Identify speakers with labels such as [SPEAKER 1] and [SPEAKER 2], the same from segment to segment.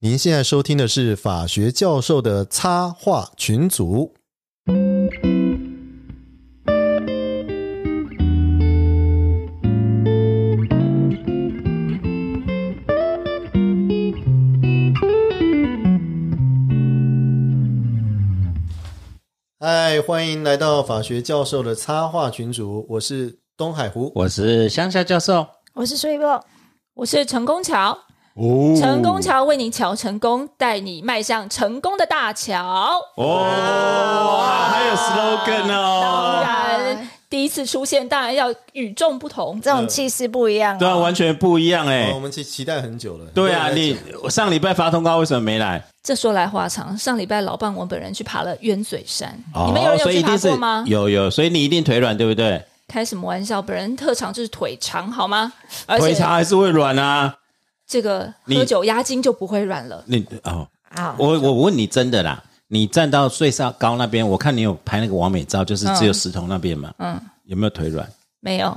[SPEAKER 1] 您现在收听的是法学教授的插画群组。嗨，欢迎来到法学教授的插画群组，我是东海湖。
[SPEAKER 2] 我是乡下教授，
[SPEAKER 3] 我是水波，
[SPEAKER 4] 我是成功桥，
[SPEAKER 1] 哦
[SPEAKER 4] 成功桥为你桥成功，带你迈向成功的大桥。
[SPEAKER 2] 哦，还有 slogan
[SPEAKER 4] 当
[SPEAKER 2] 哦，
[SPEAKER 4] 然，第一次出现，当然要与众不同。
[SPEAKER 3] 这种
[SPEAKER 2] 嗯
[SPEAKER 3] 气势不一样、哦。
[SPEAKER 2] 对啊，完全不一样哎
[SPEAKER 1] 哦我，们期期待很久了。
[SPEAKER 2] 对啊，
[SPEAKER 1] 很多人
[SPEAKER 2] 你
[SPEAKER 1] 在讲
[SPEAKER 2] 我上礼拜发通告为什么没来？
[SPEAKER 4] 这说来话长，上礼拜老伴我本人去爬了鸢嘴山，你们有人
[SPEAKER 2] 所
[SPEAKER 4] 有
[SPEAKER 2] 以
[SPEAKER 4] 去
[SPEAKER 2] 一
[SPEAKER 4] 爬
[SPEAKER 2] 定是
[SPEAKER 4] 过吗？
[SPEAKER 2] 有有，哦所以你一定腿软对不对？
[SPEAKER 4] 开什么玩笑？本人特长就是腿长，好吗？而
[SPEAKER 2] 腿
[SPEAKER 4] 且
[SPEAKER 2] 长还是会软啊，
[SPEAKER 4] 这个
[SPEAKER 2] 你
[SPEAKER 4] 喝酒压惊就不会软了。
[SPEAKER 2] 你哦，
[SPEAKER 3] 啊，
[SPEAKER 2] 我我问你真的啦，你站到最上高那边，我看你有拍那个完美照，就是只有石头那边嘛，嗯，有没有腿软？
[SPEAKER 4] 没有，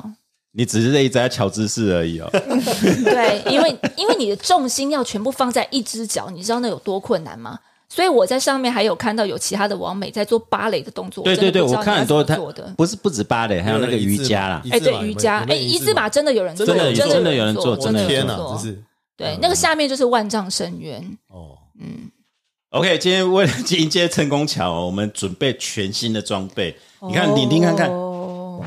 [SPEAKER 2] 你只是一直在瞧姿势而已 哦，
[SPEAKER 4] 对，因为因为你的重心要全部放在一只脚，你知道那有多困难吗？所以我在上面还有看到有其他的网美在做芭蕾的动作，
[SPEAKER 2] 对对对，
[SPEAKER 4] 真的
[SPEAKER 2] 我
[SPEAKER 4] 不知道
[SPEAKER 2] 看很多
[SPEAKER 4] 你要
[SPEAKER 2] 他
[SPEAKER 4] 怎么做的，
[SPEAKER 2] 不是不止芭蕾，还有那个瑜伽啦
[SPEAKER 1] 一，字
[SPEAKER 4] 哎，
[SPEAKER 1] 马
[SPEAKER 4] 对
[SPEAKER 1] 有没有
[SPEAKER 4] 瑜伽，
[SPEAKER 1] 有没
[SPEAKER 4] 哎，
[SPEAKER 1] 有
[SPEAKER 4] 一字马真的有人做，
[SPEAKER 1] 真的有
[SPEAKER 4] 真
[SPEAKER 2] 真的有人做嗯
[SPEAKER 1] 我
[SPEAKER 2] 真的有
[SPEAKER 1] 天
[SPEAKER 2] 哪
[SPEAKER 1] 哪，
[SPEAKER 4] 做
[SPEAKER 1] 真是
[SPEAKER 4] 对，那个下面就是万丈深渊，
[SPEAKER 1] 哦，
[SPEAKER 2] OK，今天为了迎接成功桥哦，我们准备全新的装备。你看，你听看看，
[SPEAKER 4] 哦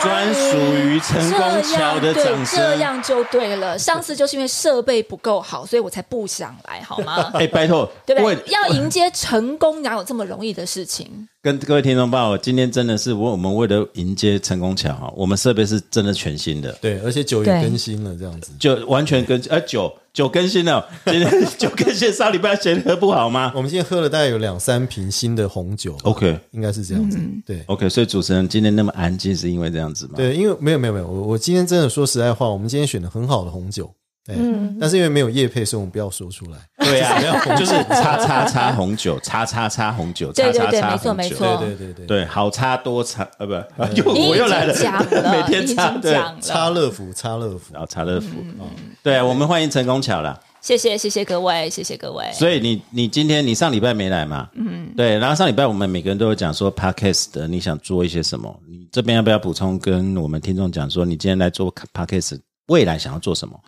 [SPEAKER 2] 专属于成功
[SPEAKER 4] 这
[SPEAKER 2] 桥
[SPEAKER 4] 样
[SPEAKER 2] 的掌
[SPEAKER 4] 哎对，这
[SPEAKER 2] 声。
[SPEAKER 4] 样就对了。上次就是因为设备不够好，所以我才不想来，好 吗？
[SPEAKER 2] 哎，拜托，
[SPEAKER 4] 对不
[SPEAKER 2] 我
[SPEAKER 4] 对？要迎接成功，哪有这么容易的事情？
[SPEAKER 2] 跟各位听众报，今天真的是我我们为了迎接成功桥哈，我们设备是真的全新的，
[SPEAKER 1] 对，而且酒也
[SPEAKER 4] 对
[SPEAKER 1] 更新了，这样子。
[SPEAKER 2] 就完全跟呃酒酒更新了，今 天酒更新，上礼拜谁喝不好吗
[SPEAKER 1] 我们今天喝了大概有两三瓶新的红酒吧
[SPEAKER 2] ？OK
[SPEAKER 1] 应该是这样子。
[SPEAKER 4] 嗯
[SPEAKER 1] 对
[SPEAKER 2] OK，所以主持人今天那么安静是因为这样子吗？
[SPEAKER 1] 对，因为没有没有没有，我我今天真的说实在话，我们今天选的很好的红酒，对，
[SPEAKER 4] 嗯
[SPEAKER 1] 但是因为没有叶配，所以我们不要说出来。
[SPEAKER 2] 对啊， 就是叉叉叉红酒，叉叉叉红酒，叉
[SPEAKER 4] 对对
[SPEAKER 2] 叉
[SPEAKER 4] 对
[SPEAKER 2] 叉
[SPEAKER 4] 没错
[SPEAKER 2] 红
[SPEAKER 4] 没
[SPEAKER 2] 酒。
[SPEAKER 4] 错
[SPEAKER 1] 对对对对，
[SPEAKER 2] 对，好差多差，呃，不，又
[SPEAKER 4] 你已
[SPEAKER 2] 我又来了，
[SPEAKER 4] 经讲了，
[SPEAKER 2] 每天
[SPEAKER 4] 你已
[SPEAKER 2] 差，
[SPEAKER 4] 经
[SPEAKER 2] 对，
[SPEAKER 4] 讲嗯了，
[SPEAKER 1] 差乐福，差乐福
[SPEAKER 2] 然，后差乐福，哦对啊，我们欢迎成功巧啦。
[SPEAKER 4] 谢谢谢谢各位，谢谢各位。
[SPEAKER 2] 所以你你今天你上礼拜没来嘛？嗯，对，然后上礼拜我们每个人都有讲说 podcast 的，你想做一些什么？你这边要不要补充跟我们听众讲说，你今天来做 podcast，未来想要做什么？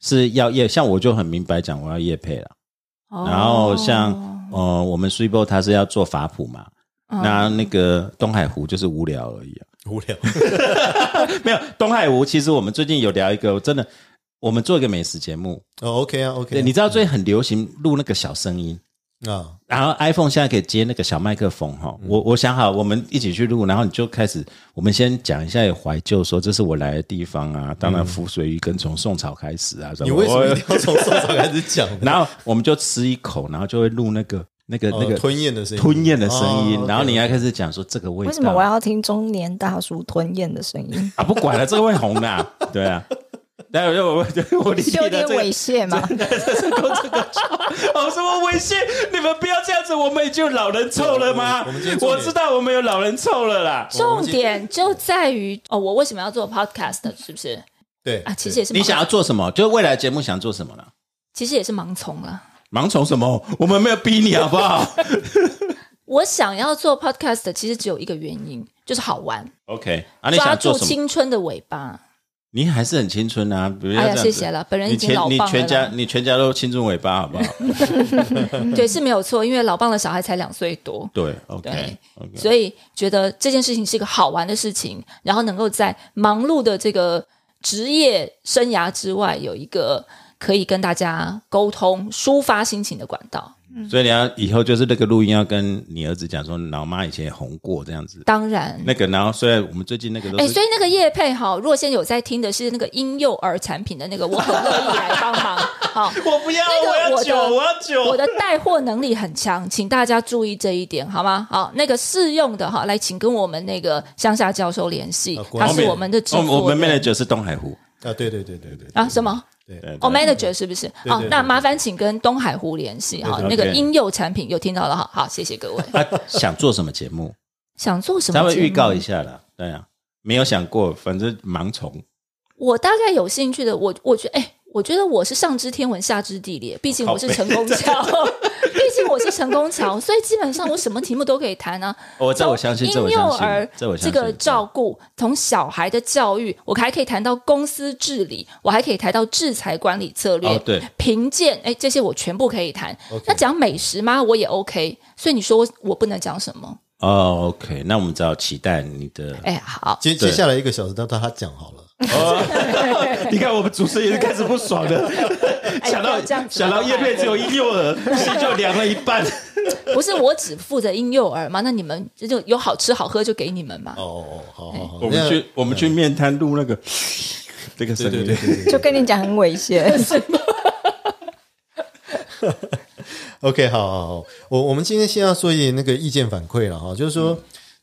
[SPEAKER 2] 是要业，像我就很明白讲我要业配了。
[SPEAKER 4] 哦
[SPEAKER 2] 然后像、
[SPEAKER 3] 哦
[SPEAKER 2] 呃，我们 s u i b o 他是要做法普嘛，
[SPEAKER 4] 嗯
[SPEAKER 2] 那那个东海湖就是无聊而已啊。
[SPEAKER 1] 无聊。
[SPEAKER 2] 没有东海湖，其实我们最近有聊一个，我真的，我们做一个美食节目，
[SPEAKER 1] 哦，OK 啊
[SPEAKER 2] 对，
[SPEAKER 1] ，OK，
[SPEAKER 2] 你知道最近很流行录那个小声音，
[SPEAKER 1] 啊，
[SPEAKER 2] 然后 iPhone 现在可以接那个小麦克风哈、
[SPEAKER 1] 嗯
[SPEAKER 2] 我我想好，我们一起去录，然后你就开始，我们先讲一下有怀旧，说这是我来的地方啊，当然浮水鱼跟从宋朝开始啊，
[SPEAKER 1] 嗯
[SPEAKER 2] 什么
[SPEAKER 1] 你为什么一
[SPEAKER 2] 我
[SPEAKER 1] 定要从宋朝开始讲呢？
[SPEAKER 2] 然后我们就吃一口，然后就会录那个那个
[SPEAKER 1] 哦
[SPEAKER 2] 那个
[SPEAKER 1] 吞咽的声音
[SPEAKER 2] 吞咽的声音
[SPEAKER 1] 哦，，OK，
[SPEAKER 2] 然后你还开始讲说这个味道，
[SPEAKER 3] 为什么我要听中年大叔吞咽的声 音？
[SPEAKER 2] 啊？不管了，这个会红的、啊，对啊。 待会儿就我我我理解
[SPEAKER 3] 是有
[SPEAKER 2] 了
[SPEAKER 3] 点
[SPEAKER 2] 这个
[SPEAKER 3] 猥亵嘛？
[SPEAKER 2] 哦，什么猥亵？你们不要这样子，我们已经有老人臭了吗？
[SPEAKER 1] 我我们今天重
[SPEAKER 2] 我
[SPEAKER 1] 点
[SPEAKER 2] 知道我们有老人臭了啦。
[SPEAKER 4] 重点就在于哦，我为什么要做 podcast？是不是
[SPEAKER 1] 对
[SPEAKER 4] 啊？其实也是
[SPEAKER 2] 你想
[SPEAKER 4] 盲
[SPEAKER 2] 要做什么？就是未来节目想做什么了？
[SPEAKER 4] 其实也是盲从啊了。
[SPEAKER 2] 盲从什么？我们没有逼你，好不好
[SPEAKER 4] 我想要做 podcast，其实只有一个原因，就是好玩，
[SPEAKER 2] ？OK，啊，你
[SPEAKER 4] 抓
[SPEAKER 2] 想做
[SPEAKER 4] 住
[SPEAKER 2] 什么？
[SPEAKER 4] 青春的尾巴。
[SPEAKER 2] 你还是很青春啊！不要
[SPEAKER 4] 哎
[SPEAKER 2] 这
[SPEAKER 4] 呀
[SPEAKER 2] 样子
[SPEAKER 4] 谢谢了本人已
[SPEAKER 2] 你
[SPEAKER 4] 经
[SPEAKER 2] 全
[SPEAKER 4] 老
[SPEAKER 2] 你
[SPEAKER 4] 棒了
[SPEAKER 2] 全
[SPEAKER 4] 啦
[SPEAKER 2] 家你全家都青春尾巴， 好不好？嗯
[SPEAKER 4] 对，是没有错，因为老棒的小孩才两岁多，
[SPEAKER 2] 对
[SPEAKER 4] 对
[SPEAKER 2] ，OK，OK，
[SPEAKER 4] 所以觉得这件事情是一个好玩的事情，然后能够在忙碌的这个职业生涯之外，有一个可以跟大家沟通、抒发心情的管道。
[SPEAKER 2] 所以你要以后就是那个录音要跟你儿子讲说，老妈以前也红过这样子。
[SPEAKER 4] 当然，
[SPEAKER 2] 那个，然后虽然我们最近那个都
[SPEAKER 4] 哎，
[SPEAKER 2] 是
[SPEAKER 4] 所以那个叶配哈，如果现在有在听的是那个婴幼儿产品的那个，我很乐意来帮 忙。好，
[SPEAKER 2] 我不要，
[SPEAKER 4] 那个
[SPEAKER 2] 我要
[SPEAKER 4] 我的
[SPEAKER 2] 酒，我要酒，
[SPEAKER 4] 我的带货能力很强，请大家注意这一点，好吗？好，那个试用的哈，来，请跟我们那个乡下教授联系
[SPEAKER 2] 呃
[SPEAKER 1] 啊，果
[SPEAKER 4] 他
[SPEAKER 1] 然
[SPEAKER 4] 是我们的制
[SPEAKER 2] 哦我
[SPEAKER 4] 作
[SPEAKER 2] 们我们
[SPEAKER 4] 人
[SPEAKER 2] manager 是东海湖，
[SPEAKER 1] 啊，对对对对对，
[SPEAKER 4] 啊，什么？
[SPEAKER 2] 对
[SPEAKER 4] 哦、
[SPEAKER 2] 对
[SPEAKER 4] m a n a g e r 是不是？
[SPEAKER 1] 对
[SPEAKER 4] 哦
[SPEAKER 1] 对，
[SPEAKER 4] 那
[SPEAKER 1] 对
[SPEAKER 4] 麻烦请跟东海湖联系哈，
[SPEAKER 2] 对
[SPEAKER 4] 那个
[SPEAKER 2] OK
[SPEAKER 4] 婴幼产品有听到了哈，好，谢谢 各位。
[SPEAKER 2] 啊，想做什么节 目，
[SPEAKER 4] 想做什么？
[SPEAKER 2] 稍微预告一。下啦。对啊，没有想过，反正盲从。
[SPEAKER 4] 我大概有兴趣的，我我觉得，哎，我我觉得我是上知天文下知地理，毕竟我是
[SPEAKER 2] 靠背
[SPEAKER 4] 成功桥， 毕竟我是成功桥，所以基本上我什么题目都可以谈啊。
[SPEAKER 2] 我哦这我相信，这
[SPEAKER 4] 从
[SPEAKER 2] 我
[SPEAKER 4] 婴幼
[SPEAKER 2] 相信
[SPEAKER 4] 儿，
[SPEAKER 2] 这我相信。
[SPEAKER 4] 个照顾，从小孩的教育，我还可以谈到公司治理，我还可以谈到制裁管理策略，
[SPEAKER 2] 哦对
[SPEAKER 4] 评鉴，哎，这些我全部可以谈。那讲美食吗？我也 OK。所以你说我我不能讲什么？
[SPEAKER 2] 哦，OK，那我们只好期待你的。
[SPEAKER 4] 哎，好，
[SPEAKER 1] 接
[SPEAKER 2] 对
[SPEAKER 1] 接下来一个小时，让他讲好了。
[SPEAKER 2] 你看，我们主持人也是开始不爽的，想
[SPEAKER 4] 哎不
[SPEAKER 2] 到
[SPEAKER 4] 要这样子
[SPEAKER 2] 想
[SPEAKER 4] 啊
[SPEAKER 2] 到叶佩只有婴幼儿，心就凉了一 半。
[SPEAKER 4] 不是我只负责婴幼儿嘛？那你们就有好吃好喝就给你们嘛。
[SPEAKER 1] 哦哦哦，好好好，
[SPEAKER 2] 我们去我们去面摊录那 个这个
[SPEAKER 1] 那
[SPEAKER 2] 声
[SPEAKER 1] 对对
[SPEAKER 2] 音，
[SPEAKER 1] 对对
[SPEAKER 3] 就跟你讲很危险。
[SPEAKER 1] OK，好好好，我我们今天先要做一点那个意见反馈了哈，就是说，
[SPEAKER 4] 嗯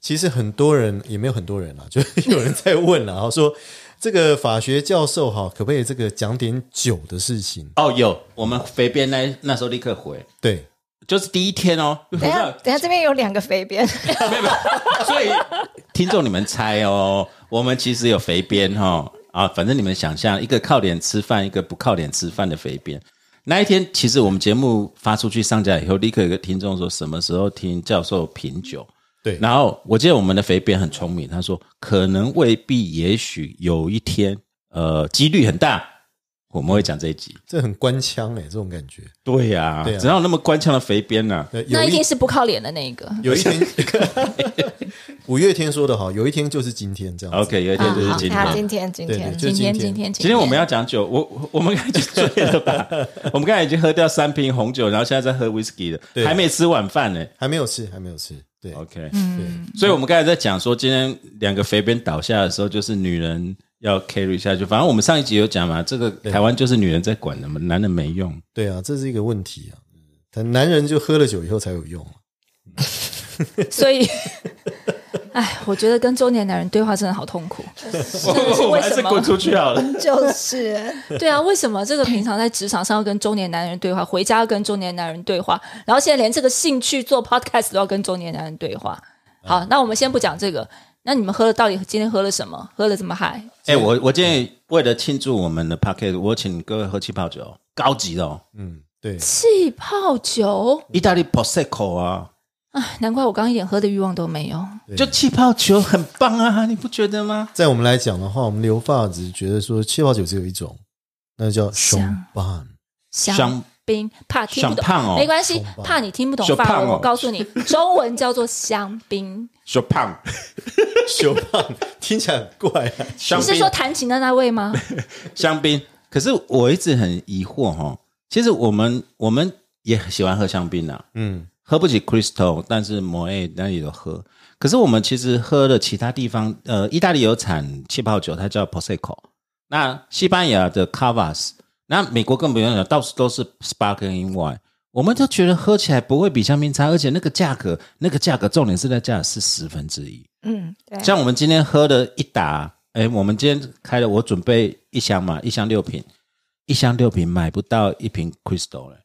[SPEAKER 1] 其实很多人也没有很多人啦，就是 有人在问了哈，说这个法学教授哈，可不可以这个讲点酒的事情？
[SPEAKER 2] 哦，有我们肥边那那时候立刻回，
[SPEAKER 1] 对，
[SPEAKER 2] 就是第一天哦，
[SPEAKER 3] 等一下，等一下，这边有两个肥边，
[SPEAKER 2] 没有没有，所以听众你们猜哦，我们其实有肥边哈、哦、啊，反正你们想象一个靠脸吃饭，一个不靠脸吃饭的肥边。那一天，其实我们节目发出去上架以后，立刻有个听众说什么时候听教授品酒。
[SPEAKER 1] 对
[SPEAKER 2] 然后我记得我们的肥边很聪明，他说可能未必，也许有一天，呃，几率很大，我们会讲这一集。
[SPEAKER 1] 这很官腔哎、这种感觉。
[SPEAKER 2] 对呀、
[SPEAKER 1] 对啊
[SPEAKER 2] 只要有那么官腔的肥啊边呢、
[SPEAKER 1] 呃有
[SPEAKER 4] 那一定是不靠脸的那一个。
[SPEAKER 1] 有一 天， 五月天说的好，有一天就是今天这样子。
[SPEAKER 2] OK，有一天就是
[SPEAKER 4] 啊好
[SPEAKER 2] 今天。
[SPEAKER 3] 啊，今天今
[SPEAKER 1] 对对，
[SPEAKER 3] 天
[SPEAKER 1] 就
[SPEAKER 4] 天，
[SPEAKER 1] 今
[SPEAKER 4] 今天，
[SPEAKER 2] 今天我们要讲酒，我我 我们刚才就醉了 吧？我们刚才已经喝掉三瓶红酒，然后现在在喝 whisky
[SPEAKER 1] 对
[SPEAKER 2] 了，还没吃晚饭呢。
[SPEAKER 1] 还没有吃，还没有吃。对
[SPEAKER 2] OK，
[SPEAKER 4] 嗯
[SPEAKER 1] 对，
[SPEAKER 2] 所以我们刚才在讲说，今天两个肥边倒下的时候，就是女人要 carry 下去。反正我们上一集有讲嘛，这个台湾就是女人在管的嘛，男人没 用。
[SPEAKER 1] 对啊，这是一个问题啊。但男人就喝了酒以后才有用啊。
[SPEAKER 4] 所以，哎，我觉得跟中年男人对话真的好痛苦。
[SPEAKER 2] 我
[SPEAKER 4] 的是
[SPEAKER 2] 我
[SPEAKER 4] 为
[SPEAKER 2] 还
[SPEAKER 4] 什
[SPEAKER 2] 是
[SPEAKER 4] 么
[SPEAKER 2] 滚出去 好了。
[SPEAKER 3] 就是
[SPEAKER 4] 对啊，为什么这个平常在职场上要跟中年男人对话，回家要跟中年男人对话，然后现在连这个兴趣做 podcast 都要跟中年男人对话？好，那我们先不讲这个。那你们喝了到底今天喝了什么？喝了怎么嗨？
[SPEAKER 2] 哎、我我建议为了庆祝我们的 packet，我请各位喝气泡酒，高级的哦，
[SPEAKER 1] 嗯，对，
[SPEAKER 4] 气泡酒，
[SPEAKER 2] 意大利 prosecco 啊，
[SPEAKER 4] 哎，难怪我刚刚一点喝的欲望都没有。
[SPEAKER 1] 对
[SPEAKER 2] 就气泡酒很棒啊，你不觉得吗？
[SPEAKER 1] 在我们来讲的话，我们留发只是觉得说气泡酒只有一种，那叫
[SPEAKER 4] 香
[SPEAKER 1] champagne。
[SPEAKER 4] 香槟，怕啊听不
[SPEAKER 2] 想
[SPEAKER 4] 懂，
[SPEAKER 2] 胖哦
[SPEAKER 4] 没关系
[SPEAKER 1] 香槟，
[SPEAKER 4] 怕你听不懂
[SPEAKER 2] 小
[SPEAKER 4] 法
[SPEAKER 2] 胖
[SPEAKER 4] 文，
[SPEAKER 2] 哦
[SPEAKER 4] 我告诉你，中文叫做香槟。
[SPEAKER 2] 小胖，
[SPEAKER 1] champagne 听起来很怪、啊。
[SPEAKER 2] 香
[SPEAKER 4] 你是说弹琴的那位吗？
[SPEAKER 2] 香槟？可是我一直很疑惑哈、哦，其实我们我们也喜欢喝香槟啊，
[SPEAKER 1] 嗯，
[SPEAKER 2] 喝不起 Crystal，但是摩艾那里有喝。可是我们其实喝了其他地方，呃，意大利有产气泡酒，它叫 Prosecco。那西班牙的 Cavas，那美国更不用讲，到处都是 Sparkling Wine。我们就觉得喝起来不会比香槟差，而且那个价格，那个价格重点是在价格是十分之一。
[SPEAKER 3] 嗯，对，
[SPEAKER 2] 像我们今天喝的一打，哎，我们今天开了，我准备一箱嘛，一箱六瓶，一箱六瓶买不到一瓶 Crystal 嘞，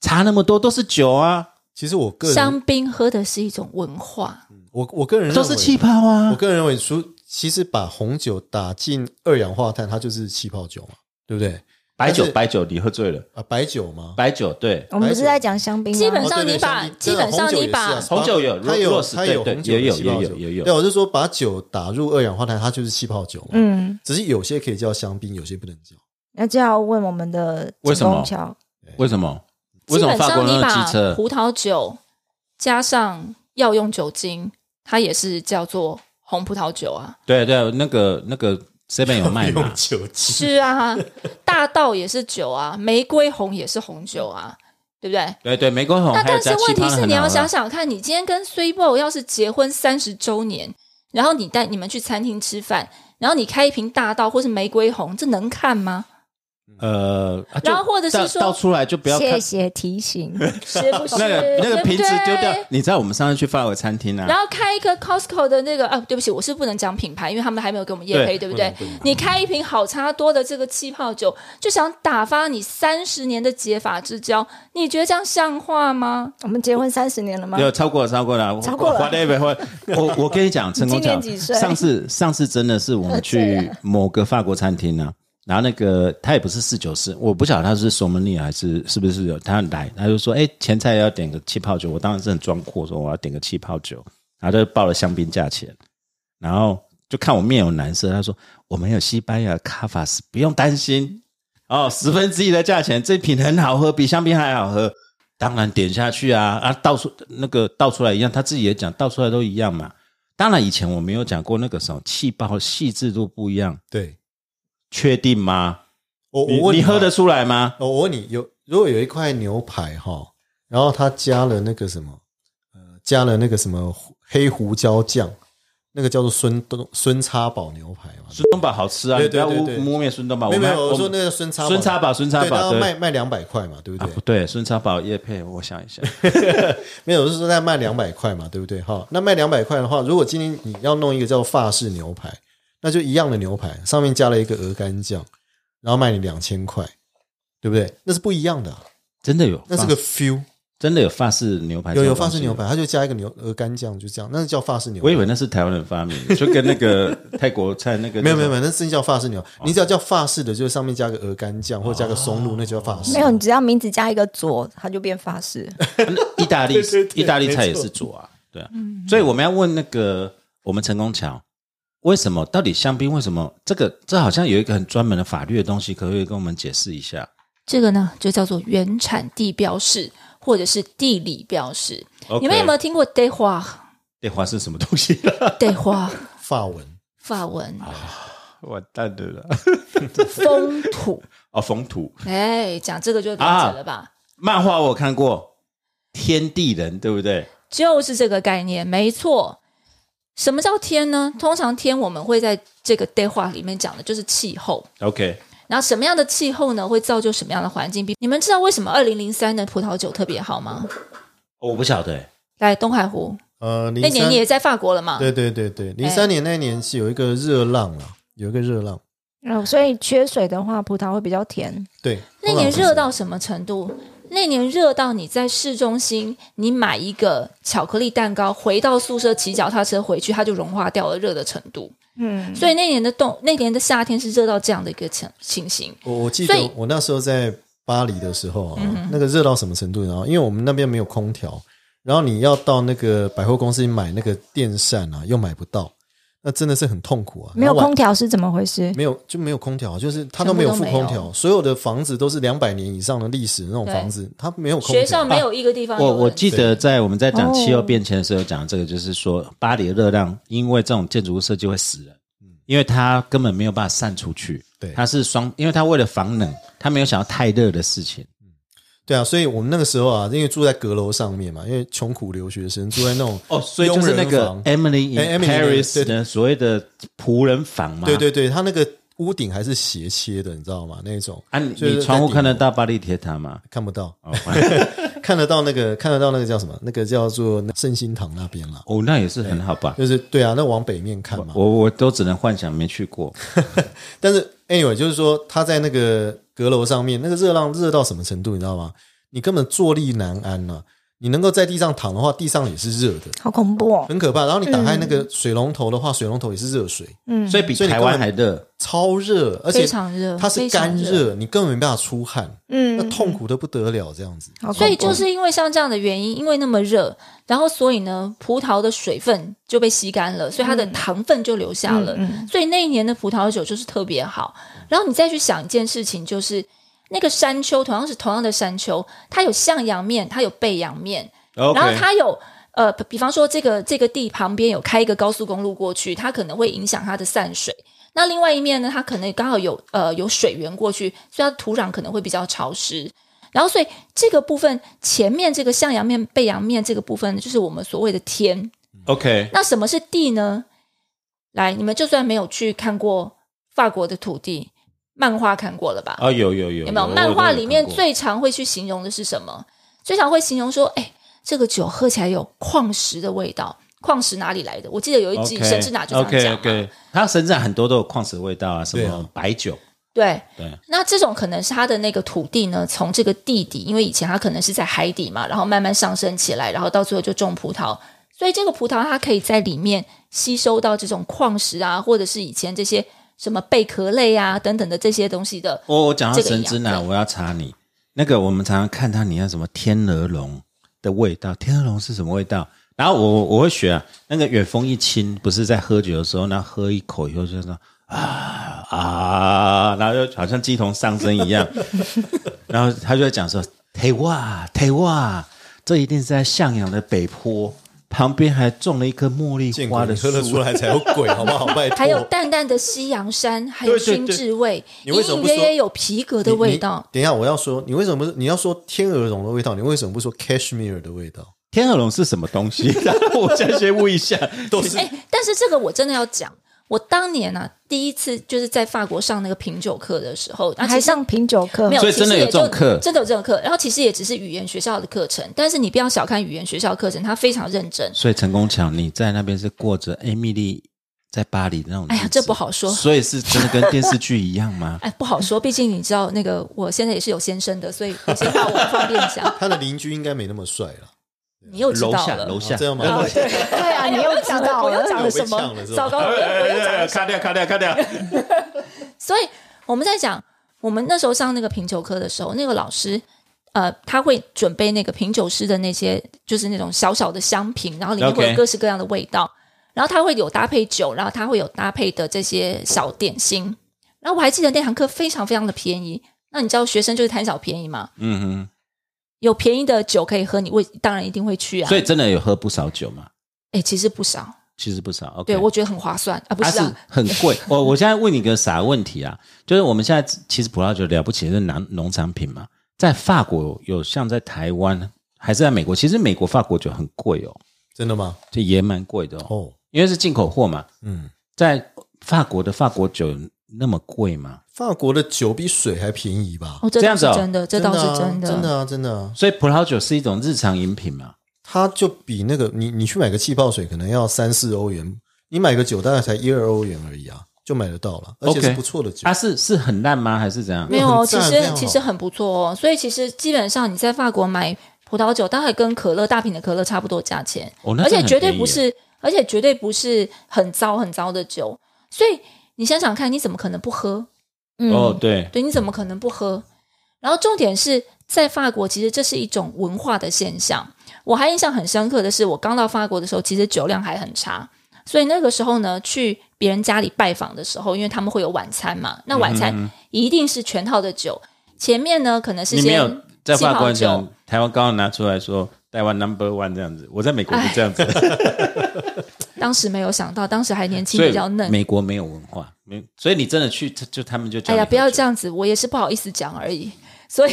[SPEAKER 2] 差那么多都是酒啊，
[SPEAKER 1] 其实我个人，
[SPEAKER 4] 香槟喝的是一种文化，
[SPEAKER 1] 我我个人认为
[SPEAKER 2] 都是气。泡
[SPEAKER 1] 我
[SPEAKER 2] 啊。
[SPEAKER 1] 个人认为，说其实把红酒打进二氧化碳，它就是气泡酒嘛，对不对？
[SPEAKER 2] 白
[SPEAKER 1] 但
[SPEAKER 2] 酒，
[SPEAKER 1] 是
[SPEAKER 2] 白酒，你喝醉了，
[SPEAKER 1] 啊，白酒嘛，
[SPEAKER 2] 白酒对，
[SPEAKER 3] 我们不是在讲香槟吗？
[SPEAKER 4] 基本
[SPEAKER 1] 哦
[SPEAKER 4] 上
[SPEAKER 1] 对
[SPEAKER 4] 你
[SPEAKER 1] 对
[SPEAKER 4] 把
[SPEAKER 1] 香槟
[SPEAKER 4] 基本上
[SPEAKER 1] 红酒
[SPEAKER 4] 你
[SPEAKER 1] 也
[SPEAKER 4] 把
[SPEAKER 1] 是啊
[SPEAKER 2] 红酒有
[SPEAKER 1] 它有
[SPEAKER 2] Rose，
[SPEAKER 1] 它有
[SPEAKER 2] 对对
[SPEAKER 1] 红酒
[SPEAKER 2] 也有
[SPEAKER 1] 的气泡
[SPEAKER 2] 也有嗯
[SPEAKER 1] 酒
[SPEAKER 2] 也有
[SPEAKER 1] 对，我是说把酒打入二氧化碳，它就是气泡酒嘛。
[SPEAKER 3] 嗯，
[SPEAKER 1] 只是有些可以叫香槟，有些不能叫。
[SPEAKER 3] 那就要问我们的
[SPEAKER 2] 为什
[SPEAKER 3] 成
[SPEAKER 2] 么
[SPEAKER 3] 功桥，
[SPEAKER 2] 为什么？为
[SPEAKER 4] 基
[SPEAKER 2] 什么
[SPEAKER 4] 本
[SPEAKER 2] 法国
[SPEAKER 4] 上
[SPEAKER 2] 人
[SPEAKER 4] 你
[SPEAKER 2] 的
[SPEAKER 4] 把
[SPEAKER 2] 机车？
[SPEAKER 4] 葡萄酒加上药用酒精，它也是叫做红葡萄 酒啊。
[SPEAKER 2] 对对，那个那个 Seven 有卖 嘛
[SPEAKER 1] 用？酒
[SPEAKER 2] 哎
[SPEAKER 1] 精，
[SPEAKER 4] 是啊，大道也是酒啊，玫瑰红也是红酒啊，对不对？
[SPEAKER 2] 对对，玫瑰红
[SPEAKER 4] 那
[SPEAKER 2] 哦还有
[SPEAKER 4] 但是
[SPEAKER 2] 加气
[SPEAKER 4] 问
[SPEAKER 2] 泡
[SPEAKER 4] 题
[SPEAKER 2] 的
[SPEAKER 4] 是，你
[SPEAKER 2] 很好
[SPEAKER 4] 要想
[SPEAKER 2] 喝。啊
[SPEAKER 4] 想看，你今天跟 s u p o 要是结婚三十周年，然后你带你们去餐厅吃饭，然后你开一瓶大道或是玫瑰红，这能 看吗？
[SPEAKER 2] 呃，啊就
[SPEAKER 4] 然后或者是
[SPEAKER 2] 倒
[SPEAKER 4] 说
[SPEAKER 2] 倒出来就不要看
[SPEAKER 3] 谢谢 提醒。
[SPEAKER 4] 是不是？
[SPEAKER 2] 那个那个
[SPEAKER 4] 对不
[SPEAKER 2] 瓶子丢掉
[SPEAKER 4] 对。
[SPEAKER 2] 你知道我们上次去法国餐厅啊
[SPEAKER 4] 然，后开一个 Costco 的那个啊，对不起，我是不能讲品牌，因为他们还没有给我们业配，对不对？你开一瓶好差多的这个气泡酒，就想打发你三十年的结发之交，你觉得这样像话吗？
[SPEAKER 3] 我们结婚三十年了吗？
[SPEAKER 2] 有超过了超过了，
[SPEAKER 3] 超过了
[SPEAKER 2] whatever，或我我跟你讲，成功
[SPEAKER 3] 今
[SPEAKER 2] 讲，
[SPEAKER 3] 年几岁
[SPEAKER 2] 上次上次真的是我们去某个法国餐厅啊，然后那个他也不是四九四，我不晓得他是索门尼还是是不是有他来，他就说：“哎，前菜要点个气泡酒。”我当然是很装阔，说我要点个气泡酒，然后就报了香槟价钱，然后就看我面有难色，他说：“我们有西班牙卡法斯，不用担心哦，十分之一的价钱，这瓶很好喝，比香槟还好喝。”当然点下去啊啊，倒出那个倒出来一样，他自己也讲倒出来都一样嘛。当然以前我没有讲过那个什么气泡细致度不一样，
[SPEAKER 1] 对，
[SPEAKER 2] 确定吗？
[SPEAKER 1] 我我
[SPEAKER 2] 你
[SPEAKER 1] 问
[SPEAKER 2] 你
[SPEAKER 1] 啊
[SPEAKER 2] 喝得出来吗？
[SPEAKER 1] 哦，我问你，有如果有一块牛排哈，然后它加了那个什么，呃，加了那个什么黑胡椒酱，那个叫做孙东孙叉宝牛排嘛？
[SPEAKER 2] 孙东宝好吃啊，
[SPEAKER 1] 对
[SPEAKER 2] 你不要
[SPEAKER 1] 对对
[SPEAKER 2] 污
[SPEAKER 1] 对
[SPEAKER 2] 污蔑孙东宝。
[SPEAKER 1] 没有没
[SPEAKER 2] 们
[SPEAKER 1] 有，我
[SPEAKER 2] 们
[SPEAKER 1] 说那个孙叉
[SPEAKER 2] 孙叉宝，孙叉
[SPEAKER 1] 对，
[SPEAKER 2] 宝
[SPEAKER 1] 它
[SPEAKER 2] 对
[SPEAKER 1] 卖卖两百块嘛，对不
[SPEAKER 2] 啊
[SPEAKER 1] 对？
[SPEAKER 2] 不对，孙叉宝叶配，我想 一下，
[SPEAKER 1] 没有，我是说在卖两百块嘛，对不对？哈，那卖两百块的话，如果今天你要弄一个叫法式牛排，那就一样的牛排，上面加了一个鹅肝酱，然后卖你两千块，对不对？那是不一样的啊、
[SPEAKER 2] 真的有，
[SPEAKER 1] 那是个 feel。
[SPEAKER 2] 真的有法式牛排，
[SPEAKER 1] 有有法式牛。排，它就加一个牛鹅肝酱，就这样，那是叫法式牛排。
[SPEAKER 2] 我以为那是台湾人发明，就跟 那个泰国菜那个
[SPEAKER 1] 没有没有没有，那真叫法式牛。你只要叫法式的，就是上面加个鹅肝酱或加个松露，那就叫法式。
[SPEAKER 3] 没有，你只要名字加一个左，它就变法式。
[SPEAKER 2] 意大利
[SPEAKER 1] 对对对
[SPEAKER 2] 意大利菜也
[SPEAKER 1] 没错
[SPEAKER 2] 是佐啊，对啊，所以我们要问那个我们陈功桥，为什么到底香槟为什么这个这好像有一个很专门的法律的东西，可不可以跟我们解释一下
[SPEAKER 4] 这个呢就叫做原产地标示或者是地理标示。
[SPEAKER 2] ？OK？
[SPEAKER 4] 你们有没有听过 d e h a
[SPEAKER 2] 电话是什么东西？
[SPEAKER 4] d e h a
[SPEAKER 1] 法文
[SPEAKER 4] 法文
[SPEAKER 2] 完蛋的了
[SPEAKER 4] 风 土，
[SPEAKER 2] 哦，风土
[SPEAKER 4] 哎，讲这个就了解了吧？
[SPEAKER 2] 漫画我看过，天地人对不对？
[SPEAKER 4] 就是这个概念，没错。什么叫天呢？通常天我们会在这个 day 话里面讲的就是气候，
[SPEAKER 2] OK，
[SPEAKER 4] 然后什么样的气候呢，会造就什么样的环境。比你们知道为什么二零零三的葡萄酒特别好吗？
[SPEAKER 2] 我不晓得欸，
[SPEAKER 4] 来东海湖
[SPEAKER 1] 呃，
[SPEAKER 4] 那
[SPEAKER 1] 零
[SPEAKER 4] 年
[SPEAKER 1] 三
[SPEAKER 4] 你也在啊法国了嘛？
[SPEAKER 1] 对对对对，零三年那一年是有一个热浪啊，有一个热浪，
[SPEAKER 3] 然后，哦所以缺水的话，葡萄会比较甜。
[SPEAKER 1] 对，
[SPEAKER 4] 那年热到什么程度？那年热到你在市中心，你买一个巧克力蛋糕，回到宿舍骑脚踏车回去，它就融化掉了热的程度。
[SPEAKER 3] 嗯，
[SPEAKER 4] 所以那年的冬，那年的夏天是热到这样的一个情情形。
[SPEAKER 1] 我我记
[SPEAKER 4] 所
[SPEAKER 1] 得
[SPEAKER 4] 以嗯
[SPEAKER 1] 我那时候在巴黎的时候啊，那个热到什么程度？然后因为我们那边没有空调，然后你要到那个百货公司买那个电扇啊，又买不到，那真的是很痛苦啊。
[SPEAKER 3] 没有
[SPEAKER 1] 然后晚
[SPEAKER 3] 空调是怎么回事？
[SPEAKER 1] 没有就没有空调，就是它都没有
[SPEAKER 4] 全部
[SPEAKER 1] 附
[SPEAKER 4] 都没
[SPEAKER 1] 空
[SPEAKER 4] 有
[SPEAKER 1] 调，所有的房子都是两百年以上的历史那种
[SPEAKER 4] 对
[SPEAKER 1] 房子，它没有空
[SPEAKER 4] 学校
[SPEAKER 1] 调。
[SPEAKER 4] 没有一个地方有
[SPEAKER 2] 啊我
[SPEAKER 4] 人
[SPEAKER 2] 我记得在我们在讲
[SPEAKER 3] 哦
[SPEAKER 2] 气候变迁的时候讲这个，就是说巴黎的热浪，因为这种建筑物设计会死人，因为它根本没有办法散出去，
[SPEAKER 1] 嗯对
[SPEAKER 2] 它是双，因为它为了防冷，它没有想要太热的事情，
[SPEAKER 1] 对啊，所以我们那个时候啊，因为住在阁楼上面嘛，因为穷苦留学生住在那种
[SPEAKER 2] 哦，所以就是
[SPEAKER 1] 佣
[SPEAKER 2] 那
[SPEAKER 1] 人
[SPEAKER 2] 个
[SPEAKER 1] 房
[SPEAKER 2] Emily
[SPEAKER 1] 哎，Emily in
[SPEAKER 2] in Paris
[SPEAKER 1] Paris，
[SPEAKER 2] 的所谓的仆人房嘛，
[SPEAKER 1] 对对对，它那个屋顶还是斜切的，你知道吗？那种
[SPEAKER 2] 啊，你
[SPEAKER 1] 就是
[SPEAKER 2] 你
[SPEAKER 1] 在
[SPEAKER 2] 窗户
[SPEAKER 1] 顶
[SPEAKER 2] 看得
[SPEAKER 1] 楼
[SPEAKER 2] 到巴黎铁塔吗？
[SPEAKER 1] 看不到，
[SPEAKER 2] 哦，
[SPEAKER 1] 看得到那个看得到那个叫什么？那个叫做圣心堂那边啦，
[SPEAKER 2] 哦，那也是很好吧。
[SPEAKER 1] 就是对啊，那往北面看嘛。
[SPEAKER 2] 我我都只能幻想，没去过。
[SPEAKER 1] 但是 anyway，就是说他在那个阁楼上面，那个热浪热到什么程度，你知道吗？你根本坐立难安呐、你能够在地上躺的话，地上也是热的，
[SPEAKER 3] 好恐怖哦！
[SPEAKER 1] 很可怕。然后你打开那
[SPEAKER 4] 嗯
[SPEAKER 1] 个水龙头的话，水龙头也是热水，
[SPEAKER 3] 嗯，
[SPEAKER 2] 所以比
[SPEAKER 1] 所以你
[SPEAKER 2] 台
[SPEAKER 1] 根
[SPEAKER 2] 湾
[SPEAKER 1] 本
[SPEAKER 2] 还热。
[SPEAKER 1] 超热，而且
[SPEAKER 4] 非常热
[SPEAKER 1] 它是
[SPEAKER 4] 非常
[SPEAKER 1] 干
[SPEAKER 4] 热
[SPEAKER 1] 热，你根本没办法出汗，那
[SPEAKER 3] 嗯，
[SPEAKER 1] 痛苦的不得了，这样子。
[SPEAKER 3] 好恐怖
[SPEAKER 4] 所以就是因为像这样的原因，因为那么热，然后所以呢，葡萄的水分就被吸干了，所以它的糖分就留下了。
[SPEAKER 3] 嗯
[SPEAKER 4] 所以那一年的葡萄酒就是特别好。然后你再去想一件事情，就是那个山丘，同样是同样的山丘，它有向阳面，它有背阳面，然后它有。呃，比方说这个这个地旁边有开一个高速公路过去，它可能会影响它的散水。那另外一面呢，它可能刚好有呃有水源过去，所以它土壤可能会比较潮湿。然后，所以这个部分前面这个向阳面、背阳面这个部分，就是我们所谓的天。
[SPEAKER 2] OK，
[SPEAKER 4] 那什么是地呢？来，你们就算没有去看过法国的土地，漫画看过了吧？
[SPEAKER 2] 哦，有有有
[SPEAKER 4] 有没有？漫画里面最常会去形容的是什么？最常会形容说，哎，这个酒喝起来有矿石的味道，矿石哪里来的？我记得有一集神之哪就这样
[SPEAKER 2] OK
[SPEAKER 4] 讲嘛。
[SPEAKER 2] OK，它身上很多都有矿石的味道啊，什
[SPEAKER 1] 对
[SPEAKER 2] 么
[SPEAKER 1] 啊
[SPEAKER 2] 白酒，
[SPEAKER 4] 对
[SPEAKER 2] 对
[SPEAKER 4] 那这种可能是它的那个土地呢，从这个地底，因为以前它可能是在海底嘛，然后慢慢上升起来，然后到最后就种葡萄，所以这个葡萄它可以在里面吸收到这种矿石啊，或者是以前这些什么贝壳类啊等等的这些东西的。
[SPEAKER 2] 哦我我讲到
[SPEAKER 4] 这个
[SPEAKER 2] 神
[SPEAKER 4] 一样
[SPEAKER 2] 之奶，
[SPEAKER 4] 对
[SPEAKER 2] 我要查你。那个我们常常看到你要什么天鹅绒的味道，天鹅绒是什么味道？然后我我会学啊，那个远风一清，不是在喝酒的时候，然后喝一口以后就说啊啊，然后就好像鸡同上身一 样，然后他就在讲说忒哇忒哇，这一定是在向阳的北坡旁边还种了一棵茉莉
[SPEAKER 1] 见
[SPEAKER 2] 花
[SPEAKER 1] 鬼，
[SPEAKER 2] 的
[SPEAKER 1] 你
[SPEAKER 2] 树
[SPEAKER 1] 喝，得出来才有 鬼，好不好？拜托，
[SPEAKER 4] 还有淡淡的夕阳山，还有
[SPEAKER 1] 对对
[SPEAKER 4] 熏
[SPEAKER 1] 对
[SPEAKER 4] 制味，
[SPEAKER 1] 你
[SPEAKER 4] 隐
[SPEAKER 1] 为什么
[SPEAKER 4] 隐
[SPEAKER 1] 不
[SPEAKER 4] 约
[SPEAKER 1] 说
[SPEAKER 4] 约有皮革的味道。
[SPEAKER 1] 你你等一下，我要说，你为什么不是你要说天鹅绒的味道？你为什么不说 cashmere 的味道？
[SPEAKER 2] 天鹅绒是什么东西？我先先问一下，
[SPEAKER 1] 都是，
[SPEAKER 4] 哎、但是这个我真的要讲，我当年啊第一次就是在法国上那个品酒课的时候，啊
[SPEAKER 3] 还
[SPEAKER 4] 其实
[SPEAKER 3] 上品酒课
[SPEAKER 4] 没，有，
[SPEAKER 2] 所以
[SPEAKER 4] 其实
[SPEAKER 2] 真的有
[SPEAKER 4] 也
[SPEAKER 2] 这种
[SPEAKER 4] 就
[SPEAKER 2] 课
[SPEAKER 4] 真的有这种课。然后其实也只是语言学校的课程，但是你不要小看语言学校课程，它非常认真。
[SPEAKER 2] 所以陈功强，你在那边是过着艾米丽在巴黎那种，
[SPEAKER 4] 哎呀，这不。好说。？
[SPEAKER 2] 所以是真的跟电视剧一样吗
[SPEAKER 4] 哎，不好说，毕竟你知道，那个我现在也是有先生的，所以我先把我方便讲
[SPEAKER 1] 他的邻居应该没那么帅了，
[SPEAKER 4] 你又知
[SPEAKER 2] 楼
[SPEAKER 4] 道
[SPEAKER 2] 下，
[SPEAKER 4] 了
[SPEAKER 2] 楼。下，
[SPEAKER 1] 啊这样吗？
[SPEAKER 2] 哎？
[SPEAKER 3] 对啊，你又知道
[SPEAKER 4] 我又
[SPEAKER 3] 了，
[SPEAKER 4] 讲了什
[SPEAKER 1] 我被呛了
[SPEAKER 4] 么
[SPEAKER 1] 是？吧哎
[SPEAKER 4] 糟糕，我又我又讲了什么？
[SPEAKER 2] 卡掉，卡掉，卡掉！
[SPEAKER 4] 所以我们在讲，我们那时候上那个品酒课的时候，那个老师。呃，他会准备那个品酒师的那些，就是那种小小的香瓶，然后里面
[SPEAKER 2] OK
[SPEAKER 4] 会有各式各样的味道然后他会有搭配酒，然后他会有搭配的这些小点心。然后我还记得那堂课非常非常的便宜，那你知道学生就是贪小便宜嘛，
[SPEAKER 2] 嗯
[SPEAKER 4] 有便宜的酒可以喝，你为当然一定会去
[SPEAKER 2] 哼，
[SPEAKER 4] 啊。
[SPEAKER 2] 所以真的有喝不少酒嘛？
[SPEAKER 4] 哎，其实不少，
[SPEAKER 2] 其实不少。OK，
[SPEAKER 4] 对我觉得很划算啊，不
[SPEAKER 2] 它
[SPEAKER 4] 是
[SPEAKER 2] 是
[SPEAKER 4] 啊，
[SPEAKER 2] 很贵。 我我现在问你个傻问题啊，就是我们现在其实葡萄酒了不起是农农产品嘛，在法国有像在台湾还是在美国，其实美国法国酒很贵哦，
[SPEAKER 1] 真的吗？
[SPEAKER 2] 这也蛮贵的哦，
[SPEAKER 1] 哦，
[SPEAKER 2] 因为是进口货嘛。
[SPEAKER 1] 嗯，
[SPEAKER 2] 在法国的法国酒那么贵吗？
[SPEAKER 1] 法国的酒比水还便宜吧？
[SPEAKER 4] 哦，
[SPEAKER 2] 这
[SPEAKER 4] 这倒
[SPEAKER 2] 样
[SPEAKER 4] 是
[SPEAKER 2] 子哦
[SPEAKER 4] 真的，这倒是
[SPEAKER 1] 真
[SPEAKER 4] 真
[SPEAKER 1] 的啊，
[SPEAKER 4] 的，
[SPEAKER 1] 真的啊，真的啊，
[SPEAKER 2] 所以葡萄酒是一种日常饮品嘛？
[SPEAKER 1] 它就比那个你你去买个气泡水可能要三四欧元，你买个酒大概才一二欧元而已啊，就买得到了，而且
[SPEAKER 2] OK
[SPEAKER 1] 是不错的酒
[SPEAKER 4] 啊
[SPEAKER 2] 它、。啊是是很烂吗？还是怎样？
[SPEAKER 4] 没
[SPEAKER 1] 很
[SPEAKER 4] 有，其
[SPEAKER 1] 赞非常
[SPEAKER 4] 实
[SPEAKER 1] 好
[SPEAKER 4] 其实很不错哦。所以其实基本上你在法国买葡萄酒，大概跟可乐大瓶的可乐差不多价钱，
[SPEAKER 2] 哦那
[SPEAKER 4] 而
[SPEAKER 2] 真的
[SPEAKER 4] 且
[SPEAKER 2] 很
[SPEAKER 4] 绝对
[SPEAKER 2] 便宜
[SPEAKER 4] 不
[SPEAKER 2] 耶
[SPEAKER 4] 是，而且绝对不是很糟很糟的酒。所以你想想看，你怎么可能不喝？
[SPEAKER 2] 哦，
[SPEAKER 3] 嗯，
[SPEAKER 2] 对，
[SPEAKER 4] 对，你怎么可能不喝？然后重点是在法国，其实这是一种文化的现象。我还印象很深刻的是，我刚到法国的时候，其实酒量还很差，所以那个时候呢，去别人家里拜访的时候，因为他们会有晚餐嘛，那晚餐一定是全套的酒，前面呢可能是
[SPEAKER 2] 嗯你没
[SPEAKER 4] 先
[SPEAKER 2] 有在
[SPEAKER 4] 气
[SPEAKER 2] 法
[SPEAKER 4] 泡
[SPEAKER 2] 国
[SPEAKER 4] 酒
[SPEAKER 2] 讲，台湾刚刚拿出来说台湾 number one 这样子，我在美国是这样子，
[SPEAKER 4] 哎当时没有想到，当时还年轻
[SPEAKER 2] 所以
[SPEAKER 4] 比较嫩。
[SPEAKER 2] 美国没有文化，没，所以你真的去就就他们就叫
[SPEAKER 4] 哎呀，
[SPEAKER 2] 你喝
[SPEAKER 4] 不要
[SPEAKER 2] 酒
[SPEAKER 4] 这样子，我也是不好意思讲而已。 所以，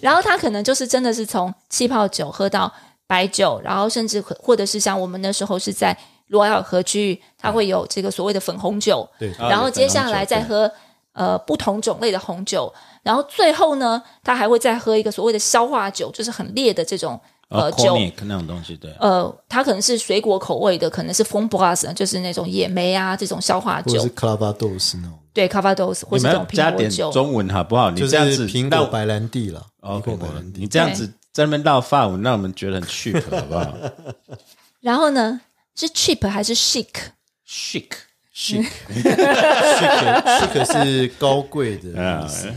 [SPEAKER 4] 然后他可能就是真的是从气泡酒喝到白酒，然后甚至可或者是像我们那时候是在罗埃尔河区域，它会有这个所谓的粉红酒，
[SPEAKER 1] 对，
[SPEAKER 2] 啊
[SPEAKER 4] 然后
[SPEAKER 2] 有
[SPEAKER 4] 接
[SPEAKER 2] 粉红
[SPEAKER 4] 下
[SPEAKER 2] 酒
[SPEAKER 4] 来再
[SPEAKER 2] 对
[SPEAKER 4] 喝呃不同种类的红酒，然后最后呢，他还会再喝一个所谓的消化酒，就是很烈的这种呃
[SPEAKER 2] 哦
[SPEAKER 4] 酒，
[SPEAKER 2] ，cognac 那种东西，对，
[SPEAKER 4] 呃，它可能是水果口味的，可能是 f o n b r a s 就是那种野莓啊这种消化
[SPEAKER 1] 或者
[SPEAKER 4] 酒
[SPEAKER 1] 是，克拉巴豆是那种，
[SPEAKER 4] 对 c a v a d o s 或
[SPEAKER 2] 你
[SPEAKER 4] 是
[SPEAKER 2] 们
[SPEAKER 4] 这
[SPEAKER 2] 要
[SPEAKER 4] 种
[SPEAKER 2] 加
[SPEAKER 4] 苹果
[SPEAKER 2] 点
[SPEAKER 4] 酒。
[SPEAKER 2] 中文好不好？你
[SPEAKER 1] 就是
[SPEAKER 2] 这样子
[SPEAKER 1] 苹
[SPEAKER 2] 那
[SPEAKER 1] 果
[SPEAKER 2] 我
[SPEAKER 1] 白兰地了，苹
[SPEAKER 2] 哦，
[SPEAKER 1] 果白兰地
[SPEAKER 2] 你。这样子在那边绕法文，让我们觉得很 cheap 好不 好
[SPEAKER 4] 然后呢，是 cheap 还是 chic？嗯
[SPEAKER 2] ？chic chic
[SPEAKER 1] chic chic 是高贵的
[SPEAKER 2] 啊
[SPEAKER 1] 意思，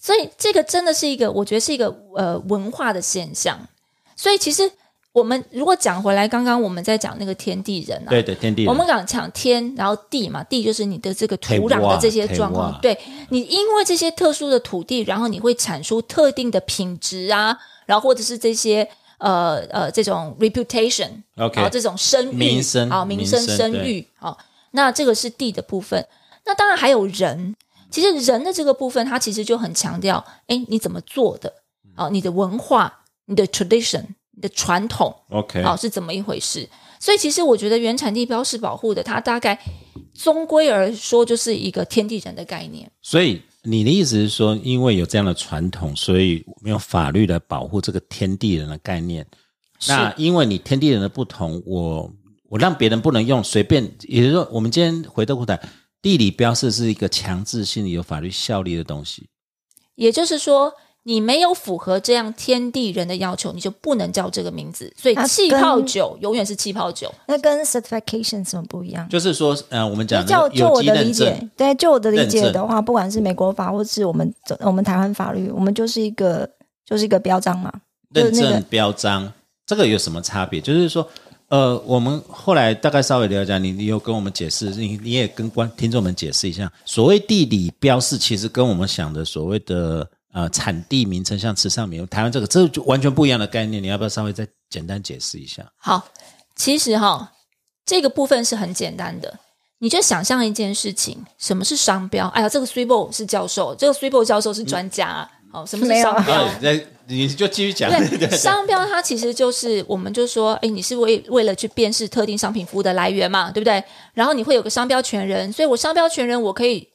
[SPEAKER 4] 所以这个真的是一个，我觉得是一个呃文化的现象。所以其实我们如果讲回来，刚刚我们在讲那个天地人啊，
[SPEAKER 2] 对对，天地人
[SPEAKER 4] 我们讲讲天，然后地嘛，地就是你的这个土壤
[SPEAKER 2] 田
[SPEAKER 4] 的
[SPEAKER 2] 蛙
[SPEAKER 4] 这些状
[SPEAKER 2] 田
[SPEAKER 4] 况
[SPEAKER 2] 蛙。
[SPEAKER 4] 对你，因为这些特殊的土地，然后你会产出特定的品质啊，然后或者是这些呃呃这种 reputation，
[SPEAKER 2] OK
[SPEAKER 4] 然后这种声誉
[SPEAKER 2] 名声
[SPEAKER 4] 啊，名声
[SPEAKER 2] 名声
[SPEAKER 4] 声
[SPEAKER 2] 对
[SPEAKER 4] 誉啊，那这个是地的部分。那当然还有人，其实人的这个部分，它其实就很强调，哎，你怎么做的？啊，你的文化、你的 tradition、你的传统，
[SPEAKER 2] OK
[SPEAKER 4] 好、哦是怎么一回事？所以其实我觉得原产地标示保护的，它大概终归而说就是一个天地人的概念。
[SPEAKER 2] 所以你的意思是说，因为有这样的传统，所以没有法律来保护这个天地人的概念。那因为你天地人的不同，我我让别人不能用随便，也就是说，我们今天回到过来，地理标示是一个强制性有法律效力的东西。
[SPEAKER 4] 也就是说，你没有符合这样天地人的要求，你就不能叫这个名字。所以
[SPEAKER 3] 啊
[SPEAKER 4] 气泡
[SPEAKER 3] 跟
[SPEAKER 4] 酒永远是气泡酒。
[SPEAKER 3] 那跟 certification 什么不一样？
[SPEAKER 2] 就是说，呃，我们讲
[SPEAKER 3] 就
[SPEAKER 2] 那个
[SPEAKER 3] 就
[SPEAKER 2] 有
[SPEAKER 3] 我
[SPEAKER 2] 机
[SPEAKER 3] 的理
[SPEAKER 2] 认
[SPEAKER 3] 解
[SPEAKER 2] 证，，
[SPEAKER 3] 对，就我的理解
[SPEAKER 2] 认
[SPEAKER 3] 的
[SPEAKER 2] 证
[SPEAKER 3] 话，不管是美国法或是我们我们台湾法律，我们就是一个就是一个标章嘛，就是
[SPEAKER 2] 认
[SPEAKER 3] 那
[SPEAKER 2] 证
[SPEAKER 3] 个
[SPEAKER 2] 标章，这个有什么差别？就是说，呃，我们后来大概稍微了解，你你有跟我们解释，你你也跟观听众们解释一下，所谓地理标示，其实跟我们想的所谓的呃产地名称，像池上名，台湾这个这就完全不一样的概念，你要不要稍微再简单解释一下？
[SPEAKER 4] 好，其实哈，这个部分是很简单的。你就想象一件事情，什么是商标？哎呀，这个 s w i b o 是教授，这个 s w i b o 教授是专家、啊。好、什么
[SPEAKER 3] 没
[SPEAKER 4] 是
[SPEAKER 3] 有
[SPEAKER 4] 商标？
[SPEAKER 2] 啊，那你就继续讲，
[SPEAKER 4] 对，商标它其实就是，我们就说，哎，你是为为了去辨识特定商品服务的来源嘛，对不对？然后你会有个商标权人，所以我商标权人我可以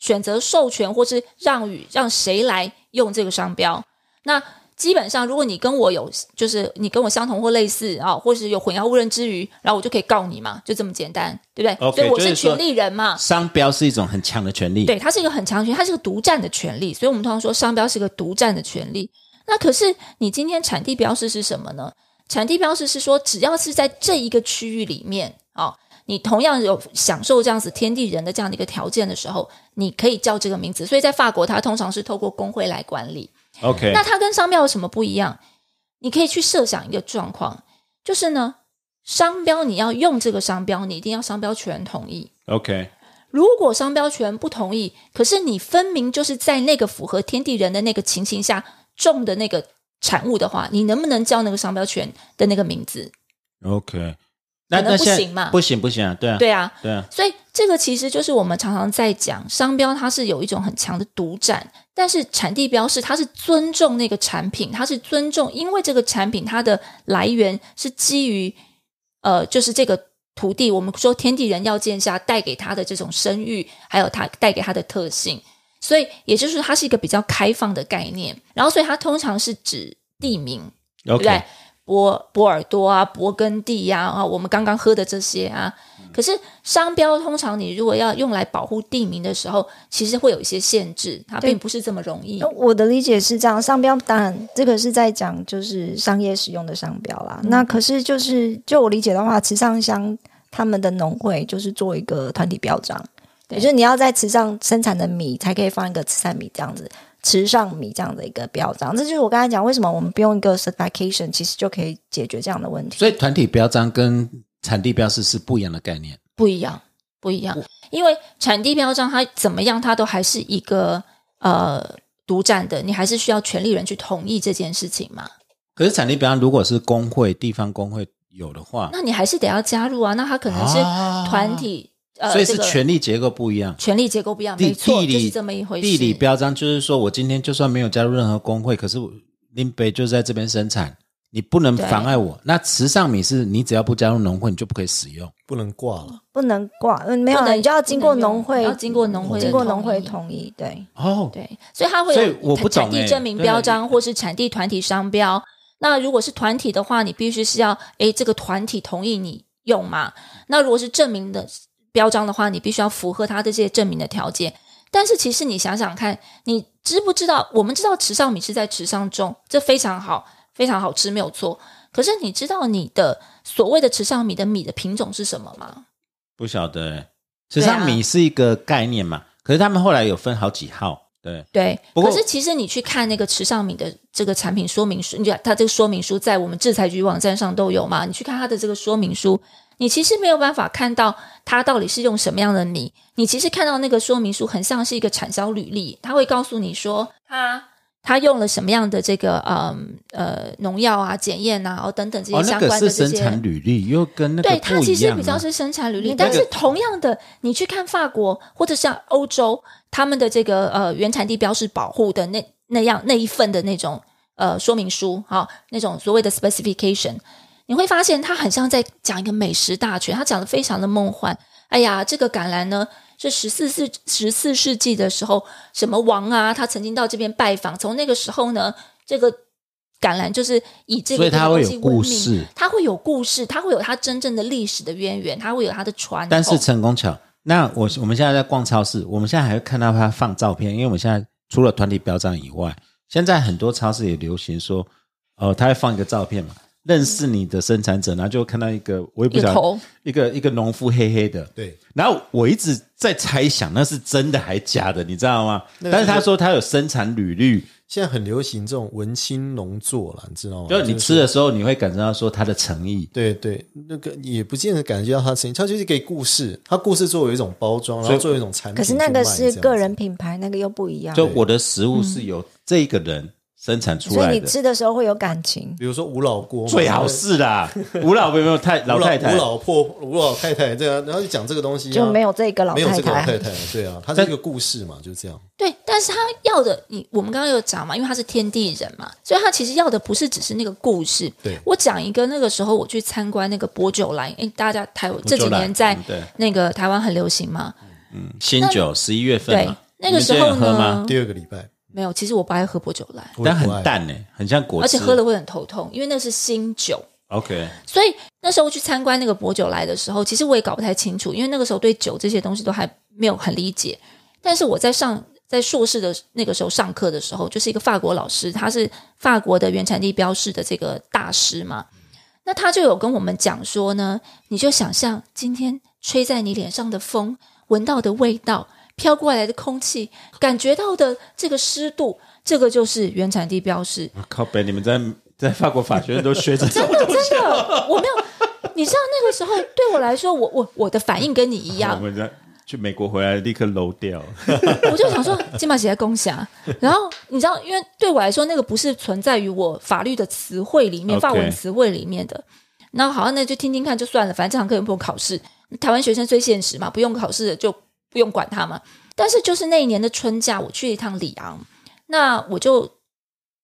[SPEAKER 4] 选择授权或是让与让谁来用这个商标。那基本上，如果你跟我有就是你跟我相同或类似啊、或是有混淆误认之余，然后我就可以告你嘛，就这么简单，对不对
[SPEAKER 2] OK，
[SPEAKER 4] 所以我
[SPEAKER 2] 就是是说
[SPEAKER 4] 权利人嘛，
[SPEAKER 2] 商标是一种很强的权利，
[SPEAKER 4] 对，它是一个很强权，它是个独占的权利，所以我们通常说商标是个独占的权利。那可是你今天产地标示是什么呢？产地标示是说，只要是在这一个区域里面哦，你同样有享受这样子天地人的这样的一个条件的时候，你可以叫这个名字。所以在法国，它通常是透过工会来管理。
[SPEAKER 2] ，OK，
[SPEAKER 4] 那它跟商标有什么不一样？你可以去设想一个状况，就是呢，商标你要用这个商标，你一定要商标权同意。
[SPEAKER 2] OK，
[SPEAKER 4] 如果商标权不同意，可是你分明就是在那个符合天地人的那个情形下种的那个产物的话，你能不能叫那个商标权的那个名字？
[SPEAKER 2] OK，那
[SPEAKER 4] 可能
[SPEAKER 2] 那
[SPEAKER 4] 不
[SPEAKER 2] 现在
[SPEAKER 4] 行嘛
[SPEAKER 2] 不行不行啊，对啊，
[SPEAKER 4] 对啊，
[SPEAKER 2] 对啊，
[SPEAKER 4] 所以这个其实就是我们常常在讲商标，它是有一种很强的独占，但是产地标示它是尊重那个产品，它是尊重，因为这个产品它的来源是基于呃，就是这个土地，我们说天地人要见下带给它的这种声誉，还有它带给它的特性，所以也就是它是一个比较开放的概念，然后所以它通常是指地名，对不
[SPEAKER 2] OK，
[SPEAKER 4] 对？波波尔多啊，勃艮第呀、啊，我们刚刚喝的这些啊。
[SPEAKER 2] 嗯
[SPEAKER 4] 可是商标通常你如果要用来保护地名的时候，其实会有一些限制，它
[SPEAKER 3] 对
[SPEAKER 4] 并不是这么容易
[SPEAKER 3] 那。
[SPEAKER 2] 哦
[SPEAKER 3] 我的理解是这样，商标当然这个是在讲就是商业使用的商标啦。
[SPEAKER 4] 嗯
[SPEAKER 3] 那可是就是就我理解的话，慈善乡他们的农会就是做一个团体标章，
[SPEAKER 4] 对
[SPEAKER 3] 也就是你要在池上生产的米才可以放一个慈善米这样子。池上米这样的一个标章，这就是我刚才讲为什么我们不用一个 certification，其实就可以解决这样的问题。
[SPEAKER 2] 所以团体标章跟产地标示是不一样的概念。
[SPEAKER 4] 不一样，不一样，因为产地标章它怎么样，它都还是一个呃独占的，你还是需要权利人去同意这件事情嘛。
[SPEAKER 2] 可是产地标章如果是工会、地方工会有的话，
[SPEAKER 4] 那你还是得要加入啊，那它可能是
[SPEAKER 2] 啊
[SPEAKER 4] 团体，呃，
[SPEAKER 2] 所以是
[SPEAKER 4] 这个
[SPEAKER 2] 权力结构不一样。
[SPEAKER 4] 权力结构不一样，
[SPEAKER 2] 地
[SPEAKER 4] 没错，
[SPEAKER 2] 地
[SPEAKER 4] 就
[SPEAKER 2] 理
[SPEAKER 4] 是这么一回事。
[SPEAKER 2] 地理标章就是说我今天就算没有加入任何工会，可是我林北就在这边生产，你不能
[SPEAKER 4] 对
[SPEAKER 2] 妨碍我。那池上米是你只要不加入农会，你就不可以使用。
[SPEAKER 1] 不能挂了。
[SPEAKER 3] 不能挂，嗯，没有
[SPEAKER 4] 不
[SPEAKER 3] 啊，
[SPEAKER 4] 能
[SPEAKER 3] 你就要经过
[SPEAKER 4] 不能用
[SPEAKER 3] 农会，
[SPEAKER 4] 要经过农会的
[SPEAKER 3] 经过农
[SPEAKER 4] 同
[SPEAKER 3] 会
[SPEAKER 4] 意
[SPEAKER 3] 同意，对。
[SPEAKER 2] 哦，
[SPEAKER 4] 对，所以它会有
[SPEAKER 2] 所以我不懂
[SPEAKER 4] 产地
[SPEAKER 2] 欸
[SPEAKER 4] 证明
[SPEAKER 2] 对
[SPEAKER 4] 标章或是产地团体商标。那如果是团体的话，你必须是要诶这个团体同意你用嘛？那如果是证明的标章的话，你必须要符合它的这些证明的条件。但是其实你想想看，你知不知道？我们知道池上米是在池上种，这非常好，非常好吃，没有错。可是你知道你的所谓的池上米的米的品种是什么吗？
[SPEAKER 2] 不晓得欸。池
[SPEAKER 4] 啊
[SPEAKER 2] 上米是一个概念嘛，可是他们后来有分好几号。对，
[SPEAKER 4] 对，
[SPEAKER 2] 不过
[SPEAKER 4] 可是其实你去看那个池上米的这个产品说明书，你就它这个说明书在我们制裁局网站上都有嘛？你去看它的这个说明书，你其实没有办法看到它到底是用什么样的米。你其实看到那个说明书，很像是一个产销履历，它会告诉你说它它用了什么样的这个嗯呃农药啊、检验啊、哦等等这
[SPEAKER 2] 哦
[SPEAKER 4] 些，
[SPEAKER 2] 那
[SPEAKER 4] 相
[SPEAKER 2] 个
[SPEAKER 4] 关
[SPEAKER 2] 是
[SPEAKER 4] 的这
[SPEAKER 2] 生
[SPEAKER 4] 些。
[SPEAKER 2] 产履历，又跟那个
[SPEAKER 4] 对，它
[SPEAKER 2] 不
[SPEAKER 4] 其
[SPEAKER 2] 一
[SPEAKER 4] 实
[SPEAKER 2] 样
[SPEAKER 4] 比较
[SPEAKER 2] 啊
[SPEAKER 4] 是生产履历，
[SPEAKER 3] 那
[SPEAKER 4] 但
[SPEAKER 2] 个
[SPEAKER 4] 是同样的，你去看法国或者像欧洲，他们的这个呃原产地标示保护的那那样那一份的那种呃说明书啊，那种所谓的 specification，你会发现它很像在讲一个美食大全，它讲的非常的梦幻。哎呀，这个橄榄呢是十四世十四世纪的时候，什么王啊，他曾经到这边拜访，从那个时候呢，这个橄榄就是以这
[SPEAKER 2] 所
[SPEAKER 4] 个
[SPEAKER 2] 以它
[SPEAKER 4] 这个
[SPEAKER 2] 会
[SPEAKER 4] 东西
[SPEAKER 2] 有
[SPEAKER 4] 闻
[SPEAKER 2] 故
[SPEAKER 4] 名
[SPEAKER 2] 事
[SPEAKER 4] 它会有故事，它会有它真正的历史的渊源，它会有它的传统。
[SPEAKER 2] 但是成功桥，那我我们现在在逛超市，我们现在还会看到他放照片，因为我们现在除了团体标章以外，现在很多超市也流行说，呃，他会放一个照片嘛，认识你的生产者，然后就看到一个我也不
[SPEAKER 4] 一个
[SPEAKER 2] 想
[SPEAKER 4] 头
[SPEAKER 2] 一个一个农夫黑黑的，
[SPEAKER 1] 对。
[SPEAKER 2] 然后我一直在猜想那是真的还假的，你知道吗？
[SPEAKER 1] 那个
[SPEAKER 2] 但是他
[SPEAKER 1] 是
[SPEAKER 2] 说他有生产履历，
[SPEAKER 1] 现在很流行这种文青农作啦，你知道吗？
[SPEAKER 2] 就是你吃
[SPEAKER 1] 的，
[SPEAKER 2] 的时候你会感受到说他的诚意。
[SPEAKER 1] 对对，那个也不见得感觉到它声音，它就是给故事，它故事作为一种包装，然后作为一种产品
[SPEAKER 3] 可
[SPEAKER 1] 去
[SPEAKER 3] 是
[SPEAKER 1] 卖。
[SPEAKER 3] 那个是
[SPEAKER 1] 这样子
[SPEAKER 3] 个，人品牌，那个又不一样。
[SPEAKER 2] 就我的食物是由这个人生产出
[SPEAKER 3] 所以
[SPEAKER 2] 来
[SPEAKER 3] 你
[SPEAKER 2] 的，
[SPEAKER 3] 吃的时候会有感情，
[SPEAKER 1] 比如说吴老锅嘛
[SPEAKER 2] 最好是啦。 吴老伯有没有太
[SPEAKER 1] 吴
[SPEAKER 2] 老太太
[SPEAKER 1] 吴？老婆、吴老太太这样，然后就讲这个东西啊、
[SPEAKER 3] 就没有这个老
[SPEAKER 1] 没有
[SPEAKER 3] 太
[SPEAKER 1] 这个老
[SPEAKER 3] 太。
[SPEAKER 1] 太太，对啊，它是一个故事嘛，就这样。
[SPEAKER 4] 对，但是他要的，你我们刚刚有讲嘛，因为他是天地人嘛，所以他其实要的不是只是那个故事。
[SPEAKER 1] 对
[SPEAKER 4] 我讲一个，那个时候我去参观那个博酒来，哎，大家台这几
[SPEAKER 2] 就来
[SPEAKER 4] 年在
[SPEAKER 2] 嗯对
[SPEAKER 4] 那个台湾很流行嘛，
[SPEAKER 2] 新酒十一月份
[SPEAKER 4] 对
[SPEAKER 2] 嘛，，
[SPEAKER 4] 那个时
[SPEAKER 2] 你
[SPEAKER 4] 候
[SPEAKER 2] 们最近有喝吗
[SPEAKER 3] 嗯
[SPEAKER 4] 呢，
[SPEAKER 1] 第二个礼拜，
[SPEAKER 4] 没有，其实我不爱喝博酒来，
[SPEAKER 1] 我也
[SPEAKER 2] 但
[SPEAKER 1] 不
[SPEAKER 2] 很
[SPEAKER 1] 爱，
[SPEAKER 2] 淡呢、很像果汁。
[SPEAKER 4] 而且喝了会很头痛，因为那是新酒。
[SPEAKER 2] OK，
[SPEAKER 4] 所以那时候去参观那个博酒来的时候，其实我也搞不太清楚，因为那个时候对酒这些东西都还没有很理解。但是我在上在硕士的那个时候上课的时候，就是一个法国老师，他是法国的原产地标示的这个大师嘛，那他就有跟我们讲说呢，你就想象今天吹在你脸上的风，闻到的味道，飘过来的空气，感觉到的这个湿度，这个就是原产地标示。
[SPEAKER 2] 啊靠北，你们在在法国法学院都学这 种
[SPEAKER 4] 真的真的，我没有。你知道那个时候对我来说，我我我的反应跟你一
[SPEAKER 2] 我
[SPEAKER 4] 样，
[SPEAKER 2] 们在去美国回来立刻漏掉。
[SPEAKER 4] 我就想说金马姐在攻下。然后你知道，因为对我来说，那个不是存在于我法律的词汇里面、
[SPEAKER 2] OK
[SPEAKER 4] 法文词汇里面的。然后好像那就听听看就算了，反正这堂课又不用考试。台湾学生最现实嘛，不用考试的就不用管他嘛。但是就是那一年的春假，我去一趟里昂，那我就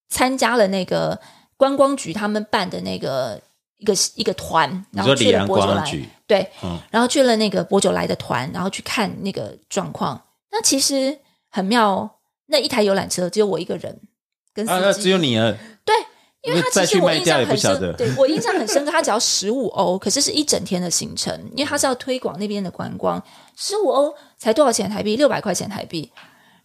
[SPEAKER 4] 参加了那个观光局他们办的那个一个一个团，
[SPEAKER 2] 你
[SPEAKER 4] 然
[SPEAKER 2] 说
[SPEAKER 4] 后
[SPEAKER 2] 里
[SPEAKER 4] 去了
[SPEAKER 2] 昂
[SPEAKER 4] 博
[SPEAKER 2] 观
[SPEAKER 4] 酒
[SPEAKER 2] 光
[SPEAKER 4] 来，
[SPEAKER 2] 局
[SPEAKER 4] 对，
[SPEAKER 2] 嗯
[SPEAKER 4] 然后去了那个博酒来的团，然后去看那个状况。那其实很妙哦，那一台游览车只有我一个人跟司
[SPEAKER 2] 啊，
[SPEAKER 4] 机，
[SPEAKER 2] 那只有你了。
[SPEAKER 4] 对，因为他
[SPEAKER 2] 再
[SPEAKER 4] 其
[SPEAKER 2] 去
[SPEAKER 4] 实我
[SPEAKER 2] 卖
[SPEAKER 4] 印
[SPEAKER 2] 掉
[SPEAKER 4] 象
[SPEAKER 2] 也不
[SPEAKER 4] 很
[SPEAKER 2] 晓
[SPEAKER 4] 深
[SPEAKER 2] 得，。
[SPEAKER 4] 对我印象 很深刻，他只要十五欧，可是是一整天的行程，因为他是
[SPEAKER 2] 嗯
[SPEAKER 4] 要推广那边的观光，十五欧才多少钱台币？六百块钱台币，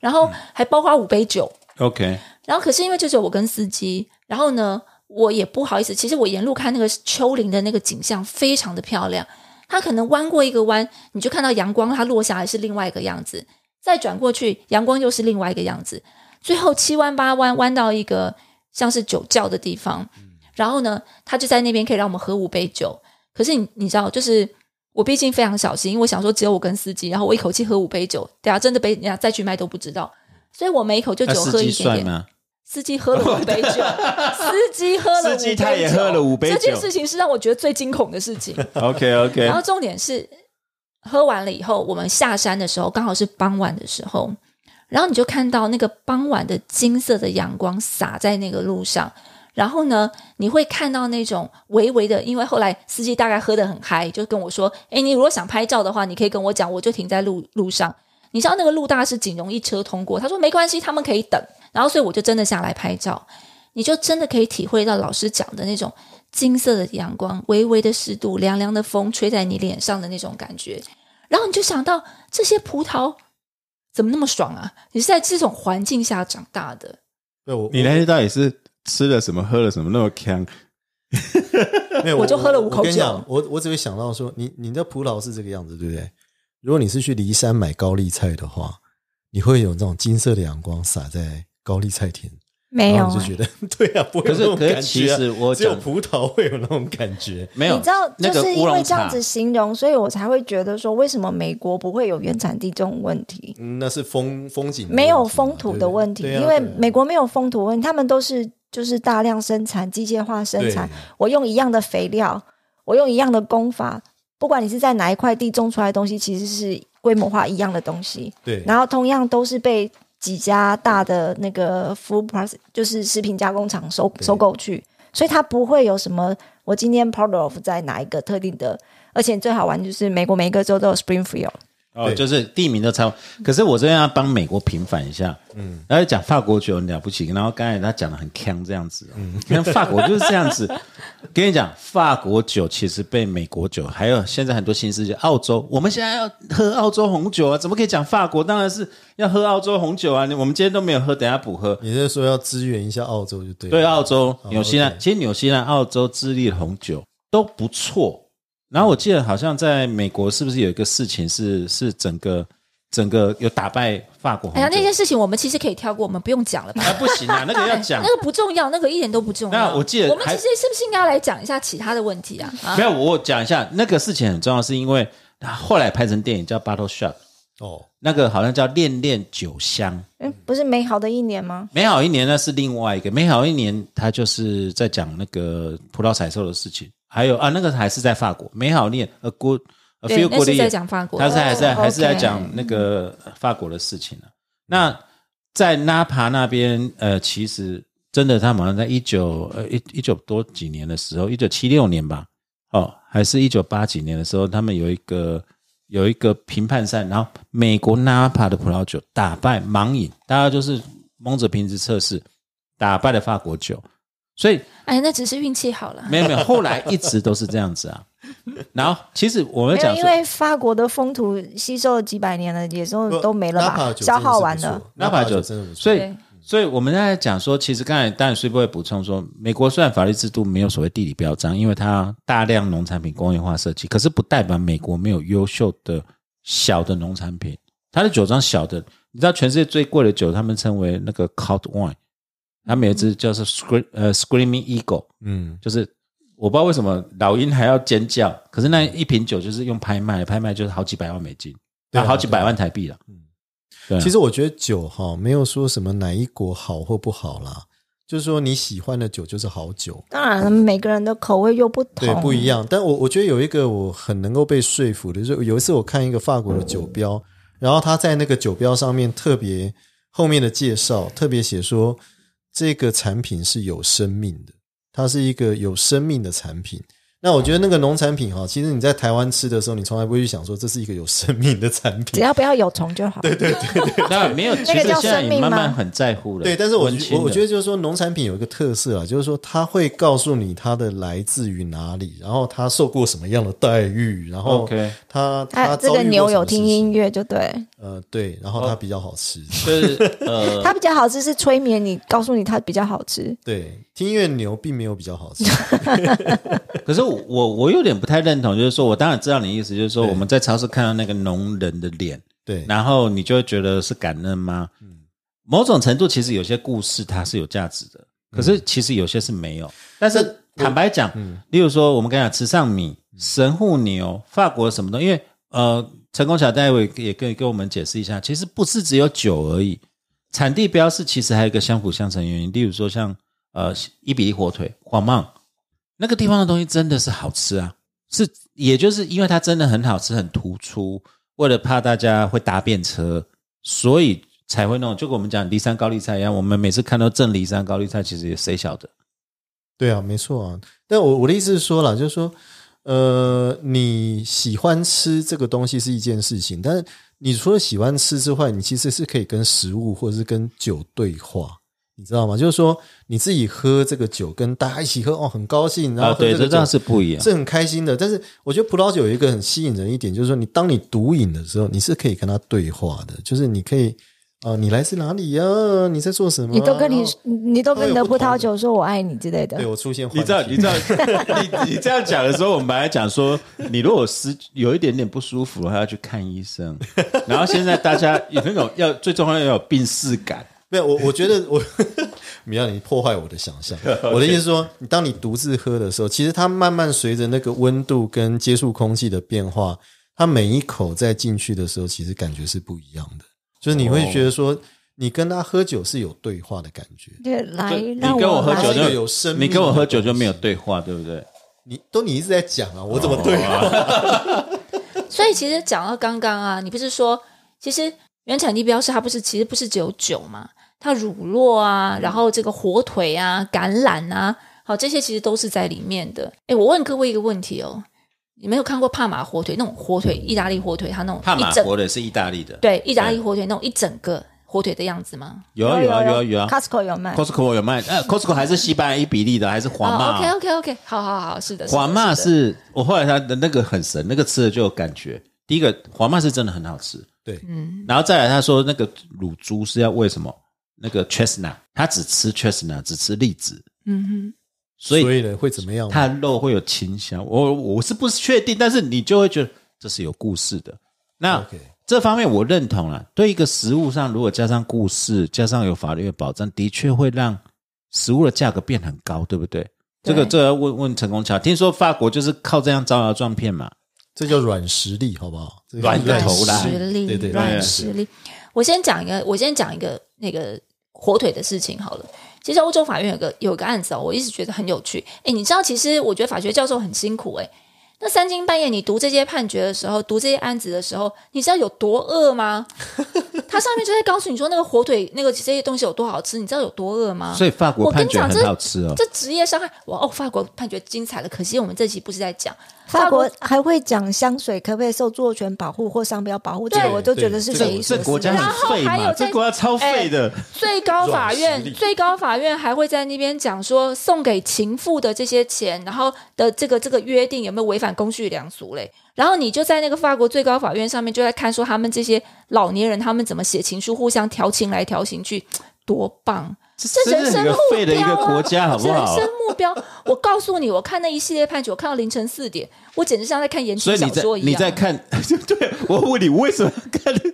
[SPEAKER 4] 然
[SPEAKER 2] 嗯
[SPEAKER 4] 后还包括五杯酒，
[SPEAKER 2] OK，
[SPEAKER 4] 然后可是因为就只有我跟司机，然后呢，我也不好意思。其实我沿路看那个丘陵的那个景象非常的漂亮，它可能弯过一个弯，你就看到阳光它落下来是另外一个样子，再转过去阳光又是另外一个样子，最后七弯八弯弯到一个像是酒窖的地方，然后呢，他就在那边可以让我们喝五杯酒。可是你你知道，就是我毕竟非常小心，因为我想说只有我跟司机，然后我一口气喝五杯酒，等下真的被人家再去卖都不知道。所以我每一口就
[SPEAKER 2] 那
[SPEAKER 4] 只有
[SPEAKER 2] 司
[SPEAKER 4] 喝一
[SPEAKER 2] 机
[SPEAKER 4] 点
[SPEAKER 2] 算
[SPEAKER 4] 点，
[SPEAKER 2] 吗？
[SPEAKER 4] 司机喝了五 杯酒，司机喝了五杯酒，
[SPEAKER 2] 司机他也喝了五杯酒
[SPEAKER 4] 这件事情是让我觉得最惊恐的事情。
[SPEAKER 2] OK
[SPEAKER 4] 然
[SPEAKER 2] OK，
[SPEAKER 4] 后重点是，喝完了以后，我们下山的时候刚好是傍晚的时候，然后你就看到那个傍晚的金色的阳光洒在那个路上，然后呢，你会看到那种微微的，因为后来司机大概喝得很嗨，就跟我说：“哎，你如果想拍照的话，你可以跟我讲，我就停在路路上。”你知道那个路大概是仅容一车通过，他说没关系，他们可以等。然后所以我就真的下来拍照，你就真的可以体会到老师讲的那种金色的阳光、微微的湿度、凉凉的风吹在你脸上的那种感觉。然后你就想到这些葡萄怎么那么爽啊？你是在这种环境下长大的，
[SPEAKER 1] 对我
[SPEAKER 2] 你那天到底是吃了什么，喝了什么那么呛？
[SPEAKER 1] 没有，
[SPEAKER 4] 我就喝了五口
[SPEAKER 1] 我跟你
[SPEAKER 4] 酒
[SPEAKER 1] 讲，我我只会想到说，你你的葡萄是这个样子，对不对？如果你是去骊山买高丽菜的话，你会有那种金色的阳光洒在高丽菜田，
[SPEAKER 3] 没
[SPEAKER 1] 然
[SPEAKER 2] 哦
[SPEAKER 1] 后你
[SPEAKER 3] 有
[SPEAKER 1] 就觉得 对啊，不会有
[SPEAKER 2] 可
[SPEAKER 1] 那
[SPEAKER 2] 是
[SPEAKER 1] 种
[SPEAKER 2] 可是
[SPEAKER 1] 感
[SPEAKER 2] 其
[SPEAKER 1] 觉啊、
[SPEAKER 2] 实我
[SPEAKER 1] 只有
[SPEAKER 2] 讲
[SPEAKER 1] 葡萄会有那种感觉。
[SPEAKER 2] 没有，
[SPEAKER 3] 你知道，
[SPEAKER 2] 那
[SPEAKER 3] 就
[SPEAKER 2] 个
[SPEAKER 3] 是因
[SPEAKER 2] 乌龙
[SPEAKER 3] 为这
[SPEAKER 2] 茶
[SPEAKER 3] 样子形容，所以我才会觉得说，为什么美国不会有原产地这种问题？
[SPEAKER 1] 嗯那是风风景的问题嘛，
[SPEAKER 3] 没有风土的问题，
[SPEAKER 1] 对不对对
[SPEAKER 3] 因为
[SPEAKER 1] 啊对啊
[SPEAKER 3] 美国没有风土问题，他们都是就是大量生产、机械化生产
[SPEAKER 1] 对。
[SPEAKER 3] 我用一样的肥料，我用一样的工法，不管你是在哪一块地种出来的东西，其实是规模化一样的东西。
[SPEAKER 1] 对，
[SPEAKER 3] 然后同样都是被几家大的那个 food process，就是食品加工厂收
[SPEAKER 1] 对
[SPEAKER 3] 收购去，所以它不会有什么我今天 proud of 在哪一个特定的，而且最好玩就是美国每一个州都有 Springfield，
[SPEAKER 2] 哦，
[SPEAKER 1] 对
[SPEAKER 2] 就是地名都差不多。可是我这边要帮美国平反一下，嗯，然后讲法国酒很了不起，然后刚才他讲的很强这样子、哦，嗯，看法国就是这样 子。跟你讲，法国酒其实被美国酒，还有现在很多新世界，澳洲，我们现在要喝澳洲红酒啊，怎么可以讲法国？当然是要喝澳洲红酒啊，你我们今天都没有喝，等一下补喝。
[SPEAKER 1] 你是说要支援一下澳洲就对了。
[SPEAKER 2] 对啊澳洲、
[SPEAKER 1] 哦
[SPEAKER 2] 纽西兰
[SPEAKER 1] OK，
[SPEAKER 2] 其实纽西兰、澳洲、智利的红酒都不错。然后我记得好像在美国，是不是有一个事情是是整个整个有打败法国红
[SPEAKER 4] 哎
[SPEAKER 2] 酒？
[SPEAKER 4] 呀，那件事情我们其实可以跳过，我们不用讲了吧？
[SPEAKER 2] 啊不行 啊，那个要讲
[SPEAKER 4] 那。个不重要，那个一点都不重要。
[SPEAKER 2] 那我记得
[SPEAKER 4] 我们其
[SPEAKER 2] 还
[SPEAKER 4] 实是不是应该来讲一下其他的问题啊？啊
[SPEAKER 2] 没，有，我讲一下那个事情很重要，是因为后来拍成电影叫《Battle Shot》，
[SPEAKER 1] 哦，
[SPEAKER 2] 那个好像叫《恋恋酒香》。
[SPEAKER 3] 嗯，不是美好的一年吗？
[SPEAKER 2] 美好一年那是另外一个，美好一年它就是在讲那个葡萄采收的事情，还有啊，那个还是在法国，美好一年 a good a
[SPEAKER 4] 对
[SPEAKER 2] feel，
[SPEAKER 4] 那
[SPEAKER 2] good
[SPEAKER 4] 是在
[SPEAKER 2] year，
[SPEAKER 4] 讲法国
[SPEAKER 2] 他是
[SPEAKER 4] 的。
[SPEAKER 2] 还在
[SPEAKER 3] 哦
[SPEAKER 2] 还是在
[SPEAKER 3] OK
[SPEAKER 2] 讲那个法国的事情呢、啊那在纳帕那边，呃，其实真的，他们好像在一九呃一一九多几年的时候，一九七六年吧，哦，还是一九八几年的时候，他们有一个有一个评判赛，然后美国纳帕的葡萄酒打败盲饮，大家就是蒙着瓶子测试，打败了法国酒，所以
[SPEAKER 4] 哎，那只是运气好了。
[SPEAKER 2] 没有没有，后来一直都是这样子啊。然后其实我们
[SPEAKER 3] 没有，
[SPEAKER 2] 讲
[SPEAKER 3] 因
[SPEAKER 2] 说。
[SPEAKER 3] 为法国的风土吸收了几百年了，也都
[SPEAKER 1] 不
[SPEAKER 3] 嗯都没了
[SPEAKER 1] 纳帕
[SPEAKER 3] 吧，
[SPEAKER 1] 酒真的
[SPEAKER 3] 消
[SPEAKER 1] 是不
[SPEAKER 3] 耗完
[SPEAKER 1] 错
[SPEAKER 3] 了。
[SPEAKER 1] 纳
[SPEAKER 2] 纳
[SPEAKER 1] 帕
[SPEAKER 2] 帕
[SPEAKER 1] 酒
[SPEAKER 2] 酒
[SPEAKER 1] 真的不错。
[SPEAKER 2] 所以
[SPEAKER 4] 对，
[SPEAKER 2] 所以我们在讲说，其实刚才当然是不会补充说，美国虽然法律制度没有所谓地理标章，因为它大量农产品工业化设计，可是不代表美国没有优秀的小的农产品。它的酒庄小的，你知道全世界最贵的酒，他们称为那个 c o d wine，他们有一支叫做 scream 呃 screaming eagle，
[SPEAKER 1] 嗯，
[SPEAKER 2] 就是我不知道为什么老鹰还要尖叫，可是那一瓶酒就是用拍卖，拍卖就是好几百万美金，
[SPEAKER 1] 对啊嗯
[SPEAKER 2] 啊好几百万台币了。对啊
[SPEAKER 1] 其实我觉得酒哈，没有说什么哪一国好或不好啦，就是说你喜欢的酒就是好酒，
[SPEAKER 3] 当然了，每个人的口味又不
[SPEAKER 1] 对，
[SPEAKER 3] 同，
[SPEAKER 1] 不一。样。但我我觉得有一个我很能够被说服的，就是有一次我看一个法国的酒标，然后他在那个酒标上面特别后面的介绍特别写说这个产品是有生命的，它是一个有生命的产品。那我觉得那个农产品哈，其实你在台湾吃的时候，你从来不会去想说这是一个有生命的产品
[SPEAKER 3] 只。要不要有虫就好。对对，
[SPEAKER 2] 那没有，其
[SPEAKER 3] 那
[SPEAKER 2] 实
[SPEAKER 3] 个叫
[SPEAKER 2] 现在
[SPEAKER 3] 生命
[SPEAKER 2] 也慢慢
[SPEAKER 3] 吗
[SPEAKER 2] 很在乎了。
[SPEAKER 1] 对，但是我
[SPEAKER 2] 文青
[SPEAKER 1] 我我
[SPEAKER 2] 了
[SPEAKER 1] 觉得就是说，农产品有一个特色啊，就是说它会告诉你它的来自于哪里，然后它受过什么样的待遇，然后
[SPEAKER 2] OK
[SPEAKER 1] 它它
[SPEAKER 3] 啊，这
[SPEAKER 1] 遭遇
[SPEAKER 3] 个
[SPEAKER 1] 过
[SPEAKER 3] 牛
[SPEAKER 1] 什么
[SPEAKER 3] 有听
[SPEAKER 1] 事情
[SPEAKER 3] 音乐就对，
[SPEAKER 1] 呃对，然
[SPEAKER 2] 哦
[SPEAKER 1] 后它比较好吃，
[SPEAKER 2] 就是呃，
[SPEAKER 3] 它比较好吃是催眠你，告诉你它比较好吃。
[SPEAKER 1] 对，听音乐牛并没有比较好 吃，
[SPEAKER 2] 可是我我我有点不太认同，就是说我当然知道你的意思，就是说
[SPEAKER 1] 对
[SPEAKER 2] 我们在超市看到那个农人的脸，
[SPEAKER 1] 对，
[SPEAKER 2] 然后你就会觉得是感恩吗？某种程度，其实有些故事它是有价值的，可是其实有些是没有。但是坦白讲，例如说我们刚才讲池上米、神户牛、法国什么的，因为呃，成功小戴维也可以跟我们解释一下，其实不是只有酒而已，产地标示其实还有一个相辅相成的原因。例如说像呃伊比利火腿、黄曼那个地方的东西真的是好吃啊，是也就是因为它真的很好吃，很突出，为了怕大家会搭便车，所以才会弄，就跟我们讲骊山高丽菜一样，我们每次看到正骊山高丽菜，其实也谁晓得？
[SPEAKER 1] 对啊，没错啊。但我我的意思是说了，就是说，呃，你喜欢吃这个东西是一件事情，但是你除了喜欢吃之外，你其实是可以跟食物或者是跟酒对话，你知道吗？就是说你自己喝这个酒，跟大家一起喝，哦，很高兴，然后
[SPEAKER 2] 啊，
[SPEAKER 1] 喝
[SPEAKER 2] 对，
[SPEAKER 1] 这
[SPEAKER 2] 这
[SPEAKER 1] 个
[SPEAKER 2] 倒
[SPEAKER 1] 酒
[SPEAKER 2] 是不一样。
[SPEAKER 1] 是很开心的。但是我觉得葡萄酒有一个很吸引人一点，就是说你当你独饮的时候，你是可以跟他对话的，就是你可以。啊，你来自哪里呀、你在做什么啊、
[SPEAKER 3] 你都跟你
[SPEAKER 1] 然后
[SPEAKER 3] 你都跟
[SPEAKER 1] 都
[SPEAKER 3] 你
[SPEAKER 1] 有
[SPEAKER 3] 的
[SPEAKER 1] 不
[SPEAKER 3] 葡
[SPEAKER 1] 同
[SPEAKER 3] 萄
[SPEAKER 1] 的
[SPEAKER 3] 酒说我爱你之类的
[SPEAKER 1] 对。我出现幻
[SPEAKER 2] 你知道，
[SPEAKER 1] 听
[SPEAKER 2] 你知道， 你你这样讲的时候，我们本来讲说，你如果是有一点点不舒服，还要去看医 生。然后现在大家有那种要最重要要有病逝感，
[SPEAKER 1] 没有，我我觉得我 米娅，你破坏我的想 象。我的意思是说，你当你独自喝的时候，其实它慢慢随着那个温度跟接触空气的变化，它每一口再进去的时候，其实感觉是不一样的。就是你会觉得说，你跟他喝酒是有对话的感觉。
[SPEAKER 3] 对，来
[SPEAKER 2] 就你
[SPEAKER 3] 哎让
[SPEAKER 2] 跟我喝
[SPEAKER 3] 来
[SPEAKER 2] 酒
[SPEAKER 1] 它是
[SPEAKER 2] 就
[SPEAKER 1] 有生命的
[SPEAKER 2] 你跟我喝酒就没有对话，对不对？
[SPEAKER 1] 你都你一直在讲啊，我怎么
[SPEAKER 2] 哦
[SPEAKER 1] 对话？
[SPEAKER 4] 所以其实讲到刚刚啊，你不是说，其实原产地标示它不是，其实不是只有酒嘛，它乳酪
[SPEAKER 2] 嗯
[SPEAKER 4] 啊，然后这个火腿啊、橄榄啊，好，这些其实都是在里面的。哎，我问各位一个问题哦，你没有看过帕玛火腿那种火腿，意大利火腿，它那种
[SPEAKER 2] 帕马
[SPEAKER 4] 一整
[SPEAKER 2] 火腿是意大利的，
[SPEAKER 4] 对意大利火腿那种一整个火腿的样子吗？
[SPEAKER 2] 有啊有啊有啊有啊
[SPEAKER 3] Costco 有卖，
[SPEAKER 2] ，Costco 有卖，呃，Costco 还是西班牙伊比利的，还是皇
[SPEAKER 4] 啊
[SPEAKER 2] 马
[SPEAKER 4] OK OK OK，好好好，是的，是的
[SPEAKER 2] 黄妈
[SPEAKER 4] 的
[SPEAKER 2] 是我后来他的那个很神，那个吃了就有感觉。第一个黄妈是真的很好吃，
[SPEAKER 1] 对，
[SPEAKER 4] 嗯
[SPEAKER 2] 然后再来他说那个乳猪是要为什么？那个 chestnut，他只吃 chestnut，只吃栗子，
[SPEAKER 4] 嗯
[SPEAKER 2] 所
[SPEAKER 1] 所
[SPEAKER 2] 以
[SPEAKER 1] 以呢会怎么
[SPEAKER 4] 哦
[SPEAKER 1] 样吗？
[SPEAKER 2] 它的肉会有清香。我我是不确定，但是你就会觉得这是有故事的。那
[SPEAKER 1] OK
[SPEAKER 2] 这方面我认同了。对一个食物上，如果加上故事，加上有法律的保障，的确会让食物的价格变很高，对不对？这个
[SPEAKER 4] 对
[SPEAKER 2] 这个要问问陈功桥，听说法国就是靠这样招摇撞骗嘛？
[SPEAKER 1] 这叫软实力，好不好？这个
[SPEAKER 2] 软
[SPEAKER 4] 哼，
[SPEAKER 2] 个
[SPEAKER 4] 软
[SPEAKER 2] 头啦
[SPEAKER 4] 实力，
[SPEAKER 1] 对对对
[SPEAKER 4] 软实力。我先讲一个，我先讲一个那个火腿的事情好了。其实欧洲法院有个有个案子哦，我一直觉得很有趣。哎，你知道，其实我觉得法学教授很辛苦哎。那三更半夜你读这些判决的时候，读这些案子的时候，你知道有多饿吗？它上面就在告诉你说，那个火腿那个这些东西有多好吃，你知道有多饿吗？
[SPEAKER 2] 所以法国
[SPEAKER 4] 啊我跟
[SPEAKER 2] 判
[SPEAKER 4] 你
[SPEAKER 2] 决
[SPEAKER 4] 讲
[SPEAKER 2] 很
[SPEAKER 4] 这
[SPEAKER 2] 好吃哦。
[SPEAKER 4] 这职业伤害，哇哦，法国判决精彩了。可惜我们这期不是在讲
[SPEAKER 3] 法国还会讲香水可不可以受著作权保护或商标保护，这个
[SPEAKER 1] 对
[SPEAKER 3] 我都觉
[SPEAKER 1] 对
[SPEAKER 3] 得是
[SPEAKER 1] 这个
[SPEAKER 3] 匪夷所
[SPEAKER 2] 这
[SPEAKER 3] 思。
[SPEAKER 2] 国家
[SPEAKER 4] 然
[SPEAKER 2] 很
[SPEAKER 4] 后
[SPEAKER 2] 废
[SPEAKER 4] 还
[SPEAKER 2] 嘛？
[SPEAKER 4] 有
[SPEAKER 2] 这
[SPEAKER 4] 在哎
[SPEAKER 2] 国家超废的。
[SPEAKER 4] 最高法
[SPEAKER 1] 软实力
[SPEAKER 4] 院，最高法院还会在那边讲说，送给情妇的这些钱，然后的这个这个约定有没有违反公序良俗嘞？然后你就在那个法国最高法院上面就在看说，他们这些老年人他们怎么写情书，互相调情来调情去，多棒！
[SPEAKER 2] 这
[SPEAKER 4] 人
[SPEAKER 2] 是
[SPEAKER 4] 生
[SPEAKER 2] 一个
[SPEAKER 4] 目
[SPEAKER 2] 废的一
[SPEAKER 4] 标
[SPEAKER 2] 个
[SPEAKER 4] 啊
[SPEAKER 2] 国家，好不好
[SPEAKER 4] 人？生目标，我告诉你，我看那一系列判决，我看到凌晨四点，我简直像在看言
[SPEAKER 2] 所
[SPEAKER 4] 情
[SPEAKER 2] 以你
[SPEAKER 4] 小
[SPEAKER 2] 在
[SPEAKER 4] 说一样，
[SPEAKER 2] 你在看， 对我问你为什么看？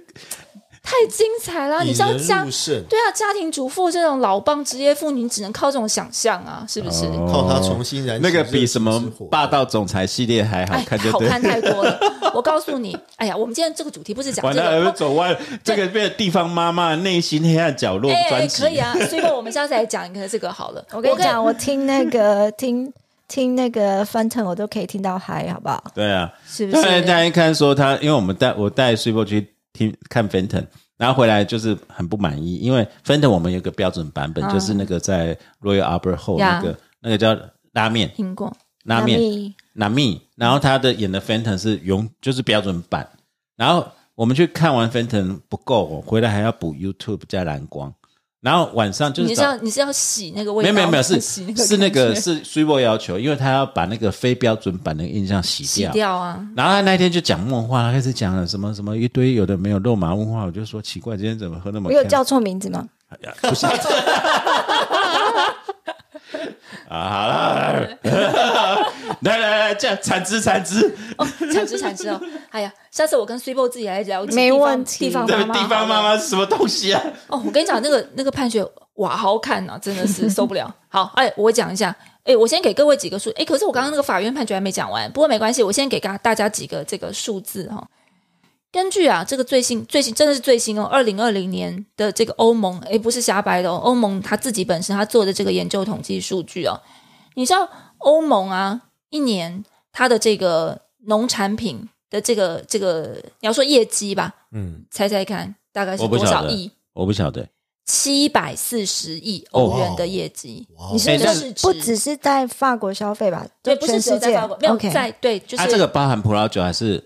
[SPEAKER 4] 太精彩啦！啊你
[SPEAKER 1] 引
[SPEAKER 4] 知道
[SPEAKER 1] 人
[SPEAKER 4] 家
[SPEAKER 1] 入胜，
[SPEAKER 4] 对啊，家庭主妇这种老棒职业妇女，只能靠这种想象啊，是不是？
[SPEAKER 2] 哦
[SPEAKER 1] 靠它重新燃起
[SPEAKER 2] 那个比
[SPEAKER 1] 热
[SPEAKER 2] 什
[SPEAKER 1] 情
[SPEAKER 2] 么
[SPEAKER 1] 之火
[SPEAKER 2] 霸道总裁系列还好
[SPEAKER 4] 哎
[SPEAKER 2] 看，，就
[SPEAKER 4] 好
[SPEAKER 2] 对。
[SPEAKER 4] 看太多了。我告诉你，哎呀，我们今天这个主题不是讲
[SPEAKER 2] 完
[SPEAKER 4] 这
[SPEAKER 2] 了，呃
[SPEAKER 4] 个哦
[SPEAKER 2] 又，走歪了，这个变成地方妈妈内心黑暗角落
[SPEAKER 4] 哎、
[SPEAKER 2] 专辑。
[SPEAKER 4] 可以啊。所以我们下次来讲一个这个好了。
[SPEAKER 3] 我跟你讲，我听那个 听听那个翻腾，我都可以听到嗨，好不好？
[SPEAKER 2] 对啊，
[SPEAKER 4] 是不
[SPEAKER 2] 当然，大
[SPEAKER 4] 是？
[SPEAKER 2] 家一看说他，因为我们带我带 s u p e 去听看 Fenton，然后回来就是很不满意，因为 Fenton 我们有个标准版
[SPEAKER 4] 嗯
[SPEAKER 2] 本，就是那个在 Royal Albert Hall 那
[SPEAKER 4] 呀
[SPEAKER 2] 个那个叫拉面
[SPEAKER 4] 听过
[SPEAKER 2] 拉面，
[SPEAKER 3] 咪
[SPEAKER 2] 娜蜜，然后他的演的 Fenton 是永就是标准版，然后我们去看完 Fenton 不够、哦，回来还要补 YouTube 加蓝光，然后晚上就是
[SPEAKER 4] 你是
[SPEAKER 2] 早
[SPEAKER 4] 要你是要洗那个味
[SPEAKER 2] 没
[SPEAKER 4] 道
[SPEAKER 2] 有
[SPEAKER 4] 吗？
[SPEAKER 2] 没有没有是
[SPEAKER 4] 洗
[SPEAKER 2] 是那个
[SPEAKER 4] 感觉
[SPEAKER 2] 是 s u p 要求，因为他要把那个非标准版的印象洗
[SPEAKER 4] 洗
[SPEAKER 2] 掉。
[SPEAKER 4] 掉啊。
[SPEAKER 2] 然后他那天就讲梦话，他开始讲了什么什么一堆有的没有肉麻问话，我就说奇怪，今天怎么喝那么
[SPEAKER 3] 我有
[SPEAKER 2] 呛
[SPEAKER 3] 叫错名字吗？
[SPEAKER 2] 不是啊，好了，来来来，这样产汁产汁，
[SPEAKER 4] 哦，产值产值哦！哎呀，下次我跟 s u p e 自己来聊解地
[SPEAKER 3] 没
[SPEAKER 4] 方
[SPEAKER 3] 问题
[SPEAKER 4] 地方
[SPEAKER 2] 这
[SPEAKER 4] 妈
[SPEAKER 2] 个
[SPEAKER 4] 妈，
[SPEAKER 2] 地方妈。妈是什么东西啊？
[SPEAKER 4] 哦，我跟你讲，那个那个判决哇，好好看呐、真的是受不了。好，哎，我讲一下，哎，我先给各位几个数，哎，可是我刚刚那个法院判决还没讲完，不过没关系，我先给大大家几个这个数字哈、根据啊，这个最新最新真的是最新哦，二零二零年的这个欧盟，哎，不是瞎掰的哦，欧盟他自己本身他做的这个研究统计数据哦，你知道欧盟啊，一年它的这个农产品的这个这个，你要说业绩吧，
[SPEAKER 1] 嗯，
[SPEAKER 4] 猜猜看，大概是
[SPEAKER 2] 我不
[SPEAKER 4] 多
[SPEAKER 2] 晓
[SPEAKER 4] 少
[SPEAKER 2] 得
[SPEAKER 4] 亿？
[SPEAKER 2] 我不晓得，
[SPEAKER 4] 七百四十亿
[SPEAKER 2] 哦
[SPEAKER 4] 欧元的业绩，
[SPEAKER 1] 哇
[SPEAKER 3] 你
[SPEAKER 1] 哦，
[SPEAKER 3] 是不
[SPEAKER 2] 哎
[SPEAKER 4] 但
[SPEAKER 3] 是不只是在法国消费吧？
[SPEAKER 4] 对，
[SPEAKER 3] 就
[SPEAKER 4] 不
[SPEAKER 3] 全
[SPEAKER 4] 是只
[SPEAKER 3] 世
[SPEAKER 4] 有在
[SPEAKER 3] 界
[SPEAKER 4] 法国，没有
[SPEAKER 3] OK
[SPEAKER 4] 在对，就是
[SPEAKER 2] 啊，这个包含葡萄酒还是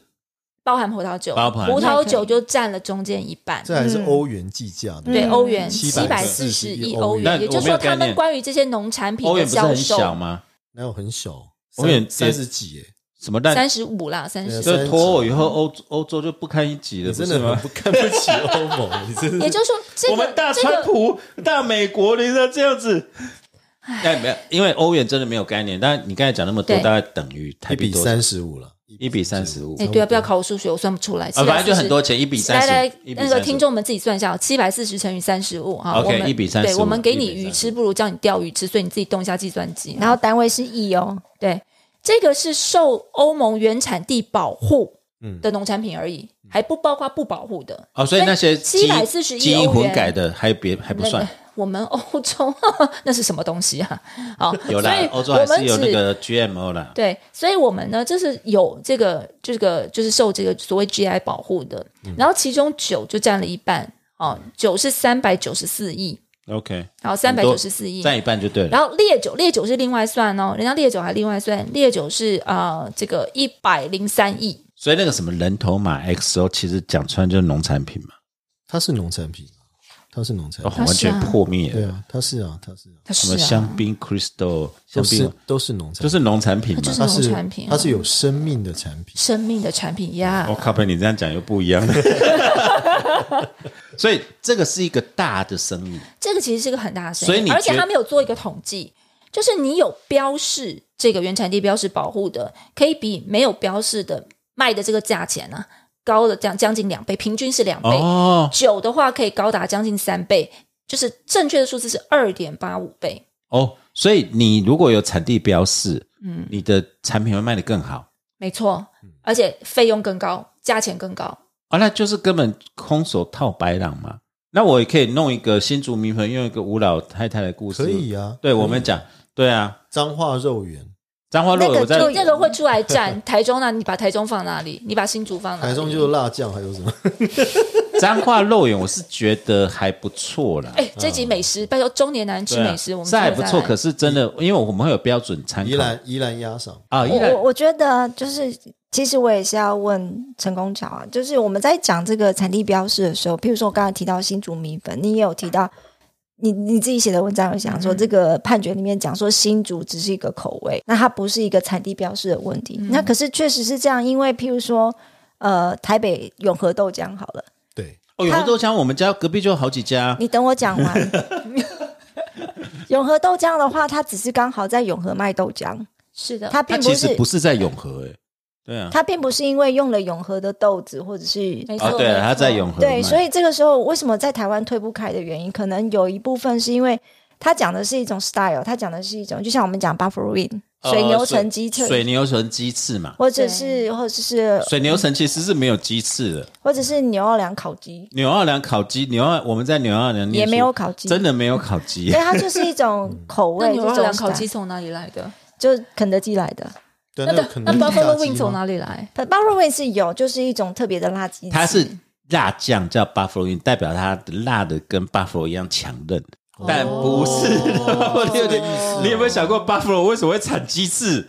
[SPEAKER 4] 包含葡萄酒，
[SPEAKER 2] 包含
[SPEAKER 4] 葡萄酒就占了中间一半，
[SPEAKER 1] 这还是
[SPEAKER 3] 嗯
[SPEAKER 1] 欧元计价的，
[SPEAKER 4] 对，
[SPEAKER 3] 嗯
[SPEAKER 4] 欧元七百四
[SPEAKER 1] 740
[SPEAKER 4] 十
[SPEAKER 1] 亿
[SPEAKER 4] 亿
[SPEAKER 1] 欧
[SPEAKER 4] 欧
[SPEAKER 1] 元
[SPEAKER 4] 元，也就是说，他
[SPEAKER 2] 但我没有概念
[SPEAKER 4] 们关于这些农产品
[SPEAKER 2] 欧
[SPEAKER 4] 的
[SPEAKER 2] 元不是
[SPEAKER 4] 销
[SPEAKER 2] 很小
[SPEAKER 4] 售，
[SPEAKER 2] 吗？
[SPEAKER 1] 哪有很小，
[SPEAKER 2] 欧元
[SPEAKER 1] 三十几耶，
[SPEAKER 2] 什么但
[SPEAKER 4] 三十五啦，三
[SPEAKER 1] 对
[SPEAKER 4] 十，
[SPEAKER 2] 这脱欧以后，欧欧洲就不堪一击了，
[SPEAKER 1] 你真
[SPEAKER 2] 不是
[SPEAKER 1] 的
[SPEAKER 2] 吗
[SPEAKER 1] 很不看不起欧 盟，你真的是
[SPEAKER 4] 也就是说，这个
[SPEAKER 2] 我们大川普、大美国，你这这样子。哎，没有，因为欧元真的没有概念。但你刚才讲那么多，
[SPEAKER 4] 对
[SPEAKER 2] 大概等于台
[SPEAKER 1] 一
[SPEAKER 2] 币
[SPEAKER 1] 比
[SPEAKER 2] 多少？
[SPEAKER 1] 三十五了，
[SPEAKER 2] 一比三十五
[SPEAKER 4] 这个哎，对啊，不要考我数学，我算不出来，
[SPEAKER 2] 啊，反正就很多
[SPEAKER 4] 740。
[SPEAKER 2] 钱，一比三
[SPEAKER 4] 来
[SPEAKER 2] 十。
[SPEAKER 4] 来
[SPEAKER 2] 一，比
[SPEAKER 4] 那个
[SPEAKER 2] 35
[SPEAKER 4] 听，众们自己算一下，七百四十乘以三十五啊，
[SPEAKER 2] OK，
[SPEAKER 4] 我们
[SPEAKER 2] 一比35
[SPEAKER 4] 对，我们给
[SPEAKER 2] 一
[SPEAKER 4] 你
[SPEAKER 2] 比35
[SPEAKER 4] 鱼吃，不如叫你钓鱼吃，所以你自己动一下计算机。
[SPEAKER 2] 嗯
[SPEAKER 3] 然后单位是亿哦，
[SPEAKER 4] 对，这个是受欧盟原产地保护
[SPEAKER 1] 嗯
[SPEAKER 4] 的农产品而已，
[SPEAKER 2] 嗯
[SPEAKER 4] 还不包括不保护的。
[SPEAKER 2] 哦，所以那些基
[SPEAKER 4] 七百四十
[SPEAKER 2] 基
[SPEAKER 4] 亿
[SPEAKER 2] 因
[SPEAKER 4] 欧
[SPEAKER 2] 混改
[SPEAKER 4] 元。
[SPEAKER 2] 的还别还不算
[SPEAKER 4] 那，我们欧洲 那是什么东西啊？好，
[SPEAKER 2] 有啦
[SPEAKER 4] 所以，
[SPEAKER 2] 欧洲
[SPEAKER 4] 我
[SPEAKER 2] 还
[SPEAKER 4] 们
[SPEAKER 2] 是有那
[SPEAKER 4] 只
[SPEAKER 2] 个 GMO 啦。
[SPEAKER 4] 对，所以我们呢，就是有这个这个就是受这个所谓 GI
[SPEAKER 2] 嗯
[SPEAKER 4] 保护的，然后其中酒就占了一半哦，酒是三百九十四亿，
[SPEAKER 2] OK，
[SPEAKER 4] 然后三百九十四亿，
[SPEAKER 2] 占一半就对了。
[SPEAKER 4] 嗯然后烈酒，烈酒是另外算哦，人家烈酒还另外算，烈酒是呃这个一百零三亿，
[SPEAKER 2] 所以那个什么人头马 XO，其实讲穿就是农产品嘛，
[SPEAKER 1] 它是农产品，啊它是农产
[SPEAKER 2] 哦
[SPEAKER 1] 品，
[SPEAKER 2] 完全破灭
[SPEAKER 1] 对
[SPEAKER 2] 了。
[SPEAKER 1] 啊，它是啊，它是啊，
[SPEAKER 4] 它
[SPEAKER 2] 什么
[SPEAKER 4] 是啊，
[SPEAKER 2] 香槟 Crystal，
[SPEAKER 1] 都
[SPEAKER 2] 香槟
[SPEAKER 1] 是都是农产
[SPEAKER 2] 啊就
[SPEAKER 1] 品，
[SPEAKER 2] 是农产品嘛。
[SPEAKER 4] 它就是
[SPEAKER 1] 它是
[SPEAKER 4] 农产品啊
[SPEAKER 1] 它是有生命的产品。
[SPEAKER 4] 生命的产 品呀
[SPEAKER 2] 哦我、靠，被你这样讲又不一 样了。所以这个是一个大的生意，
[SPEAKER 4] 这个其实是个很大的生意，
[SPEAKER 2] 所以你
[SPEAKER 4] 而且
[SPEAKER 2] 觉
[SPEAKER 4] 他没有做一个统计，就是你有标示这个原产地标示保护的，可以比没有标示的卖的这个价钱呢、高的将将近两倍，平均是两倍。
[SPEAKER 2] 哦
[SPEAKER 4] 酒的话可以高达将近三倍，就是正确的数字是二点八五倍。
[SPEAKER 2] 哦，所以你如果有产地标示，嗯，你的产品会卖得更好
[SPEAKER 4] 没错，
[SPEAKER 2] 嗯
[SPEAKER 4] 而且费用更高，价钱更高。
[SPEAKER 2] 啊，那就是根本空手套白狼嘛。那我也可以弄一个新竹名粉，用一个吴老太太的故事，
[SPEAKER 1] 可以啊
[SPEAKER 2] 对我们讲，对啊，
[SPEAKER 1] 彰化肉圆，
[SPEAKER 2] 彰化肉
[SPEAKER 3] 那个
[SPEAKER 2] 我在
[SPEAKER 3] 就
[SPEAKER 4] 那个会出来站台中那，你把台中放哪里？你把新竹放哪里？
[SPEAKER 1] 台中就是辣酱，还有什么？
[SPEAKER 2] 彰化肉圆，我是觉得还不错啦。
[SPEAKER 4] 哎，这集美食，拜托中年男人吃
[SPEAKER 2] 对啊
[SPEAKER 4] 美食，我们
[SPEAKER 2] 这还不
[SPEAKER 4] 之后
[SPEAKER 2] 错，
[SPEAKER 4] 再来
[SPEAKER 2] 可是真的，因为我们会有标准参
[SPEAKER 1] 宜
[SPEAKER 2] 考
[SPEAKER 1] 兰宜兰鸭嗓，
[SPEAKER 2] 啊，依
[SPEAKER 3] 我
[SPEAKER 2] 然
[SPEAKER 4] 哦
[SPEAKER 3] 我我觉得就是，其实我也是要问陈功桥啊，就是我们在讲这个产地标示的时候，譬如说我刚才提到新竹米粉，你也有提到。你你自己写的文章有讲
[SPEAKER 2] 嗯
[SPEAKER 3] 说，这个判决里面讲说新竹只是一个口味，那它不是一个产地标示的问题。
[SPEAKER 2] 嗯
[SPEAKER 3] 那可是确实是这样，因为譬如说，呃，台北永和豆浆好了，
[SPEAKER 1] 对，
[SPEAKER 2] 哦，永和豆浆，我们家隔壁就有好几家。
[SPEAKER 3] 你等我讲完。 永和豆浆的话，它只是刚好在永和卖豆浆，
[SPEAKER 4] 是的，
[SPEAKER 3] 它
[SPEAKER 2] 它
[SPEAKER 3] 并
[SPEAKER 2] 其
[SPEAKER 3] 不
[SPEAKER 2] 实
[SPEAKER 3] 是
[SPEAKER 2] 不是在永和、欸，对啊，
[SPEAKER 3] 它并不是因为用了永和的豆子，或者是
[SPEAKER 4] 没错
[SPEAKER 2] 啊，对啊，
[SPEAKER 4] 没错
[SPEAKER 2] 它在永和卖，
[SPEAKER 3] 对，所以这个时候为什么在台湾推不开的原因，可能有一部分是因为它讲的是一种 style，它讲的是一种，就像我们讲 buffalo wing
[SPEAKER 2] 呃
[SPEAKER 3] 水牛城鸡
[SPEAKER 2] 水
[SPEAKER 3] 翅，
[SPEAKER 2] 水牛城鸡翅嘛，
[SPEAKER 3] 或者是或者是
[SPEAKER 2] 水牛城其实是没有鸡翅的，
[SPEAKER 3] 或者是牛二良烤鸡，
[SPEAKER 2] 牛二娘烤鸡，牛二我们在牛二娘念
[SPEAKER 3] 也
[SPEAKER 2] 书
[SPEAKER 3] 没有烤鸡，
[SPEAKER 2] 真的没有烤鸡
[SPEAKER 3] 所以，它就是一种口
[SPEAKER 4] 那
[SPEAKER 3] 味，
[SPEAKER 4] 牛肉
[SPEAKER 3] 这种
[SPEAKER 4] 两烤鸡
[SPEAKER 3] style，
[SPEAKER 4] 从哪里来的？
[SPEAKER 3] 就是肯德基来的。
[SPEAKER 1] 对，
[SPEAKER 4] 那
[SPEAKER 1] 个
[SPEAKER 4] 的
[SPEAKER 1] 可
[SPEAKER 4] 那
[SPEAKER 1] 能
[SPEAKER 4] buffalo wing 从哪里来？
[SPEAKER 3] b u f f a l wing 是有，就是一种特别的辣鸡翅，
[SPEAKER 2] 它是辣酱叫 buffalo wing，代表它的辣的跟 buffalo 一样强韧，
[SPEAKER 3] 哦
[SPEAKER 2] 但不是。 你有
[SPEAKER 3] 啊
[SPEAKER 1] 哦
[SPEAKER 2] 你有没有想过 buffalo 为什么会产鸡翅？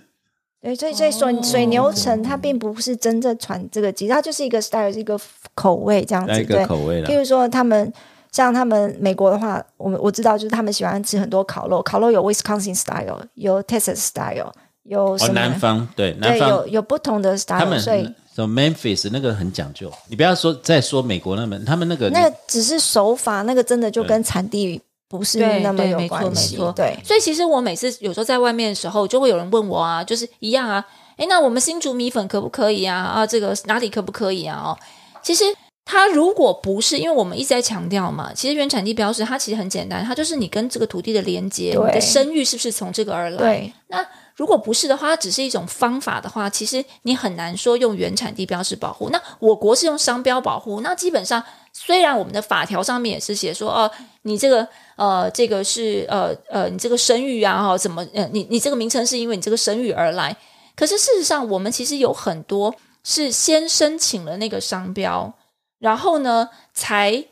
[SPEAKER 3] 对，所以所以水
[SPEAKER 4] 哦
[SPEAKER 3] 水牛城它并不是真正传这个鸡，它就是一个 style，是一个口味这样
[SPEAKER 2] 那
[SPEAKER 3] 子。
[SPEAKER 2] 一个
[SPEAKER 3] 啊对，
[SPEAKER 2] 口味了
[SPEAKER 3] 譬，如说他们像他们美国的话，我们我知道就是他们喜欢吃很多烤肉，烤肉有 Wisconsin style，有 Texas style，有什
[SPEAKER 2] 哦，
[SPEAKER 3] 么、
[SPEAKER 2] 南方对南
[SPEAKER 3] 对，
[SPEAKER 2] 方
[SPEAKER 3] 有有不同的
[SPEAKER 2] 他
[SPEAKER 3] style，
[SPEAKER 2] 们
[SPEAKER 3] 所以
[SPEAKER 2] 什么 Memphis 那个很讲究，你不要说再说美国那么，他们那个
[SPEAKER 3] 那只是手法，那个真的就
[SPEAKER 2] 嗯
[SPEAKER 3] 跟产地不是
[SPEAKER 4] 对
[SPEAKER 3] 那么
[SPEAKER 4] 对
[SPEAKER 3] 有
[SPEAKER 4] 没错
[SPEAKER 3] 关
[SPEAKER 4] 没
[SPEAKER 3] 系
[SPEAKER 4] 错。
[SPEAKER 3] 对，
[SPEAKER 4] 所以其实我每次有时候在外面的时候，就会有人问我啊，就是一样啊，诶，那我们新竹米粉可不可以啊？啊，这个哪里可不可以啊？哦，其实它如果不是，因为我们一直在强调嘛，其实原产地标识它其实很简单，它就是你跟这个土地的连接，
[SPEAKER 3] 对
[SPEAKER 4] 你的声誉是不是从这个而来？
[SPEAKER 3] 对，
[SPEAKER 4] 那如果不是的话，它只是一种方法的话，其实你很难说用原产地标识保护。那我国是用商标保护，那基本上虽然我们的法条上面也是写说，哦、你这个呃，这个是呃呃，你这个声誉啊，哈，怎么呃，你你这个名称是因为你这个声誉而来。可是事实上，我们其实有很多是先申请了那个商标，然后呢才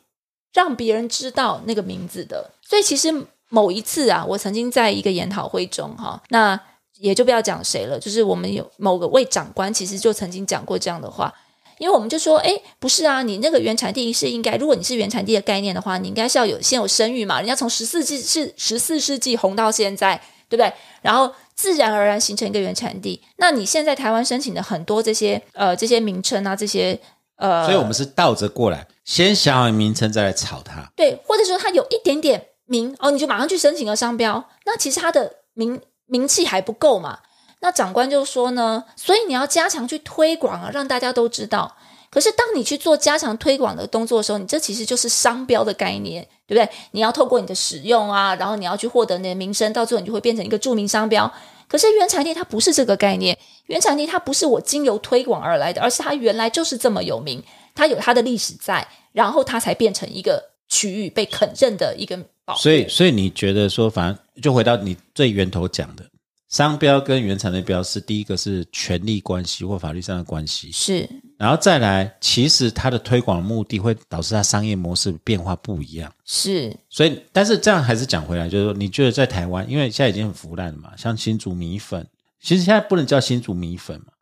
[SPEAKER 4] 让别人知道那个名字的。所以其实某一次啊，我曾经在一个研讨会中哈，那也就不要讲谁了，就是我们有某个位长官其实就曾经讲过这样的话。因为我们就说，哎，不是啊，你那个原产地是应该，如果你是原产地的概念的话，你应该是要有先有声誉嘛。人家从十四世是十四世纪红到现在，对不对？然后自然而然形成一个原产地。那你现在台湾申请的很多这些呃这些名称啊，这些呃，
[SPEAKER 2] 所以我们是倒着过来，先想好名称再来炒它。
[SPEAKER 4] 对，或者说它有一点点名哦，你就马上去申请个商标，那其实它的名名气还不够嘛。那长官就说呢，所以你要加强去推广啊，让大家都知道。可是当你去做加强推广的动作的时候，你这其实就是商标的概念，对不对？你要透过你的使用啊，然后你要去获得你的名声，到最后你就会变成一个著名商标。可是原产地它不是这个概念，原产地它不是我经由推广而来的，而是它原来就是这么有名，它有它的历史在，然后它才变成一个区域被肯认的一个保护。
[SPEAKER 2] 所以，所以你觉得说，反正就回到你最源头讲的，商标跟原产地标是第一个是权利关系或法律上的关系，
[SPEAKER 4] 是
[SPEAKER 2] 然后再来，其实它的推广目的会导致它商业模式变化不一样。
[SPEAKER 4] 是
[SPEAKER 2] 所以，但是这样还是讲回来，就是说，你觉得在台湾，因为现在已经很腐烂了嘛，像新竹米粉，其实现在不能叫新竹米粉嘛，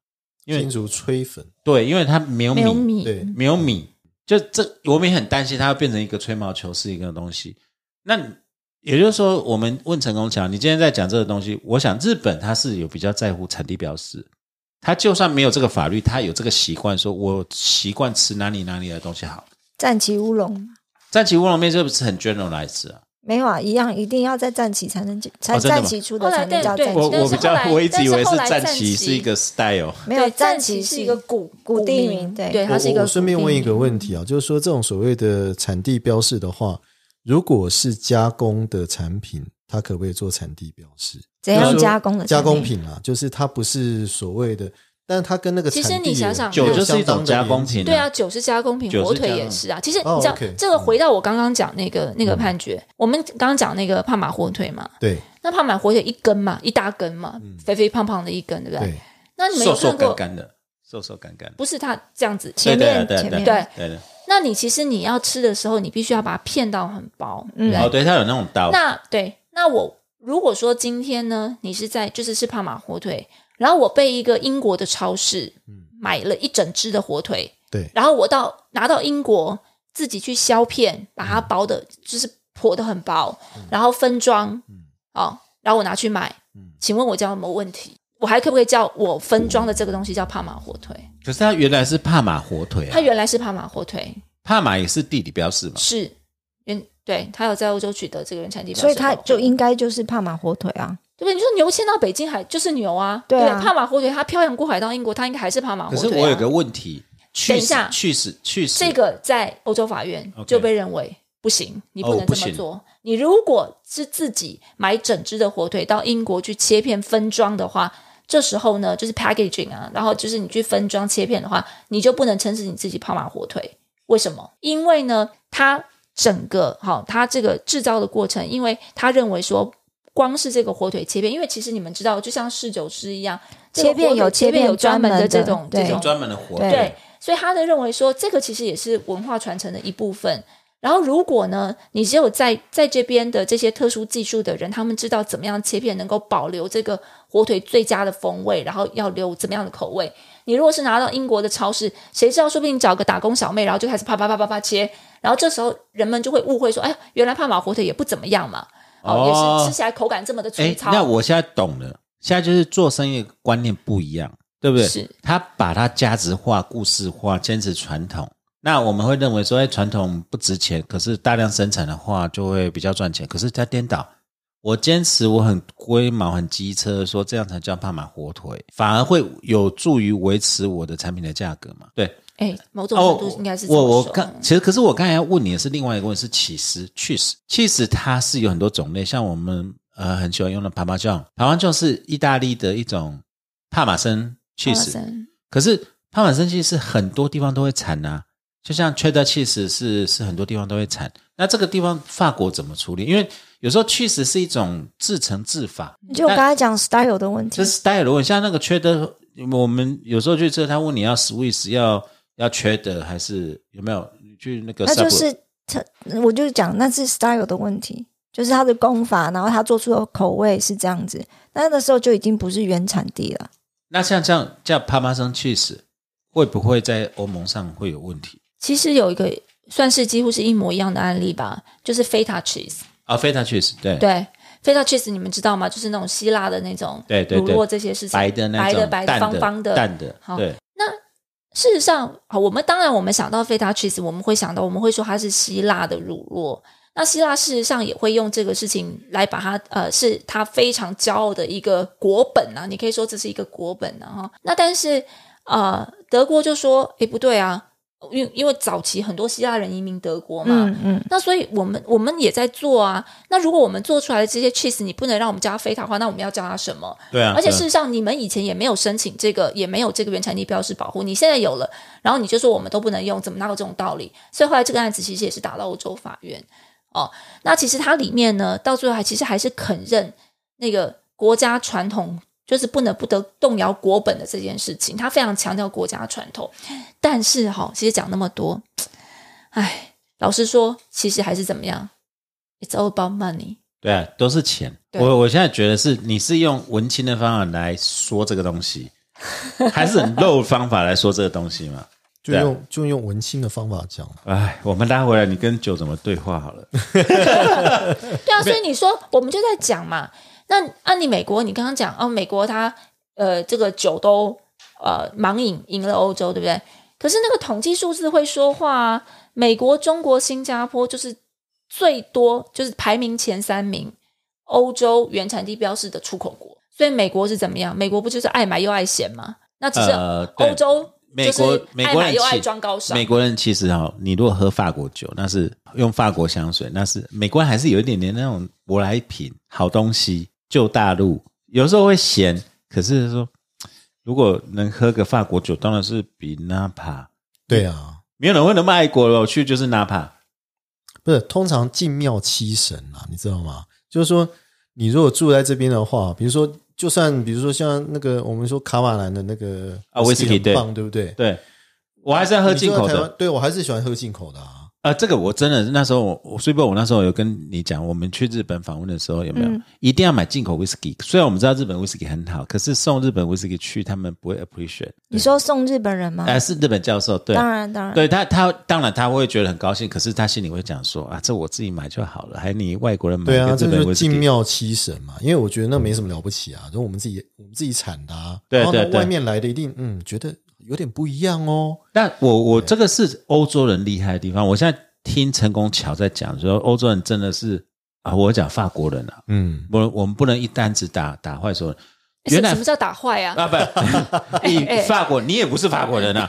[SPEAKER 2] 因为
[SPEAKER 1] 新竹吹粉，
[SPEAKER 2] 对，因为它没有
[SPEAKER 4] 没
[SPEAKER 2] 米，
[SPEAKER 4] 有米，
[SPEAKER 1] 对，
[SPEAKER 2] 没有米，就这，我们也很担心它会变成一个吹毛求疵一个东西。那你也就是说，我们问陈功强，你今天在讲这个东西，我想日本它是有比较在乎产地标识，它就算没有这个法律，它有这个习惯，说我习惯吃哪里哪里的东西好。
[SPEAKER 3] 战旗乌龙
[SPEAKER 2] 战旗乌龙面这不是很 generalized 啊？
[SPEAKER 3] 没有啊，一样一定要在战旗才能叫才
[SPEAKER 2] 哦真的吗
[SPEAKER 3] 战旗出
[SPEAKER 4] 后
[SPEAKER 3] 的
[SPEAKER 4] 来
[SPEAKER 3] 才能
[SPEAKER 4] 对
[SPEAKER 3] 叫
[SPEAKER 4] 对
[SPEAKER 3] 战
[SPEAKER 2] 我
[SPEAKER 3] 旗，
[SPEAKER 4] 但
[SPEAKER 2] 我
[SPEAKER 4] 是
[SPEAKER 2] 比较
[SPEAKER 4] 后来
[SPEAKER 2] 我一直以为
[SPEAKER 4] 但是后来
[SPEAKER 2] 战
[SPEAKER 4] 战
[SPEAKER 2] 旗
[SPEAKER 4] 旗
[SPEAKER 2] 是一个 style，
[SPEAKER 3] 没有
[SPEAKER 4] 对
[SPEAKER 3] 战旗
[SPEAKER 4] 旗
[SPEAKER 3] 是
[SPEAKER 4] 是
[SPEAKER 3] 一
[SPEAKER 4] 一
[SPEAKER 3] 个
[SPEAKER 4] 个
[SPEAKER 3] 古
[SPEAKER 4] 古
[SPEAKER 3] 地
[SPEAKER 4] 名
[SPEAKER 3] 名，对
[SPEAKER 4] 对它是一
[SPEAKER 1] 我
[SPEAKER 4] 个
[SPEAKER 1] 我顺便
[SPEAKER 4] 固
[SPEAKER 1] 问
[SPEAKER 4] 定
[SPEAKER 1] 一个
[SPEAKER 4] 的
[SPEAKER 1] 问题啊，就是说这种所谓的产地标示的话，如果是加工的产品，它可不可以做产地标示？
[SPEAKER 4] 哎
[SPEAKER 3] 怎
[SPEAKER 1] 就是
[SPEAKER 3] 样
[SPEAKER 1] 说
[SPEAKER 3] 加工的
[SPEAKER 1] 加
[SPEAKER 3] 产
[SPEAKER 1] 工品啊，就是它不是所谓的，但是它跟那个
[SPEAKER 4] 其实
[SPEAKER 1] 产地
[SPEAKER 4] 你想
[SPEAKER 1] 有
[SPEAKER 4] 想
[SPEAKER 2] 酒
[SPEAKER 1] 有
[SPEAKER 2] 就是
[SPEAKER 1] 相
[SPEAKER 2] 一
[SPEAKER 1] 当的
[SPEAKER 2] 种加工
[SPEAKER 1] 连接
[SPEAKER 2] 品、
[SPEAKER 4] 对啊，，酒是加工品，
[SPEAKER 2] 酒
[SPEAKER 4] 火
[SPEAKER 2] 是加
[SPEAKER 4] 腿
[SPEAKER 2] 工
[SPEAKER 4] 也是啊。其实你知
[SPEAKER 1] 哦
[SPEAKER 4] 道
[SPEAKER 1] ，OK，，嗯
[SPEAKER 4] 这个回到我刚刚讲那个那个判决，我们刚刚讲那个帕玛火腿嘛，
[SPEAKER 1] 对
[SPEAKER 4] 那帕玛火腿一根嘛，一大根嘛，肥肥胖胖的一根，对不
[SPEAKER 1] 嗯
[SPEAKER 4] 对？
[SPEAKER 1] 对，
[SPEAKER 4] 那你没
[SPEAKER 2] 瘦
[SPEAKER 4] 有
[SPEAKER 2] 瘦
[SPEAKER 4] 看
[SPEAKER 2] 干
[SPEAKER 4] 过？
[SPEAKER 2] 干的，瘦瘦干干的。
[SPEAKER 4] 不是它这样子，
[SPEAKER 3] 前
[SPEAKER 2] 对
[SPEAKER 3] 面
[SPEAKER 2] 对对
[SPEAKER 3] 前面
[SPEAKER 2] 对
[SPEAKER 4] 对。
[SPEAKER 2] 对的，
[SPEAKER 4] 那你其实你要吃的时候，你必须要把它片到很薄。
[SPEAKER 3] 嗯
[SPEAKER 2] 哦，对，它有那种刀，
[SPEAKER 4] 那对，那我如果说今天呢，你是在就是吃帕玛火腿，然后我被一个英国的超市买了一整只的火腿，
[SPEAKER 1] 嗯对
[SPEAKER 4] 然后我到拿到英国自己去削片，把它薄的，就是破的很薄，
[SPEAKER 2] 嗯
[SPEAKER 4] 然后分装，哦，然后我拿去卖，
[SPEAKER 2] 嗯
[SPEAKER 4] 请问我叫什么问题？我还可不可以叫我分装的这个东西叫帕玛火腿？
[SPEAKER 2] 可是它原来是帕马火腿啊
[SPEAKER 4] 它，原来是帕玛火腿，
[SPEAKER 2] 帕马也是地理标示嘛，
[SPEAKER 4] 是原对，它有在欧洲取得这个原产地标识
[SPEAKER 3] 所
[SPEAKER 4] 保护，
[SPEAKER 3] 以它就应该就是帕马火腿啊。
[SPEAKER 4] 对不对？你说牛迁到北京海就是牛啊，
[SPEAKER 3] 对啊
[SPEAKER 4] 帕马火腿它漂洋过海到英国，它应该还是帕马火
[SPEAKER 2] 可
[SPEAKER 4] 腿、
[SPEAKER 2] 是
[SPEAKER 4] 啊。
[SPEAKER 2] 我有个问题，去
[SPEAKER 4] 等一
[SPEAKER 2] 死
[SPEAKER 4] 下
[SPEAKER 2] 去死去死，
[SPEAKER 4] 这个在欧洲法院
[SPEAKER 2] OK
[SPEAKER 4] 就被认为不行，你不
[SPEAKER 2] 哦
[SPEAKER 4] 能
[SPEAKER 2] 不
[SPEAKER 4] 这么
[SPEAKER 2] 行
[SPEAKER 4] 做。你如果是自己买整只的火腿到英国去切片分装的话，这时候呢就是 packaging 啊，然后就是你去分装切片的话，你就不能称是你自己泡马火腿。为什么？因为呢，它整个好、它这个制造的过程，因为他认为说。光是这个火腿切片，因为其实你们知道，就像侍酒师一样，这个
[SPEAKER 3] 切片
[SPEAKER 4] 火腿
[SPEAKER 3] 有
[SPEAKER 4] 切
[SPEAKER 3] 切片
[SPEAKER 4] 有专
[SPEAKER 3] 专门
[SPEAKER 4] 门的这
[SPEAKER 3] 的
[SPEAKER 4] 种
[SPEAKER 3] 对
[SPEAKER 4] 这
[SPEAKER 2] 有
[SPEAKER 4] 种
[SPEAKER 2] 专门的火
[SPEAKER 3] 对
[SPEAKER 2] 腿
[SPEAKER 4] 对，所以他的认为说，这个其实也是文化传承的一部分。然后，如果呢，你只有在在这边的这些特殊技术的人，他们知道怎么样切片能够保留这个火腿最佳的风味，然后要留怎么样的口味。你如果是拿到英国的超市，谁知道说不定找个打工小妹，然后就开始啪啪啪啪啪切，然后这时候人们就会误会说，哎呀，原来帕玛火腿也不怎么样嘛，
[SPEAKER 2] 哦
[SPEAKER 4] 哦，也是吃起来口感这么的粗
[SPEAKER 2] 哎，
[SPEAKER 4] 糙。
[SPEAKER 2] 那我现在懂了，现在就是做生意的观念不一样，对不对？
[SPEAKER 4] 是，
[SPEAKER 2] 他把它价值化、故事化，坚持传统。那我们会认为说，哎，传统不值钱，可是大量生产的话就会比较赚钱。可是它颠倒，我坚持我很龟毛、很机车，说这样才叫帕马火腿，反而会有助于维持我的产品的价格嘛？对，
[SPEAKER 4] 哎，某种
[SPEAKER 2] 哦
[SPEAKER 4] 程，度应该是这么
[SPEAKER 2] 我我
[SPEAKER 4] 说嗯
[SPEAKER 2] 刚其实可是我刚才要问你的是另外一个问题是起司 cheese cheese 它是有很多种类，像我们呃很喜欢用的帕玛酱，帕玛酱是意大利的一种帕玛森 cheese，
[SPEAKER 4] Amazon
[SPEAKER 2] 可是帕玛森 cheese 很多地方都会产啊，就像 cheddar cheese 是是很多地方都会产，那这个地方法国怎么处理？因为有时候 cheese 是一种制成制法，
[SPEAKER 3] 就我刚才讲 style 的问
[SPEAKER 2] 嗯
[SPEAKER 3] 题
[SPEAKER 2] 这，style 的问题，像那个缺的，我们有时候去吃，他问你要 Swiss 要要缺的还是有没有？你去那个
[SPEAKER 3] 那就
[SPEAKER 2] Subway，
[SPEAKER 3] 是它，我就讲那是 style 的问题，就是它的功法，然后它做出的口味是这样子，那那时候就已经不是原产地了。
[SPEAKER 2] 那像这样叫帕玛森 cheese 会不会在欧盟上会有问题
[SPEAKER 4] 其实有一个算是几乎是一模一样的案例吧，就是 feta cheese。
[SPEAKER 2] 啊？菲塔 cheese 对
[SPEAKER 4] 对，feta cheese 你们知道吗？就是那种希腊的那种
[SPEAKER 2] 对对
[SPEAKER 4] 乳
[SPEAKER 2] 对
[SPEAKER 4] 酪这些事情，
[SPEAKER 2] 白的那
[SPEAKER 4] 白
[SPEAKER 2] 种
[SPEAKER 4] 的白的
[SPEAKER 2] 淡
[SPEAKER 4] 方方的。
[SPEAKER 2] 淡的
[SPEAKER 4] 好
[SPEAKER 2] 对
[SPEAKER 4] 事实上，啊，我们当然我们想到 feta cheese，我们会想到我们会说它是希腊的乳酪。那希腊事实上也会用这个事情来把它，呃，是它非常骄傲的一个国本啊，你可以说这是一个国本啊。哈那但是，呃，德国就说，诶，不对啊，因为因为早期很多希腊人移民德国嘛，
[SPEAKER 3] 嗯嗯，
[SPEAKER 4] 那所以我们我们也在做啊。那如果我们做出来的这些 cheese，你不能让我们叫它非塔的话，那我们要叫它什么？
[SPEAKER 2] 对啊，
[SPEAKER 4] 而且
[SPEAKER 2] 对啊
[SPEAKER 4] 事实上，你们以前也没有申请这个，也没有这个原产地标识保护，你现在有了，然后你就说我们都不能用，怎么哪有这种道理？所以后来这个案子其实也是打到欧洲法院哦。那其实它里面呢，到最后还其实还是肯认那个国家传统就是不能不得动摇国本的这件事情，他非常强调国家传统。但是哈、其实讲那么多，唉，老实说，其实还是怎么样？It's all about money。
[SPEAKER 2] 对啊，都是钱。
[SPEAKER 4] 对
[SPEAKER 2] 我我现在觉得是你是用文青的方法来说这个东 西，还是很肉的方法来说这个东西嘛？
[SPEAKER 1] 就
[SPEAKER 2] 啊
[SPEAKER 1] 用、就用文青的方法讲，
[SPEAKER 2] 哎，我们拉回来，你跟酒怎么对话好了？
[SPEAKER 4] 对啊，所以你说我们就在讲嘛。那按你美国，你刚刚讲哦，美国它呃这个酒都呃盲饮赢了欧洲，对不对？可是那个统计数字会说话啊，美国、中国、新加坡就是最多就是排名前三名，欧洲原产地标示的出口国。所以美国是怎么样？美国不就是爱买又爱嫌吗？那只是
[SPEAKER 2] 呃对
[SPEAKER 4] 欧洲
[SPEAKER 2] 美
[SPEAKER 4] 就
[SPEAKER 2] 国
[SPEAKER 4] 是
[SPEAKER 2] 美
[SPEAKER 4] 爱
[SPEAKER 2] 国
[SPEAKER 4] 买
[SPEAKER 2] 人
[SPEAKER 4] 又爱
[SPEAKER 2] 其
[SPEAKER 4] 装高尚，
[SPEAKER 2] 美国人其实哈、哦，你如果喝法国酒，那是用法国香水，那是美国人还是有一点点那种舶来品好东西，旧大陆，有时候会咸，可是说如果能喝个法国酒，当然是比纳帕，
[SPEAKER 1] 对啊，
[SPEAKER 2] 没有人会那么爱国了，我去就是纳帕。
[SPEAKER 1] 不是通常进庙七神啊，你知道吗？就是说你如果住在这边的话，比如说就算比如说像那个我们说卡瓦兰的那个
[SPEAKER 2] 啊威士忌
[SPEAKER 1] 很棒，对不对？
[SPEAKER 2] 对我还是要喝进口
[SPEAKER 1] 你住在台
[SPEAKER 2] 的
[SPEAKER 1] 湾，对我还是喜欢喝进口的啊。
[SPEAKER 2] 啊，这个我真的是那时候我我虽不，我那时候有跟你讲，我们去日本访问的时候有没有、
[SPEAKER 1] 嗯
[SPEAKER 2] 一定要买进口 whisky？虽然我们知道日本 whisky 很好，可是送日本 whisky 去，他们不会 appreciate。
[SPEAKER 3] 你说送日本人吗？
[SPEAKER 2] 哎、是日本教授，对，
[SPEAKER 3] 当然，当然，
[SPEAKER 2] 对他他当然他会觉得很高兴，可是他心里会讲说啊，这我自己买就好了，还你外国人买
[SPEAKER 1] 对啊，
[SPEAKER 2] 个日
[SPEAKER 1] 这
[SPEAKER 2] 本
[SPEAKER 1] 就是
[SPEAKER 2] whisky，
[SPEAKER 1] 进庙七神嘛，因为我觉得那没什么了不起啊，就我们自己我们自己产的啊，
[SPEAKER 2] 对
[SPEAKER 1] 然后呢
[SPEAKER 2] 对对
[SPEAKER 1] 外面来的一定嗯觉得有点不一样哦，
[SPEAKER 2] 但我我这个是欧洲人厉害的地方。我现在听陈功桥在讲说，欧洲人真的是啊，我讲法国人啊，
[SPEAKER 1] 嗯，
[SPEAKER 2] 我我们不能一竿子打打坏所有人。
[SPEAKER 4] 什
[SPEAKER 2] 原来
[SPEAKER 4] 什么叫打坏啊？
[SPEAKER 2] 啊不，以法国你也不是法国人啊。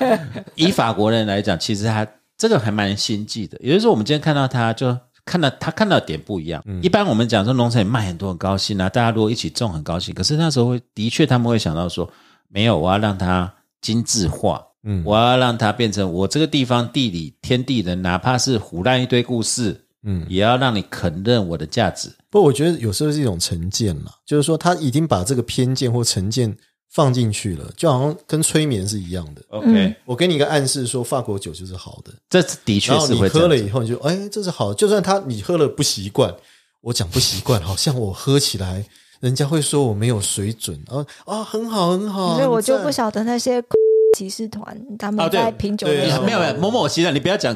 [SPEAKER 2] 以法国人来讲，其实他这个还蛮心计的。也就是说，我们今天看到他就看到他看到的点不一
[SPEAKER 1] 嗯
[SPEAKER 2] 样。一般我们讲说农场也卖很多很高兴啊，大家如果一起种很高兴。可是那时候会的确他们会想到说，没有，我要让它精致化。
[SPEAKER 1] 嗯
[SPEAKER 2] 我要让它变成我这个地方地理天地人，哪怕是胡乱一堆故事，嗯，也要让你肯认我的价值。
[SPEAKER 1] 不，我觉得有时候是一种成见啦，就是说他已经把这个偏见或成见放进去了，就好像跟催眠是一样的。
[SPEAKER 2] OK，、
[SPEAKER 3] 嗯
[SPEAKER 1] 我给你一个暗示，说法国酒就是好的，
[SPEAKER 2] 这是的确
[SPEAKER 1] 然后
[SPEAKER 2] 是
[SPEAKER 1] 你
[SPEAKER 2] 会这
[SPEAKER 1] 喝
[SPEAKER 2] 样
[SPEAKER 1] 了
[SPEAKER 2] 子。
[SPEAKER 1] 以后你就哎，这是好的，就算他你喝了不习惯，我讲不习惯，好像我喝起来人家会说我没有水准啊啊，很好很好，
[SPEAKER 3] 所以我
[SPEAKER 1] 很
[SPEAKER 3] 就
[SPEAKER 1] 赞
[SPEAKER 3] 不晓得那些 骑士团他
[SPEAKER 2] 哦
[SPEAKER 3] 们
[SPEAKER 2] 对
[SPEAKER 3] 在品酒的
[SPEAKER 1] 对
[SPEAKER 3] 时
[SPEAKER 2] 哎
[SPEAKER 3] 候
[SPEAKER 2] 没有没有，某某西藏，你不要讲，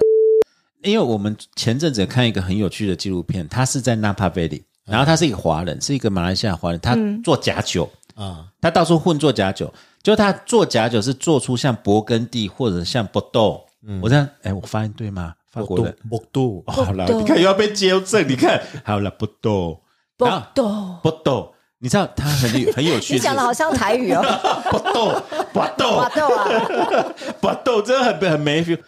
[SPEAKER 2] 因为我们前阵子有看一个很有趣的纪录片，他是在纳帕贝里，然后他是一个华人，是一个马来西亚华人，他
[SPEAKER 3] 嗯
[SPEAKER 2] 做假酒，
[SPEAKER 1] 啊，
[SPEAKER 2] 他到处混做假酒，就他做假酒是做出像勃艮第或者像波豆，我这样，哎，我发音对吗？法国人，
[SPEAKER 1] 莫度
[SPEAKER 2] 哦好了，
[SPEAKER 3] 波豆
[SPEAKER 2] 你看又要被纠正，你看好了，波豆，
[SPEAKER 4] 不
[SPEAKER 2] 然后
[SPEAKER 4] 懂，
[SPEAKER 2] 波豆，你知道他很有很有 趣，
[SPEAKER 3] 你讲的好像 台语哦，
[SPEAKER 2] 波豆，波豆
[SPEAKER 3] 哇，，对啊，
[SPEAKER 2] 把斗真的很很没 feel。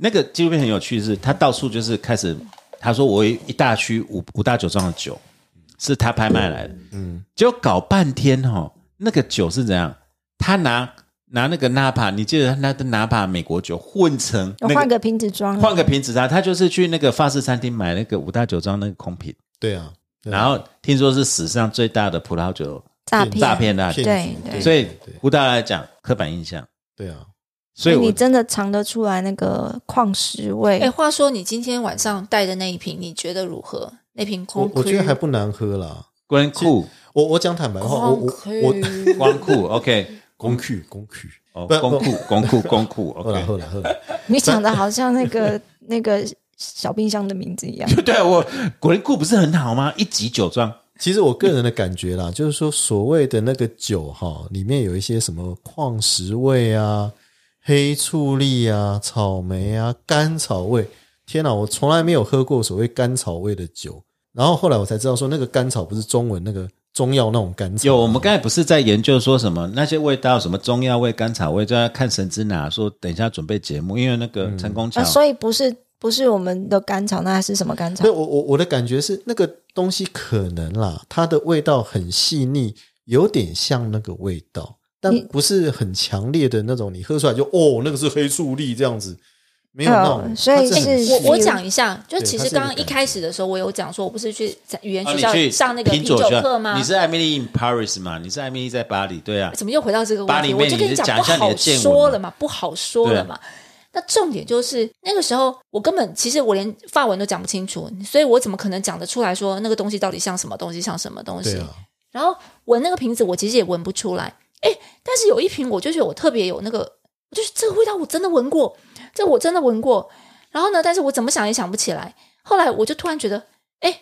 [SPEAKER 2] 那个纪录片很有趣是，他到处就是开始，他说我有一大区五五大酒庄的酒是他拍卖来的，嗯，结果搞半天哦，那个酒是怎样？他拿拿那个纳帕，你记得他拿把美国酒混成
[SPEAKER 3] 我
[SPEAKER 2] 那
[SPEAKER 3] 换
[SPEAKER 2] 个
[SPEAKER 3] 个瓶子装，啊
[SPEAKER 2] 换个瓶子他他就是去那个法式餐厅买那个五大酒庄那个空瓶，
[SPEAKER 1] 对啊，对
[SPEAKER 2] 然后听说是史上最大的葡萄酒
[SPEAKER 3] 诈骗
[SPEAKER 2] 诈骗案，
[SPEAKER 1] 骗
[SPEAKER 3] 对
[SPEAKER 1] 局
[SPEAKER 3] 对
[SPEAKER 2] 所以
[SPEAKER 1] 对
[SPEAKER 2] 胡大来讲刻板印象，
[SPEAKER 1] 对啊，
[SPEAKER 2] 所以
[SPEAKER 3] 哎你
[SPEAKER 2] 我
[SPEAKER 3] 真的尝得出来那个矿石味
[SPEAKER 4] 哎、，话说你今天晚上带的那一瓶，你觉得如何？那瓶空
[SPEAKER 1] 我我觉得还不难喝啦。
[SPEAKER 2] 光酷
[SPEAKER 1] 我我讲坦白话，我我我
[SPEAKER 2] 光酷，OK。
[SPEAKER 1] 工具工具，
[SPEAKER 2] 哦，
[SPEAKER 1] 不
[SPEAKER 2] 公
[SPEAKER 1] 不
[SPEAKER 2] 库公库公库
[SPEAKER 1] 喝了
[SPEAKER 2] ，OK，
[SPEAKER 1] 喝了喝了，
[SPEAKER 3] 你讲的好像 那个那个小冰箱的名字一样，
[SPEAKER 2] 对啊，我国林库不是很好吗？一级酒庄，
[SPEAKER 1] 其实我个人的感觉啦， 就是说所谓的那个酒哈，里面有一些什么矿石味啊、黑醋栗啊、草莓啊、甘草味。天哪，我从来没有喝过所谓甘草味的酒。然后后来我才知道说，那个甘草不是中文那个中药那种甘草。
[SPEAKER 2] 有我们刚才不是在研究说什么那些味道，什么中药味、甘草味，就要看神之拿说等一下准备节目，因为那个
[SPEAKER 1] 嗯
[SPEAKER 2] 陈功桥
[SPEAKER 4] 啊
[SPEAKER 3] 呃，所以不是不是我们的甘草，那是什么甘草
[SPEAKER 1] 所以？我我我的感觉是，那个东西可能啦，它的味道很细腻，有点像那个味道，但
[SPEAKER 3] 你
[SPEAKER 1] 不是很强烈的那种。你喝出来就哦，那个是黑醋栗这样子，没有闹
[SPEAKER 3] 嗯
[SPEAKER 1] 你，
[SPEAKER 3] 所以
[SPEAKER 1] 他很
[SPEAKER 3] 是
[SPEAKER 1] 虚
[SPEAKER 4] 我我讲一下，就
[SPEAKER 1] 对
[SPEAKER 4] 其
[SPEAKER 1] 它
[SPEAKER 4] 实
[SPEAKER 1] 是一个
[SPEAKER 4] 刚刚一
[SPEAKER 1] 感觉
[SPEAKER 4] 开始的时候，我有讲说，我不是去在语言
[SPEAKER 2] 哦
[SPEAKER 4] 学
[SPEAKER 2] 你
[SPEAKER 4] 校
[SPEAKER 2] 去
[SPEAKER 4] 上那个
[SPEAKER 2] 品
[SPEAKER 4] 品酒
[SPEAKER 2] 学校
[SPEAKER 4] 课吗？
[SPEAKER 2] 你是艾米丽 in Paris 嘛？你是艾米丽在巴黎，对啊。
[SPEAKER 4] 怎么又回到这个
[SPEAKER 2] 巴
[SPEAKER 4] 问
[SPEAKER 2] 黎
[SPEAKER 4] 题？
[SPEAKER 2] 妹
[SPEAKER 4] 我就跟
[SPEAKER 2] 你是讲
[SPEAKER 4] 不
[SPEAKER 2] 一下你的
[SPEAKER 4] 好
[SPEAKER 2] 见闻
[SPEAKER 4] 说
[SPEAKER 2] 嘛
[SPEAKER 4] 了嘛，不好说了嘛。那重点就是那个时候，我根本其实我连法文都讲不清楚，所以我怎么可能讲得出来说那个东西到底像什么东西，像什么东西？
[SPEAKER 1] 对啊，
[SPEAKER 4] 然后闻那个瓶子，我其实也闻不出来。哎，但是有一瓶，我就觉得我特别有那个，我就是这个味道我真的闻过，这个我真的闻过。然后呢，但是我怎么想也想不起来。后来我就突然觉得，哎，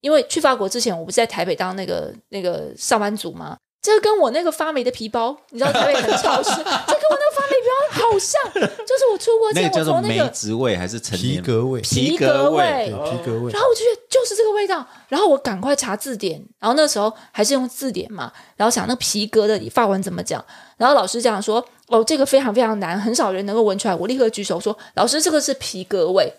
[SPEAKER 4] 因为去法国之前，我不是在台北当那个那个上班族吗？这个跟我那个发霉的皮包，你知道台北很潮湿，这跟我那个发霉皮包好像。就是我出国
[SPEAKER 2] 那
[SPEAKER 4] 前，
[SPEAKER 2] 个
[SPEAKER 4] 我
[SPEAKER 2] 叫做
[SPEAKER 4] 从那
[SPEAKER 2] 梅
[SPEAKER 4] 个，
[SPEAKER 2] 子味还是陈
[SPEAKER 1] 皮革味，
[SPEAKER 2] 皮
[SPEAKER 4] 革
[SPEAKER 1] 对
[SPEAKER 2] 革
[SPEAKER 4] 味
[SPEAKER 1] 皮革味
[SPEAKER 4] 然，后我就觉得就是这个味道，然后我赶快查字典，然后那时候还是用字典嘛，然后想那皮革的法文怎么讲，然后老师讲说哦，这个非常非常难，很少人能够闻出来，我立刻举手说老师这个是皮革味。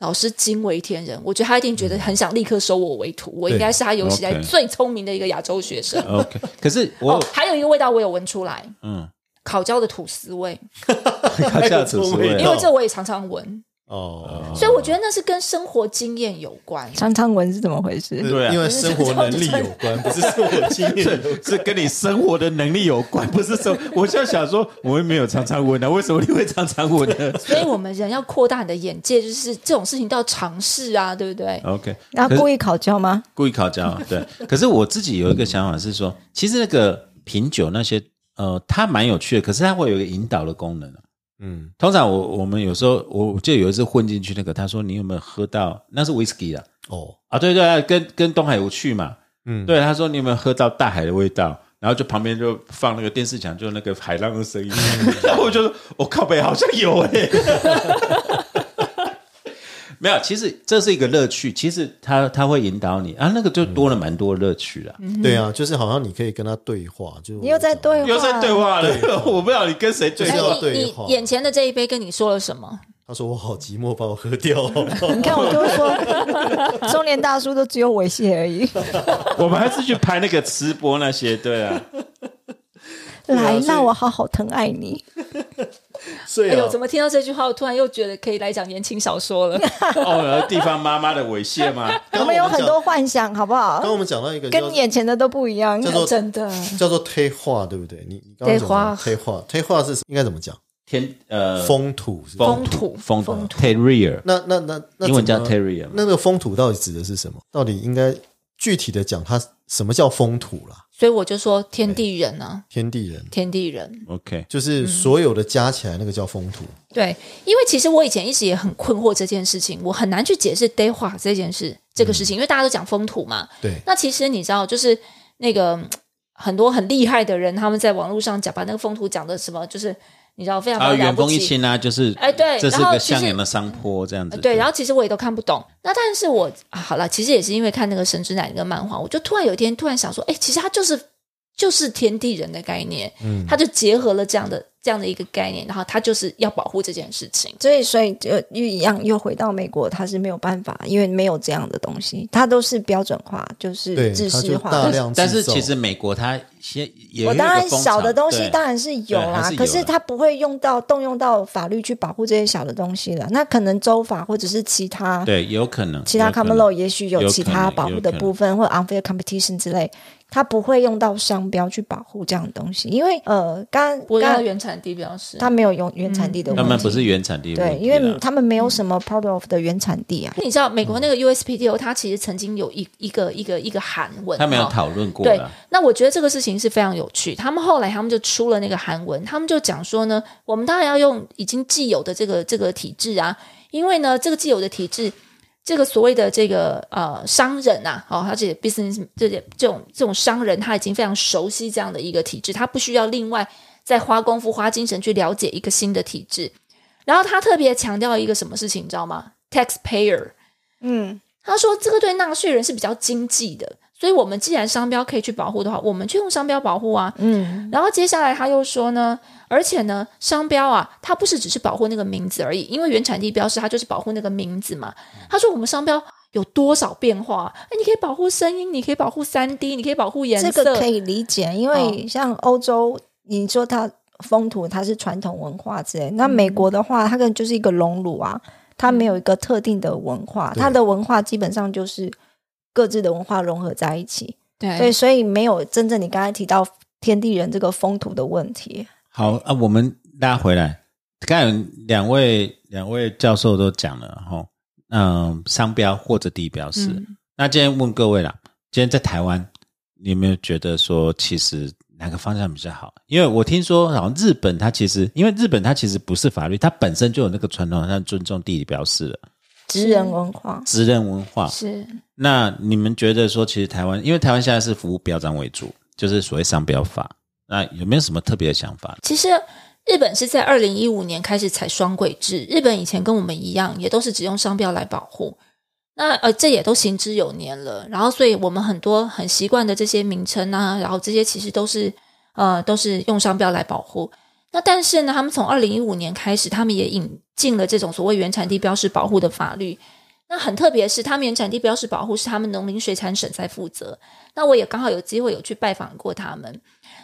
[SPEAKER 4] 老师惊为天人，我觉得他一定觉得很想立刻收我为徒，我应该是他有史以来
[SPEAKER 2] OK
[SPEAKER 4] 最聪明的一个亚洲学生。
[SPEAKER 2] OK，可是我
[SPEAKER 4] 哦
[SPEAKER 2] 有，
[SPEAKER 4] 还有一个味道我有闻出来，
[SPEAKER 2] 嗯，
[SPEAKER 4] 烤焦的吐司味，
[SPEAKER 2] 他叫吐司味啊
[SPEAKER 1] 哎
[SPEAKER 4] 因
[SPEAKER 1] 呦
[SPEAKER 4] 为这我也常常闻，
[SPEAKER 1] 哦，
[SPEAKER 4] 所以我觉得那是跟生活经验有关。
[SPEAKER 3] 常常闻是怎么回事？
[SPEAKER 2] 对啊
[SPEAKER 1] 因为生活能力有关， 不是生活经验有关。
[SPEAKER 2] 是跟你生活的能力有 关，不是说我就想说，我们没有常常闻啊，为什么你会常常闻呢
[SPEAKER 4] 所以我们人要扩大你的眼界，就是这种事情都要尝试啊，对不对？
[SPEAKER 2] ？OK，
[SPEAKER 3] 然后故意考焦吗？
[SPEAKER 2] 故意烤焦，对。可是我自己有一个想法是说，其实那个品酒那些，呃，它蛮有趣的，可是它会有一个引导的功能啊。
[SPEAKER 1] 嗯，
[SPEAKER 2] 通常我我们有时候，我我记得有一次混进去那个，他说你有没有喝到？那是 whisky 啦，
[SPEAKER 1] 哦，
[SPEAKER 2] 啊，对对、啊，跟跟东海有去嘛，
[SPEAKER 1] 嗯，
[SPEAKER 2] 对，他说你有没有喝到大海的味道？然后就旁边就放那个电视墙，就那个海浪的声音。 然后我就说，我、靠北好像有哎、 没有，其实这是一个乐趣，其实他他会引导你啊，那个就多了蛮多乐趣啦。
[SPEAKER 1] 对啊，就是好像你可以跟他对话，就
[SPEAKER 3] 嗯你又在对话，
[SPEAKER 2] 又在对话了， 我不知道你跟谁对
[SPEAKER 1] 对要
[SPEAKER 2] 话
[SPEAKER 4] 哎，
[SPEAKER 1] 话。
[SPEAKER 4] 你你
[SPEAKER 1] 话
[SPEAKER 4] 眼前的这一杯跟你说了什么？
[SPEAKER 1] 他说我好寂寞，把我喝掉，
[SPEAKER 3] 你看我就说，中年大叔都只有猥亵而已。
[SPEAKER 2] 我们还是去拍那个吃播那些，对啊，
[SPEAKER 3] 来，
[SPEAKER 1] 啊所以
[SPEAKER 3] 让我好好疼爱你。
[SPEAKER 1] 所以
[SPEAKER 4] 哎
[SPEAKER 1] 啊
[SPEAKER 4] 呦，怎么听到这句话，我突然又觉得可以来讲言情 小说了。
[SPEAKER 2] 哦，然后地方妈妈的猥亵嘛，
[SPEAKER 1] 刚刚
[SPEAKER 3] 我们有很多幻想，好不
[SPEAKER 1] 刚刚
[SPEAKER 3] 好？
[SPEAKER 1] 我们讲到一个叫
[SPEAKER 3] 跟眼前的都不一样。
[SPEAKER 1] 叫做
[SPEAKER 4] 真的，
[SPEAKER 1] 叫做推化，对不对？你你刚刚讲到推化，推化是应该怎么讲？
[SPEAKER 2] 天呃
[SPEAKER 1] 风土是不是
[SPEAKER 2] 风
[SPEAKER 4] 风土
[SPEAKER 2] 风
[SPEAKER 4] 风
[SPEAKER 2] 土 terrier，
[SPEAKER 1] 那那那那
[SPEAKER 2] 英文
[SPEAKER 1] 怎
[SPEAKER 2] 叫
[SPEAKER 1] 么
[SPEAKER 2] terrier 嘛。
[SPEAKER 1] 那个风土到底指的是什么？到底应该具体的讲，它什么叫风土啦？
[SPEAKER 4] 所以我就说天地人啊，
[SPEAKER 1] 天地人，
[SPEAKER 4] 天地人。
[SPEAKER 2] OK，
[SPEAKER 1] 就是所有的加起来那个叫风土。
[SPEAKER 4] 对，因为其实我以前一直也很困惑这件事情，我很难去解释 day 话这件事这个
[SPEAKER 1] 嗯
[SPEAKER 4] 事情，因为大家都讲风土嘛，
[SPEAKER 1] 对，
[SPEAKER 4] 那其实你知道，就是那个嗯很多很厉害的人，他们在网络上讲把那个风土讲的什么，就是你知道非常非
[SPEAKER 2] 啊，
[SPEAKER 4] 常了
[SPEAKER 2] 远
[SPEAKER 4] 不
[SPEAKER 2] 风一
[SPEAKER 4] 起。
[SPEAKER 2] 清啊，就是
[SPEAKER 4] 哎对
[SPEAKER 2] 这是
[SPEAKER 4] 然
[SPEAKER 2] 个
[SPEAKER 4] 后其实
[SPEAKER 2] 向阳的山坡这样子。
[SPEAKER 4] 对，然后其实我也都看不懂。那但是我、啊、好了，其实也是因为看那个《神之奶》那个漫画，我就突然有一天突然想说，哎，其实它就是就是天地人的概念，嗯，它就结合了这样的这样的一个概念，然后它就是要保护这件事情。
[SPEAKER 3] 所以，所以就又一样，又回到美国，他是没有办法，因为没有这样的东西，它都是标准化，就是
[SPEAKER 1] 对，
[SPEAKER 3] 知
[SPEAKER 1] 它
[SPEAKER 3] 识
[SPEAKER 1] 就
[SPEAKER 3] 化。
[SPEAKER 1] 大量制造。
[SPEAKER 2] 但是其实美国它先也有
[SPEAKER 3] 我
[SPEAKER 2] 一
[SPEAKER 3] 当
[SPEAKER 2] 个
[SPEAKER 3] 然
[SPEAKER 2] 风
[SPEAKER 3] 小的
[SPEAKER 2] 潮
[SPEAKER 3] 东西
[SPEAKER 2] 对
[SPEAKER 3] 当然是有
[SPEAKER 2] 对还
[SPEAKER 3] 啦
[SPEAKER 2] 是，有
[SPEAKER 3] 可是
[SPEAKER 2] 的
[SPEAKER 3] 他不会用到动用到法律去保护这些小的东西了。那可能州法或者是其他
[SPEAKER 2] 对有可能
[SPEAKER 3] 其他
[SPEAKER 2] 有可
[SPEAKER 3] common
[SPEAKER 2] 能
[SPEAKER 3] law 也许有
[SPEAKER 2] 有
[SPEAKER 3] 其
[SPEAKER 2] 可
[SPEAKER 3] 他
[SPEAKER 2] 能
[SPEAKER 3] 保
[SPEAKER 2] 有
[SPEAKER 3] 护的
[SPEAKER 2] 可能
[SPEAKER 3] 部分，或 unfair competition 之类，他不会用到商标去保护这样的东西，因为呃，刚
[SPEAKER 4] 我要
[SPEAKER 3] 刚
[SPEAKER 4] 原产地标识。
[SPEAKER 3] 他没有用原产地的
[SPEAKER 2] 嗯他
[SPEAKER 3] 问
[SPEAKER 2] 们
[SPEAKER 3] 题，
[SPEAKER 2] 不是原产地
[SPEAKER 3] 对，
[SPEAKER 2] 问题
[SPEAKER 3] 因为
[SPEAKER 2] 啦
[SPEAKER 3] 他们没有什么 proud of 的原产地啊。
[SPEAKER 4] 你知道美国那个 USPTO，它其实曾经有一一个一个一个韩文，
[SPEAKER 2] 他没有
[SPEAKER 4] 哈
[SPEAKER 2] 讨论过
[SPEAKER 4] 对
[SPEAKER 2] 啦，
[SPEAKER 4] 那我觉得这个事情是非常有趣。他们后来他们就出了那个韩文，他们就讲说呢，我们当然要用已经既有的这个这个体制啊，因为呢，这个既有的体制，这个所谓的这个呃商人啊，哦，而且 business 这些这种这种商人，他已经非常熟悉这样的一个体制，他不需要另外再花功夫花精神去了解一个新的体制。然后他特别强调一个什么事情，你知道吗？taxpayer。
[SPEAKER 3] 嗯，
[SPEAKER 4] 他说这个对纳税人是比较经济的，所以我们既然商标可以去保护的话，我们就用商标保护啊。嗯，然后接下来他又说呢，而且呢，商标啊，它不是只是保护那个名字而已，因为原产地标识它就是保护那个名字嘛。他说我们商标。有多少变化、啊？哎，你可以保护声音，你可以保护三 D，你可以保护颜
[SPEAKER 3] 这
[SPEAKER 4] 色，哦
[SPEAKER 3] 个可以理解，因为像欧洲，你说它风土它是传统文化之类。那
[SPEAKER 4] 嗯
[SPEAKER 3] 美国的话，它可能就是一个熔炉啊，它没有一个特定的文化，
[SPEAKER 1] 对
[SPEAKER 3] 它的文化基本上就是各自的文化融合在一起。对，
[SPEAKER 4] 对，
[SPEAKER 3] 所以没有真正你刚才提到天地人这个风土的问题。
[SPEAKER 2] 好啊，我们拉回来，刚才两位两位教授都讲了，哈，嗯，商标或者地标是。
[SPEAKER 4] 嗯
[SPEAKER 2] 那今天问各位啦，今天在台湾，你有没有觉得说，其实哪个方向比较好？因为我听说，好像日本它其实，因为日本它其实不是法律，它本身就有那个传统上尊重地理标示的
[SPEAKER 3] 职人文化，
[SPEAKER 2] 职人文化。
[SPEAKER 4] 是
[SPEAKER 2] 那你们觉得说，其实台湾，因为台湾现在是服务标章为主，就是所谓商标法，那有没有什么特别的想法？
[SPEAKER 4] 其实日本是在二零一五年开始采双轨制，日本以前跟我们一样，也都是只用商标来保护。那呃，这也都行之有年了。然后，所以我们很多很习惯的这些名称啊，然后这些其实都是呃都是用商标来保护。那但是呢，他们从二零一五年开始，他们也引进了这种所谓原产地标示保护的法律。那很特别的是，他们原产地标示保护是他们农林水产省在负责。那我也刚好有机会有去拜访过他们。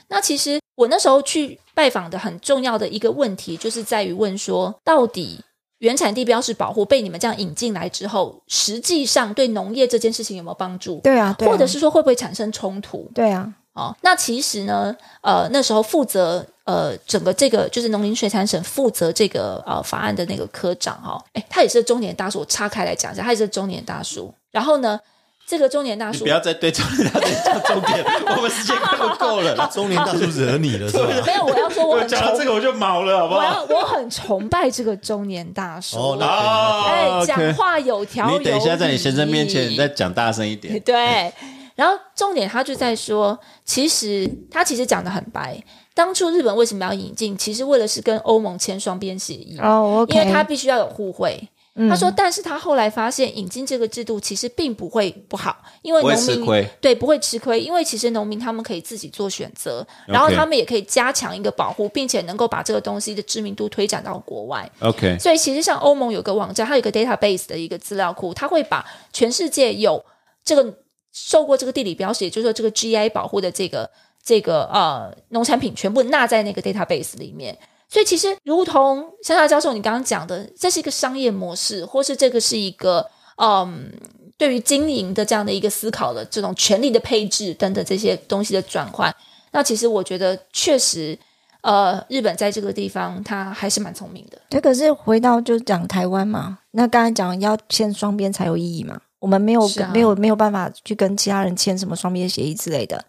[SPEAKER 4] 那其实我那时候去拜访的很重要的一个问题，就是在于问说，到底原产地标示保护被你们这样引进来之后，实际上对农业这件事情有没有帮助？
[SPEAKER 3] 对啊，对啊
[SPEAKER 4] 或者是说会不会产生冲突？
[SPEAKER 3] 对啊，
[SPEAKER 4] 哦，那其实呢，呃，那时候负责呃整个这个就是农林水产省负责这个呃法案的那个科长哈、哦，哎，他也是中年大叔，我岔开来讲一下，他也是中年大叔。然后呢，这个中年大
[SPEAKER 2] 你
[SPEAKER 4] 叔
[SPEAKER 2] 不要再对中年大叔讲重点，我们时间快不够 了。啊
[SPEAKER 1] 中年大叔惹你了是吧？
[SPEAKER 4] 没有，我要说我
[SPEAKER 2] 我
[SPEAKER 4] 很
[SPEAKER 2] 讲到
[SPEAKER 4] 崇
[SPEAKER 2] 这个我就毛了，好不
[SPEAKER 4] 我
[SPEAKER 2] 好？
[SPEAKER 4] 要我很崇拜这个中年大叔。
[SPEAKER 1] 哦，那
[SPEAKER 4] 哎、
[SPEAKER 2] 啊，
[SPEAKER 4] 讲话有条有
[SPEAKER 2] 你等一下在你先生面前
[SPEAKER 4] 理
[SPEAKER 2] 你再讲大声一点。
[SPEAKER 4] 对，然后重点他就在说，其实他其实讲的很白，当初日本为什么要引进，其实为了是跟欧盟签双边协议，
[SPEAKER 3] 哦，OK，
[SPEAKER 4] 因为他必须要有互惠。
[SPEAKER 3] 嗯
[SPEAKER 4] 他说，但是他后来发现引进这个制度其实并不会不好，因为
[SPEAKER 2] 不会
[SPEAKER 4] 农
[SPEAKER 2] 吃
[SPEAKER 4] 民
[SPEAKER 2] 亏
[SPEAKER 4] 对不会吃亏，因为其实农民他们可以自己做选择，然后
[SPEAKER 2] OK
[SPEAKER 4] 他们也可以加强一个保护，并且能够把这个东西的知名度推展到国外。
[SPEAKER 2] OK，
[SPEAKER 4] 所以其实像欧盟有个网站，它有一个 database 的一个资料库，它会把全世界有这个受过这个地理标识，也就是说这个 GI 保护的这个这个呃农产品全部纳在那个 database 里面。所以其实如同香夏教授你刚刚讲的，这是一个商业模式，或是这个是一个嗯。对于经营的这样的一个思考的这种权力的配置等等这些东西的转换，那其实我觉得确实，呃，日本在这个地方它还是蛮聪明的。
[SPEAKER 3] 对。可是回到就讲台湾嘛，那刚才讲要签双边才有意义嘛，我们没有、
[SPEAKER 4] 是啊
[SPEAKER 3] 没有没有办法去跟其他人签什么双边协议之类的，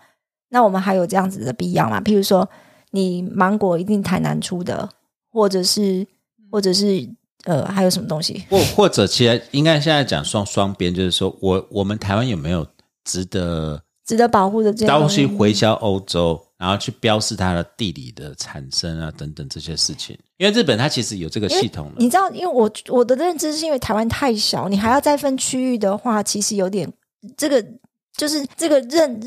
[SPEAKER 3] 那我们还有这样子的必要吗？譬如说，你芒果一定台南出的，或者是或者是呃，还有什么东西？
[SPEAKER 2] 或或者其实应该现在讲双双边，就是说我我们台湾有没有值得
[SPEAKER 3] 值得保护的这些
[SPEAKER 2] 东
[SPEAKER 3] 东
[SPEAKER 2] 西
[SPEAKER 3] 西
[SPEAKER 2] 回销欧洲，然后去标示它的地理的产生啊等等这些事情？因为日本它其实有这个系统
[SPEAKER 3] 你
[SPEAKER 2] 了。
[SPEAKER 3] 知道，因为我我的认知是因为台湾太小，你还要再分区域的话，其实有点这个就是这个认，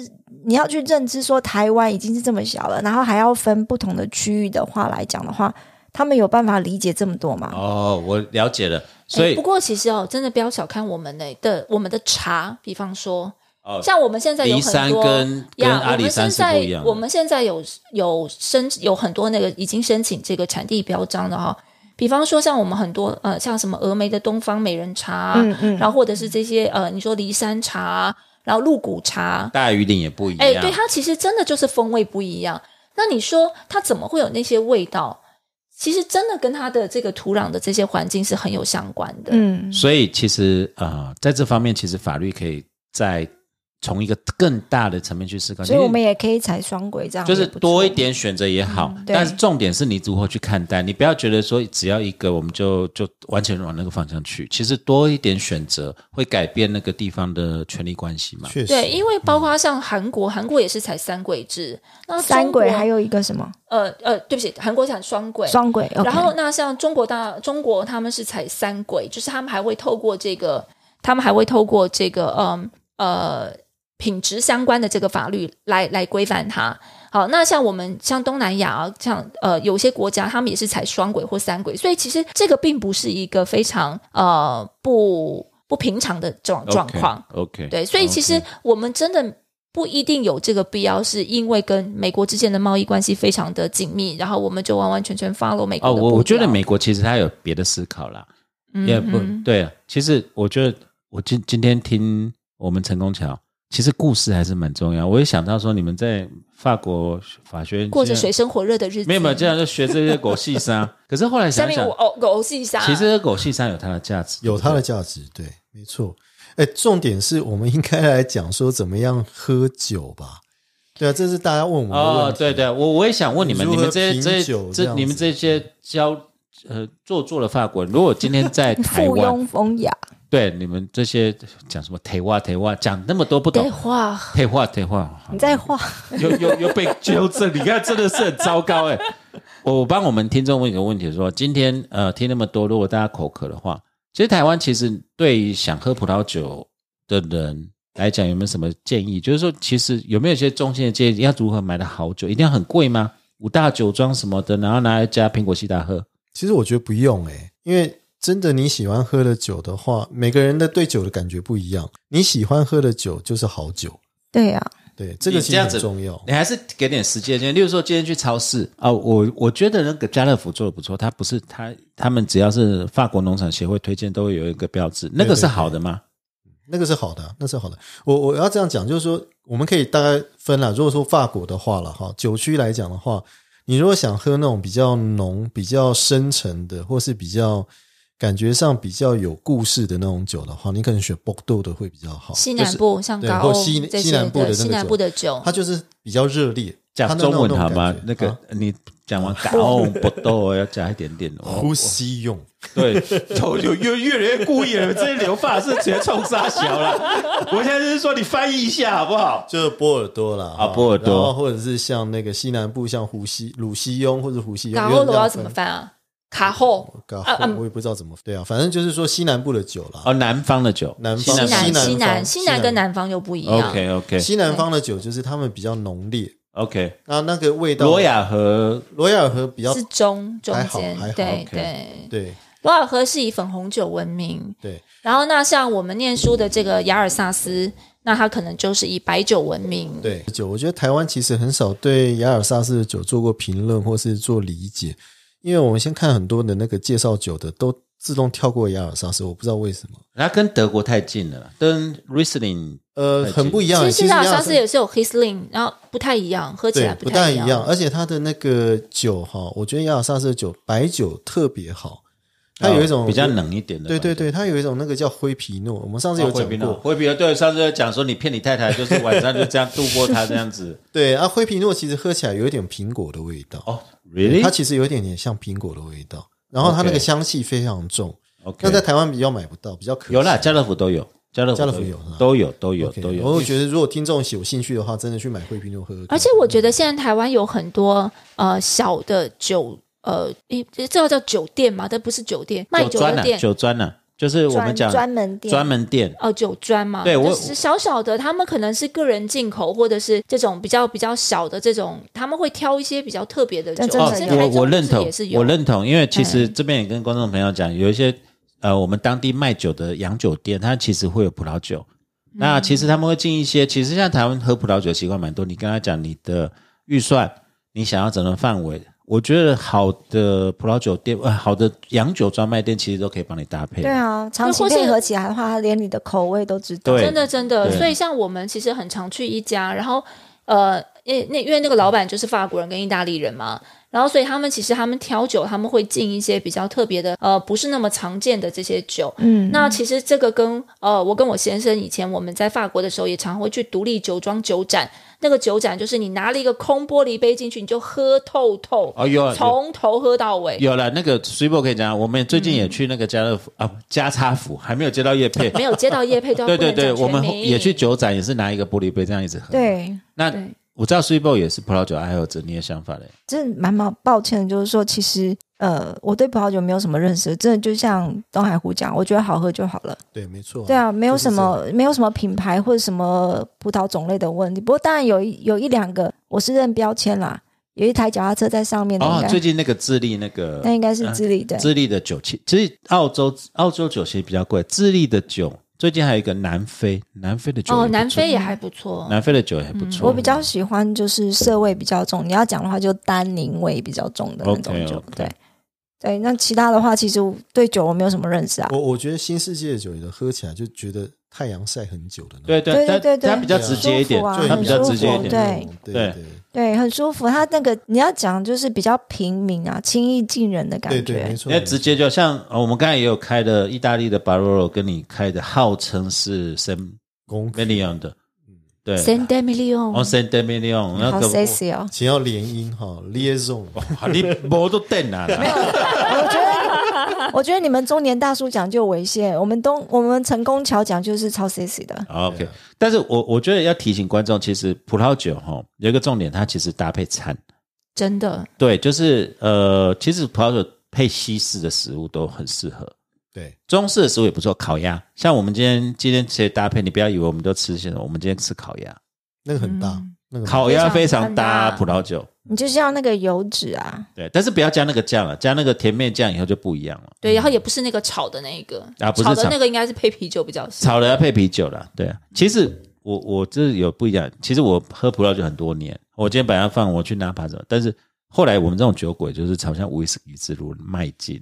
[SPEAKER 3] 你要去认知说台湾已经是这么小了，然后还要分不同的区域的话来讲的话，他们有办法理解这么多吗？
[SPEAKER 2] 哦，我了解了，所
[SPEAKER 4] 哎
[SPEAKER 2] 以
[SPEAKER 4] 不过其实哦，真的不要小看我们呢、的我们的茶，比方说，
[SPEAKER 2] 哦
[SPEAKER 4] 像我们现在有
[SPEAKER 2] 离
[SPEAKER 4] 很
[SPEAKER 2] 山
[SPEAKER 4] 多
[SPEAKER 2] 跟跟
[SPEAKER 4] 呀，
[SPEAKER 2] 阿里山是不一样的。
[SPEAKER 4] 我们现在有有申有很多那个已经申请这个产地标章的哈、比方说像我们很多呃，像什么峨眉的东方美人茶，
[SPEAKER 3] 嗯嗯
[SPEAKER 4] 然后或者是这些呃，你说骊山茶，然后鹿骨茶，
[SPEAKER 2] 大鱼岭也不一样。
[SPEAKER 4] 哎，对，它其实真的就是风味不一样。那你说它怎么会有那些味道？其实真的跟它的这个土壤的这些环境是很有相关的。
[SPEAKER 3] 嗯，
[SPEAKER 2] 所以其实呃，在这方面，其实法律可以再从一个更大的层面去思考，
[SPEAKER 3] 所以
[SPEAKER 2] 因为
[SPEAKER 3] 我们也可以踩双轨，这样
[SPEAKER 2] 就是
[SPEAKER 3] 也不错
[SPEAKER 2] 多一。点选择也好，
[SPEAKER 4] 嗯
[SPEAKER 3] 对
[SPEAKER 2] 但是重点是你如何去看待，你不要觉得说只要一个我们就就完全往那个方向去，其实多一点选择会改变那个地方的权力关系嘛。
[SPEAKER 1] 确实，
[SPEAKER 4] 对，因为包括像韩国，韩国也是采三轨制，那
[SPEAKER 3] 三轨
[SPEAKER 4] 中国
[SPEAKER 3] 还有一个什么
[SPEAKER 4] 呃呃，对不起，韩国产双轨。
[SPEAKER 3] 双轨，OK，
[SPEAKER 4] 然后那像中国大中国他们是采三轨，就是他们还会透过这个，他们还会透过这个嗯呃品质相关的这个法律来来规范它。好，那像我们像东南亚啊，像呃有些国家，他们也是采双轨或三轨，所以其实这个并不是一个非常呃不不平常的这种状况。
[SPEAKER 2] OK，
[SPEAKER 4] 对，所以其实我们真的不一定有这个必要，是因为跟美国之间的贸易关系非常的紧密，然后我们就完完全全 follow 美国
[SPEAKER 2] 哦，
[SPEAKER 4] 的步调。
[SPEAKER 2] 我我觉得美国其实他有别的思考啦，也不
[SPEAKER 4] 嗯
[SPEAKER 2] 对啊。其实我觉得我今今天听我们陈功桥，其实故事还是蛮重要。我也想到说，你们在法国法学院
[SPEAKER 4] 过着
[SPEAKER 2] 现在
[SPEAKER 4] 水深火热的日子，
[SPEAKER 2] 没有没有，这样就学这些狗戏杀。 可是后来
[SPEAKER 4] 下
[SPEAKER 2] 想
[SPEAKER 4] 面
[SPEAKER 2] 想
[SPEAKER 4] 我，偶偶戏啊杀，
[SPEAKER 2] 其实这个狗戏杀有它的价值，哦
[SPEAKER 1] 有它
[SPEAKER 2] 对
[SPEAKER 1] 的价值，对，没错。哎，重点是我们应该来讲说怎么样喝酒吧？对啊，这是大家问我们
[SPEAKER 2] 不
[SPEAKER 1] 的
[SPEAKER 2] 对哦
[SPEAKER 1] 问，题啊
[SPEAKER 2] 对对，我我也想问你们，
[SPEAKER 1] 如
[SPEAKER 2] 你
[SPEAKER 1] 何
[SPEAKER 2] 们这些
[SPEAKER 1] 品
[SPEAKER 2] 这
[SPEAKER 1] 酒
[SPEAKER 2] 些
[SPEAKER 1] 这
[SPEAKER 2] 这
[SPEAKER 1] 样子
[SPEAKER 2] 你们这些教呃做作的法国人，如果今天 在台
[SPEAKER 3] 附
[SPEAKER 2] 湾，
[SPEAKER 3] 庸风雅，
[SPEAKER 2] 对你们这些讲什么台湾台湾讲那么多不
[SPEAKER 4] 对
[SPEAKER 2] 懂，
[SPEAKER 4] 话
[SPEAKER 2] 台湾台湾，
[SPEAKER 3] 你在画
[SPEAKER 2] 又又又被纠正，你看真的是很糟糕哎、 我我帮我们听众问一个问题说，今天呃听那么多，如果大家口渴的话，其实台湾其实对于想喝葡萄酒的人来讲，有没有什么建议？就是说，其实有没有一些中性的建议？要如何买的好酒？一定要很贵吗？五大酒庄什么的，然后拿来加苹果西达喝？
[SPEAKER 1] 其实我觉得不用诶、因为真的你喜欢喝的酒的话，每个人的对酒的感觉不一样。你喜欢喝的酒就是好酒，
[SPEAKER 3] 对啊呀、
[SPEAKER 1] 对，这个
[SPEAKER 2] 你
[SPEAKER 1] 其
[SPEAKER 2] 这
[SPEAKER 1] 实
[SPEAKER 2] 样
[SPEAKER 1] 很
[SPEAKER 2] 子
[SPEAKER 1] 重要。
[SPEAKER 2] 你还是给点时间。例如说，今天去超市啊，我我觉得那个家乐福做的不错，它不是它他们只要是法国农场协会推荐，都会有一个标志，那个是好的吗？
[SPEAKER 1] 那个是好的啊，那是好的。我我要这样讲，就是说我们可以大概分了。如果说法国的话了哈，酒区来讲的话，你如果想喝那种比较浓、比较深沉的，或是比较感觉上比较有故事的那种酒的话，你可能选 b o d 的会比较好。
[SPEAKER 4] 西南部像
[SPEAKER 1] 对
[SPEAKER 4] 高
[SPEAKER 1] 或
[SPEAKER 4] 欧
[SPEAKER 1] 西
[SPEAKER 4] 这
[SPEAKER 1] 西
[SPEAKER 4] 些
[SPEAKER 1] 南部的那
[SPEAKER 4] 的
[SPEAKER 1] 个
[SPEAKER 4] 西南
[SPEAKER 1] 酒
[SPEAKER 4] 部的酒
[SPEAKER 1] 它，就是比较热烈。它
[SPEAKER 2] 讲
[SPEAKER 1] 那
[SPEAKER 2] 中文
[SPEAKER 1] 那种
[SPEAKER 2] 好吗
[SPEAKER 1] 感觉？
[SPEAKER 2] 那个
[SPEAKER 1] 啊
[SPEAKER 2] 你讲完高不豆要加一点点哦。
[SPEAKER 1] 呼吸用，
[SPEAKER 2] 对，我就越越来越故意了，这些留发是直接冲沙小了。 我现在就是说，你翻译一下好不好？
[SPEAKER 1] 就是波尔多啦，哈
[SPEAKER 2] 啊波尔多
[SPEAKER 1] 然后或者是像那个西南部，像胡西鲁西庸或者胡西庸，
[SPEAKER 4] 卡
[SPEAKER 1] 因为
[SPEAKER 4] 后
[SPEAKER 1] 这
[SPEAKER 4] 罗
[SPEAKER 1] 样
[SPEAKER 4] 要怎么
[SPEAKER 1] 分
[SPEAKER 4] 翻啊？卡后
[SPEAKER 1] 搞
[SPEAKER 4] 啊啊
[SPEAKER 1] 我也不知道怎么对啊，反正就是说西南部的酒啦，
[SPEAKER 2] 哦，南方的酒，
[SPEAKER 1] 南方
[SPEAKER 2] 西
[SPEAKER 4] 西
[SPEAKER 1] 西
[SPEAKER 4] 南
[SPEAKER 1] 南
[SPEAKER 4] 西
[SPEAKER 1] 方
[SPEAKER 4] 南
[SPEAKER 1] 西
[SPEAKER 4] 西南
[SPEAKER 1] 南
[SPEAKER 4] 跟南方又不一样。
[SPEAKER 2] OK OK
[SPEAKER 1] 西南方的酒就是他们比较浓烈，
[SPEAKER 2] OK，
[SPEAKER 1] 那那个味道，
[SPEAKER 2] 罗雅和
[SPEAKER 1] 罗雅河比较
[SPEAKER 4] 是中中
[SPEAKER 1] 还好
[SPEAKER 4] 间
[SPEAKER 1] 还好，
[SPEAKER 4] 对
[SPEAKER 2] OK
[SPEAKER 4] 对。
[SPEAKER 1] 对
[SPEAKER 4] 罗尔河是以粉红酒闻名，
[SPEAKER 1] 对，
[SPEAKER 4] 然后那像我们念书的这个雅尔萨斯，那它可能就是以白酒闻名。
[SPEAKER 1] 对酒，我觉得台湾其实很少对雅尔萨斯的酒做过评论或是做理解，因为我们先看很多的那个介绍酒的都自动跳过雅尔萨斯，我不知道为什么，
[SPEAKER 2] 它跟德国太近了啦，跟 Riesling
[SPEAKER 1] 呃，
[SPEAKER 2] 太
[SPEAKER 1] 很不一样。
[SPEAKER 4] 其实雅尔萨斯
[SPEAKER 1] 雅
[SPEAKER 4] 也是有 Hisling，然后不太一样，喝起
[SPEAKER 1] 对
[SPEAKER 4] 来
[SPEAKER 1] 不
[SPEAKER 4] 太
[SPEAKER 1] 一样，而且它的那个酒哈，我觉得雅尔萨斯的酒白酒特别好，它有一种
[SPEAKER 2] 哦比较冷一点的，
[SPEAKER 1] 对对对，它有一种那个叫灰皮诺，我们上次有
[SPEAKER 2] 哦。惠
[SPEAKER 1] 讲
[SPEAKER 2] 比诺，
[SPEAKER 1] 过。
[SPEAKER 2] 惠比诺，对，上次有讲说你骗你太太，就是晚上就这样度过她这 样子。
[SPEAKER 1] 对啊，灰皮诺其实喝起来有一点苹果的味道，
[SPEAKER 2] 哦
[SPEAKER 1] 它
[SPEAKER 2] ，really？
[SPEAKER 1] 其实有一点点像苹果的味道，然后它
[SPEAKER 2] OK
[SPEAKER 1] 那个香气非常重。
[SPEAKER 2] OK
[SPEAKER 1] 那在台湾比较买不到，比较可惜
[SPEAKER 2] 有啦，家乐福都有，家乐
[SPEAKER 1] 家乐福
[SPEAKER 2] 都
[SPEAKER 1] 有是吧
[SPEAKER 2] 都有，都有，
[SPEAKER 1] OK，
[SPEAKER 2] 都
[SPEAKER 1] 我
[SPEAKER 2] 有。
[SPEAKER 1] 会觉得如果听众有兴趣的话，真的去买灰皮诺喝喝看。
[SPEAKER 4] 而且我觉得现在台湾有很多呃小的酒，呃，诶这要叫酒店嘛，但不是酒店，卖
[SPEAKER 2] 酒
[SPEAKER 4] 酒
[SPEAKER 2] 专
[SPEAKER 4] 的
[SPEAKER 2] 呐，
[SPEAKER 4] 店，
[SPEAKER 2] 酒专呐，就是我们
[SPEAKER 3] 专
[SPEAKER 2] 讲
[SPEAKER 3] 专门店，
[SPEAKER 2] 专门店。
[SPEAKER 4] 哦，酒专嘛，
[SPEAKER 2] 对我
[SPEAKER 4] 就是小小的，他们可能是个人进口，或者是这种比较比较小的这种，他们会挑一些比较特别的酒。
[SPEAKER 3] 但真的
[SPEAKER 4] 其实
[SPEAKER 3] 有
[SPEAKER 4] 台
[SPEAKER 2] 哦我
[SPEAKER 4] 中
[SPEAKER 2] 我认
[SPEAKER 4] 市
[SPEAKER 2] 同
[SPEAKER 4] 也是，有，哎
[SPEAKER 2] 我认同，因为其实这边也跟观众朋友讲，有一些呃，我们当地卖酒的洋酒店，它其实会有葡萄酒。那其实他们会进一些，其实像台湾喝葡萄酒的习惯蛮多。你跟他讲你的预算，你想要整个范围，我觉得好的葡萄酒店，呃，好的洋酒专卖店其实都可以帮你搭配。
[SPEAKER 3] 对啊，长期
[SPEAKER 4] 或是
[SPEAKER 3] 配合起来的话，它连你的口味都知道。
[SPEAKER 2] 对
[SPEAKER 4] 真的真的。
[SPEAKER 2] 对
[SPEAKER 4] 所以像我们其实很常去一家，然后呃，因那因为那个老板就是法国人跟意大利人嘛。然后，所以他们其实他们挑酒，他们会进一些比较特别的，呃，不是那么常见的这些酒。
[SPEAKER 3] 嗯，
[SPEAKER 4] 那其实这个跟呃，我跟我先生以前我们在法国的时候，也常会去独立酒庄酒展。那个酒展就是你拿了一个空玻璃杯进去，你就喝透透，
[SPEAKER 2] 哦，有啊有
[SPEAKER 4] 从头喝到尾。
[SPEAKER 2] 有了，那个 s u p e 可以讲，我们最近
[SPEAKER 4] 嗯
[SPEAKER 2] 也去那个家乐福、啊，家差福还没有接到叶配。
[SPEAKER 4] 没有接到叶配都要
[SPEAKER 2] 对
[SPEAKER 4] 不
[SPEAKER 2] 对
[SPEAKER 4] 能
[SPEAKER 2] 对，
[SPEAKER 4] 讲
[SPEAKER 2] 我们
[SPEAKER 4] 全名
[SPEAKER 2] 也去酒展，也是拿一个玻璃杯这样一直喝。，
[SPEAKER 3] 对，
[SPEAKER 2] 那
[SPEAKER 4] 对
[SPEAKER 2] 我知道 s u p e 也是葡萄酒爱好者，你的想法嘞？
[SPEAKER 3] 真的蛮蛮抱歉的，就是说，其实呃，我对葡萄酒没有什么认识，真的就像东海湖讲，我觉得好喝就好了。
[SPEAKER 1] 对，没错、
[SPEAKER 3] 对啊，没有
[SPEAKER 1] 就是
[SPEAKER 3] 什么没有什么品牌或者什么葡萄种类的问题，不过当然有一有一两个我是认标签啦，有一台脚踏车在上面的，应
[SPEAKER 2] 哦，
[SPEAKER 3] 该、
[SPEAKER 2] 最近那个智利那个
[SPEAKER 3] 那应该是智利的。
[SPEAKER 2] 智利的酒，其其实澳洲澳洲酒其实比较贵，智利的酒最近还有一个南非，南非的酒也不
[SPEAKER 4] 哦，
[SPEAKER 2] 错
[SPEAKER 4] 南非也嗯还不错，
[SPEAKER 2] 南非的酒也不错。
[SPEAKER 3] 我比较喜欢就是涩味比较重，你要讲的话就单宁味比较重的那种酒
[SPEAKER 2] OK，OK
[SPEAKER 3] 对对。那其他的话，其实我对酒我没有什么认识啊。
[SPEAKER 1] 我我觉得新世界的酒，有的喝起来就觉得太阳晒很久的那种，
[SPEAKER 2] 对
[SPEAKER 3] 对
[SPEAKER 2] 它
[SPEAKER 3] 对对对
[SPEAKER 2] 它比较直接一点，
[SPEAKER 3] 舒服啊
[SPEAKER 1] 就
[SPEAKER 2] 它比较
[SPEAKER 3] 很舒
[SPEAKER 2] 直接一
[SPEAKER 3] 服
[SPEAKER 2] 点。
[SPEAKER 1] 对
[SPEAKER 3] 对
[SPEAKER 2] 对
[SPEAKER 1] 对
[SPEAKER 3] 对，很舒服。它那个你要讲就是比较平民啊，轻易近人的感
[SPEAKER 1] 对
[SPEAKER 3] 觉。
[SPEAKER 1] 对，没错，
[SPEAKER 2] 那直接就像呃我们刚才也有开的意大利的 Barolo，跟你开的号称是 San
[SPEAKER 1] 公
[SPEAKER 2] Million 的，对
[SPEAKER 4] s a n d e m i l i o
[SPEAKER 2] 哦
[SPEAKER 4] n
[SPEAKER 2] San Million 那
[SPEAKER 3] 好
[SPEAKER 2] 个
[SPEAKER 3] sexy 哦！
[SPEAKER 1] 请要联姻哈，liaison，
[SPEAKER 2] 哇你毛都瞪 啊！
[SPEAKER 3] 我觉得，我觉得你们中年大叔讲究猥亵，我们东我们成功桥讲就是超 sexy 的。
[SPEAKER 2] 好 OK，但是我我觉得要提醒观众，其实葡萄酒哈有一个重点，它其实搭配餐，
[SPEAKER 4] 真的
[SPEAKER 2] 对，就是呃，其实葡萄酒配西式的食物都很适合。
[SPEAKER 1] 对，
[SPEAKER 2] 中式的食物也不错，烤鸭。像我们今天今天这些搭配，你不要以为我们都吃些什么，我们今天吃烤鸭，
[SPEAKER 1] 那个很
[SPEAKER 3] 嗯
[SPEAKER 1] 大，那个很大
[SPEAKER 2] 烤嗯鸭非常
[SPEAKER 4] 非常
[SPEAKER 2] 搭
[SPEAKER 4] 搭
[SPEAKER 2] 葡萄酒。
[SPEAKER 3] 你就是要那个油脂啊，
[SPEAKER 2] 对，但是不要加那个酱了，加那个甜面酱以后就不一样了。
[SPEAKER 4] 对，然后也不是那个炒的那一个
[SPEAKER 2] 啊不是
[SPEAKER 4] 炒的
[SPEAKER 2] 炒
[SPEAKER 4] 那个应该是配啤酒比较少。
[SPEAKER 2] 炒了要配啤酒了，对啊。其实我我这有不一样，其实我喝葡萄酒很多年，我今天本来要放我去拿盘子，但是后来我们这种酒鬼就是朝向威士忌之路迈进。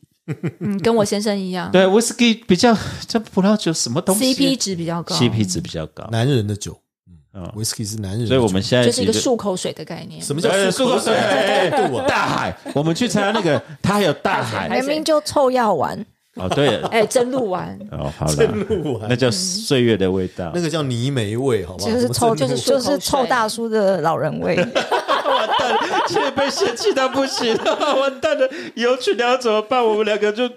[SPEAKER 4] 嗯，跟我先生一样
[SPEAKER 2] 对，威士忌比较这葡萄酒什么东西
[SPEAKER 4] ，CP 值比较高
[SPEAKER 2] CP 值比较高，
[SPEAKER 1] 男人的酒，嗯
[SPEAKER 2] 嗯
[SPEAKER 1] ，whisky 是男人的酒，
[SPEAKER 2] 所以我们现在
[SPEAKER 4] 就是一个
[SPEAKER 2] 其实
[SPEAKER 4] 漱口水的概念。
[SPEAKER 1] 什么叫
[SPEAKER 2] 对，漱口水，哎
[SPEAKER 1] 对我
[SPEAKER 2] 大海，我们去参加那个，它有大海
[SPEAKER 4] 还
[SPEAKER 3] 明
[SPEAKER 4] 是
[SPEAKER 3] 明就臭药丸。
[SPEAKER 2] 哦，对，
[SPEAKER 4] 哎，真录完，
[SPEAKER 2] 哦，好了，
[SPEAKER 1] 录完
[SPEAKER 2] 那叫岁月的味道
[SPEAKER 1] 啊那。个叫泥煤味，好不好？
[SPEAKER 3] 就是
[SPEAKER 1] 什么
[SPEAKER 3] 臭，
[SPEAKER 1] 正
[SPEAKER 3] 就
[SPEAKER 1] 路
[SPEAKER 3] 是
[SPEAKER 4] 漱口
[SPEAKER 3] 就
[SPEAKER 4] 水
[SPEAKER 3] 是臭大叔的老人味。
[SPEAKER 2] 完蛋了，现在被嫌弃到不行了， 完蛋了，以后去聊怎么办？我们两个就就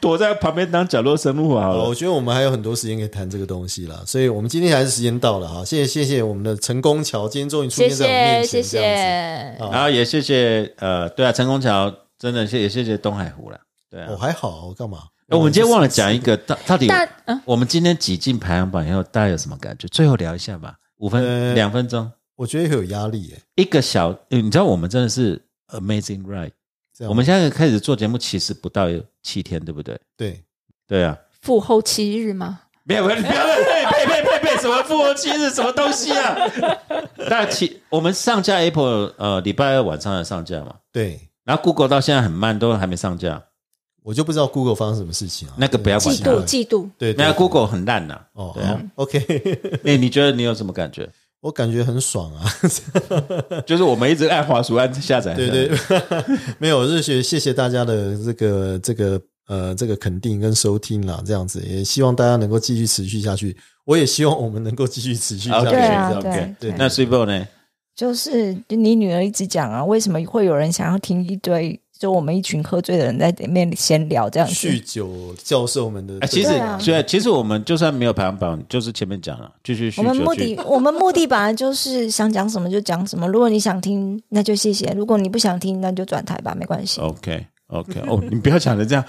[SPEAKER 2] 躲在旁边当角落生物好
[SPEAKER 1] 好，我
[SPEAKER 2] 了。
[SPEAKER 1] 觉得我们还有很多时间可以谈这个东西啦，所以我们今天还是时间到了哈，谢谢谢谢我们的成功桥，今天终于出
[SPEAKER 4] 谢
[SPEAKER 1] 现在我们面
[SPEAKER 4] 谢
[SPEAKER 1] 前，这
[SPEAKER 4] 谢
[SPEAKER 1] 样子
[SPEAKER 4] 谢。
[SPEAKER 2] 然后也谢谢呃，对啊，陈功桥真的谢也谢谢东海湖了。对啊
[SPEAKER 1] 我、，哦还好，我干嘛？
[SPEAKER 2] 哎我们今天忘了讲一个，到到底
[SPEAKER 4] 但嗯
[SPEAKER 2] 我们今天挤进排行榜以后，大家有什么感觉？最后聊一下吧，五
[SPEAKER 1] 呃
[SPEAKER 2] 分两分钟，
[SPEAKER 1] 我觉得会有压力耶，
[SPEAKER 2] 一个小，呃你知道我们真的是 amazing ride。
[SPEAKER 1] 这样
[SPEAKER 2] 我们现在开始做节目，其实不到七天，对不对？
[SPEAKER 1] 对
[SPEAKER 2] 对啊，
[SPEAKER 4] 复后七日吗？
[SPEAKER 2] 没有，你不要配配配配配什么复活期是什么东西啊？那其我们上架 Apple 呃礼拜二晚上要上架嘛，
[SPEAKER 1] 对，
[SPEAKER 2] 然后 Google 到现在很慢，都还没上架。
[SPEAKER 1] 我就不知道 Google 发生什么事情啊，
[SPEAKER 2] 那个不要管
[SPEAKER 4] 嫉
[SPEAKER 2] 它
[SPEAKER 4] 妒，嫉妒。
[SPEAKER 1] 对，对
[SPEAKER 2] 那 Google 很烂呐、
[SPEAKER 1] 哦，
[SPEAKER 2] 对
[SPEAKER 1] 好
[SPEAKER 2] 啊
[SPEAKER 1] OK，
[SPEAKER 2] 你你觉得你有什么感觉？
[SPEAKER 1] 我感觉很爽啊，
[SPEAKER 2] 就是我们一直按滑鼠按下载，
[SPEAKER 1] 对对， 没有，日学，谢谢大家的这个这个呃这个肯定跟收听啦，这样子也希望大家能够继续持续下去，我也希望我们能够继续持续下去，
[SPEAKER 2] OK，
[SPEAKER 3] 对啊
[SPEAKER 1] 这样
[SPEAKER 3] 对
[SPEAKER 1] 对
[SPEAKER 2] 那 s u p e 呢？
[SPEAKER 3] 就是你女儿一直讲啊，为什么会有人想要听一堆就我们一群喝醉的人在里面闲聊这样子？
[SPEAKER 1] 酗酒教授们的这个、
[SPEAKER 2] 啊，其实
[SPEAKER 3] 对啊
[SPEAKER 2] 虽然其实我们就算没有排行榜，就是前面讲了，继续酗
[SPEAKER 3] 我们
[SPEAKER 2] 酒
[SPEAKER 3] 目
[SPEAKER 2] 去
[SPEAKER 3] 的，我们目的本来就是想讲什么就讲什么。如果你想听，那就谢谢；如果你不想听，那就转台吧，没关系。
[SPEAKER 2] OK OK，哦，你不要讲的这样，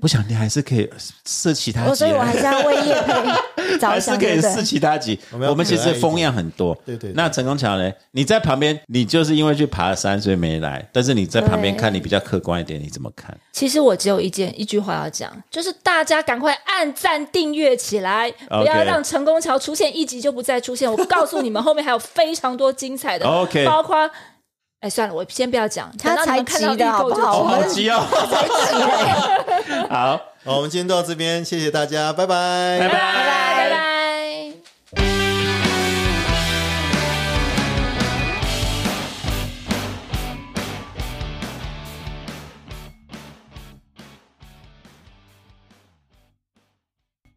[SPEAKER 2] 我想你还是可以设其他集啊。
[SPEAKER 3] 我哦所以我还是要为叶 佩着
[SPEAKER 2] 还是
[SPEAKER 3] 想，
[SPEAKER 2] 可
[SPEAKER 3] 对
[SPEAKER 2] 以
[SPEAKER 3] 不
[SPEAKER 2] 试
[SPEAKER 3] 对？
[SPEAKER 2] 其他集。
[SPEAKER 1] 我们要
[SPEAKER 2] 我们其实风样很多。
[SPEAKER 1] 对对对
[SPEAKER 2] 那陈功桥呢？你在旁边，你就是因为去爬山所以没来，但是你在旁边
[SPEAKER 3] 对
[SPEAKER 2] 看，你比较客观一点，你怎么看？
[SPEAKER 4] 其实我只有一件一句话要讲，就是大家赶快按赞订阅起来，不要
[SPEAKER 2] OK
[SPEAKER 4] 让成功桥出现一集就不再出现。我告诉你们，后面还有非常多精彩的
[SPEAKER 2] OK
[SPEAKER 4] 包括。哎，算了，我先不要讲，
[SPEAKER 3] 他
[SPEAKER 4] 等到你们看到
[SPEAKER 3] 才急的
[SPEAKER 4] 预购就知道
[SPEAKER 3] 好
[SPEAKER 2] 哦，
[SPEAKER 3] 不
[SPEAKER 2] 好急 哦！好，
[SPEAKER 1] 好，我们今天到这边，谢谢大家，拜拜，
[SPEAKER 2] 拜拜。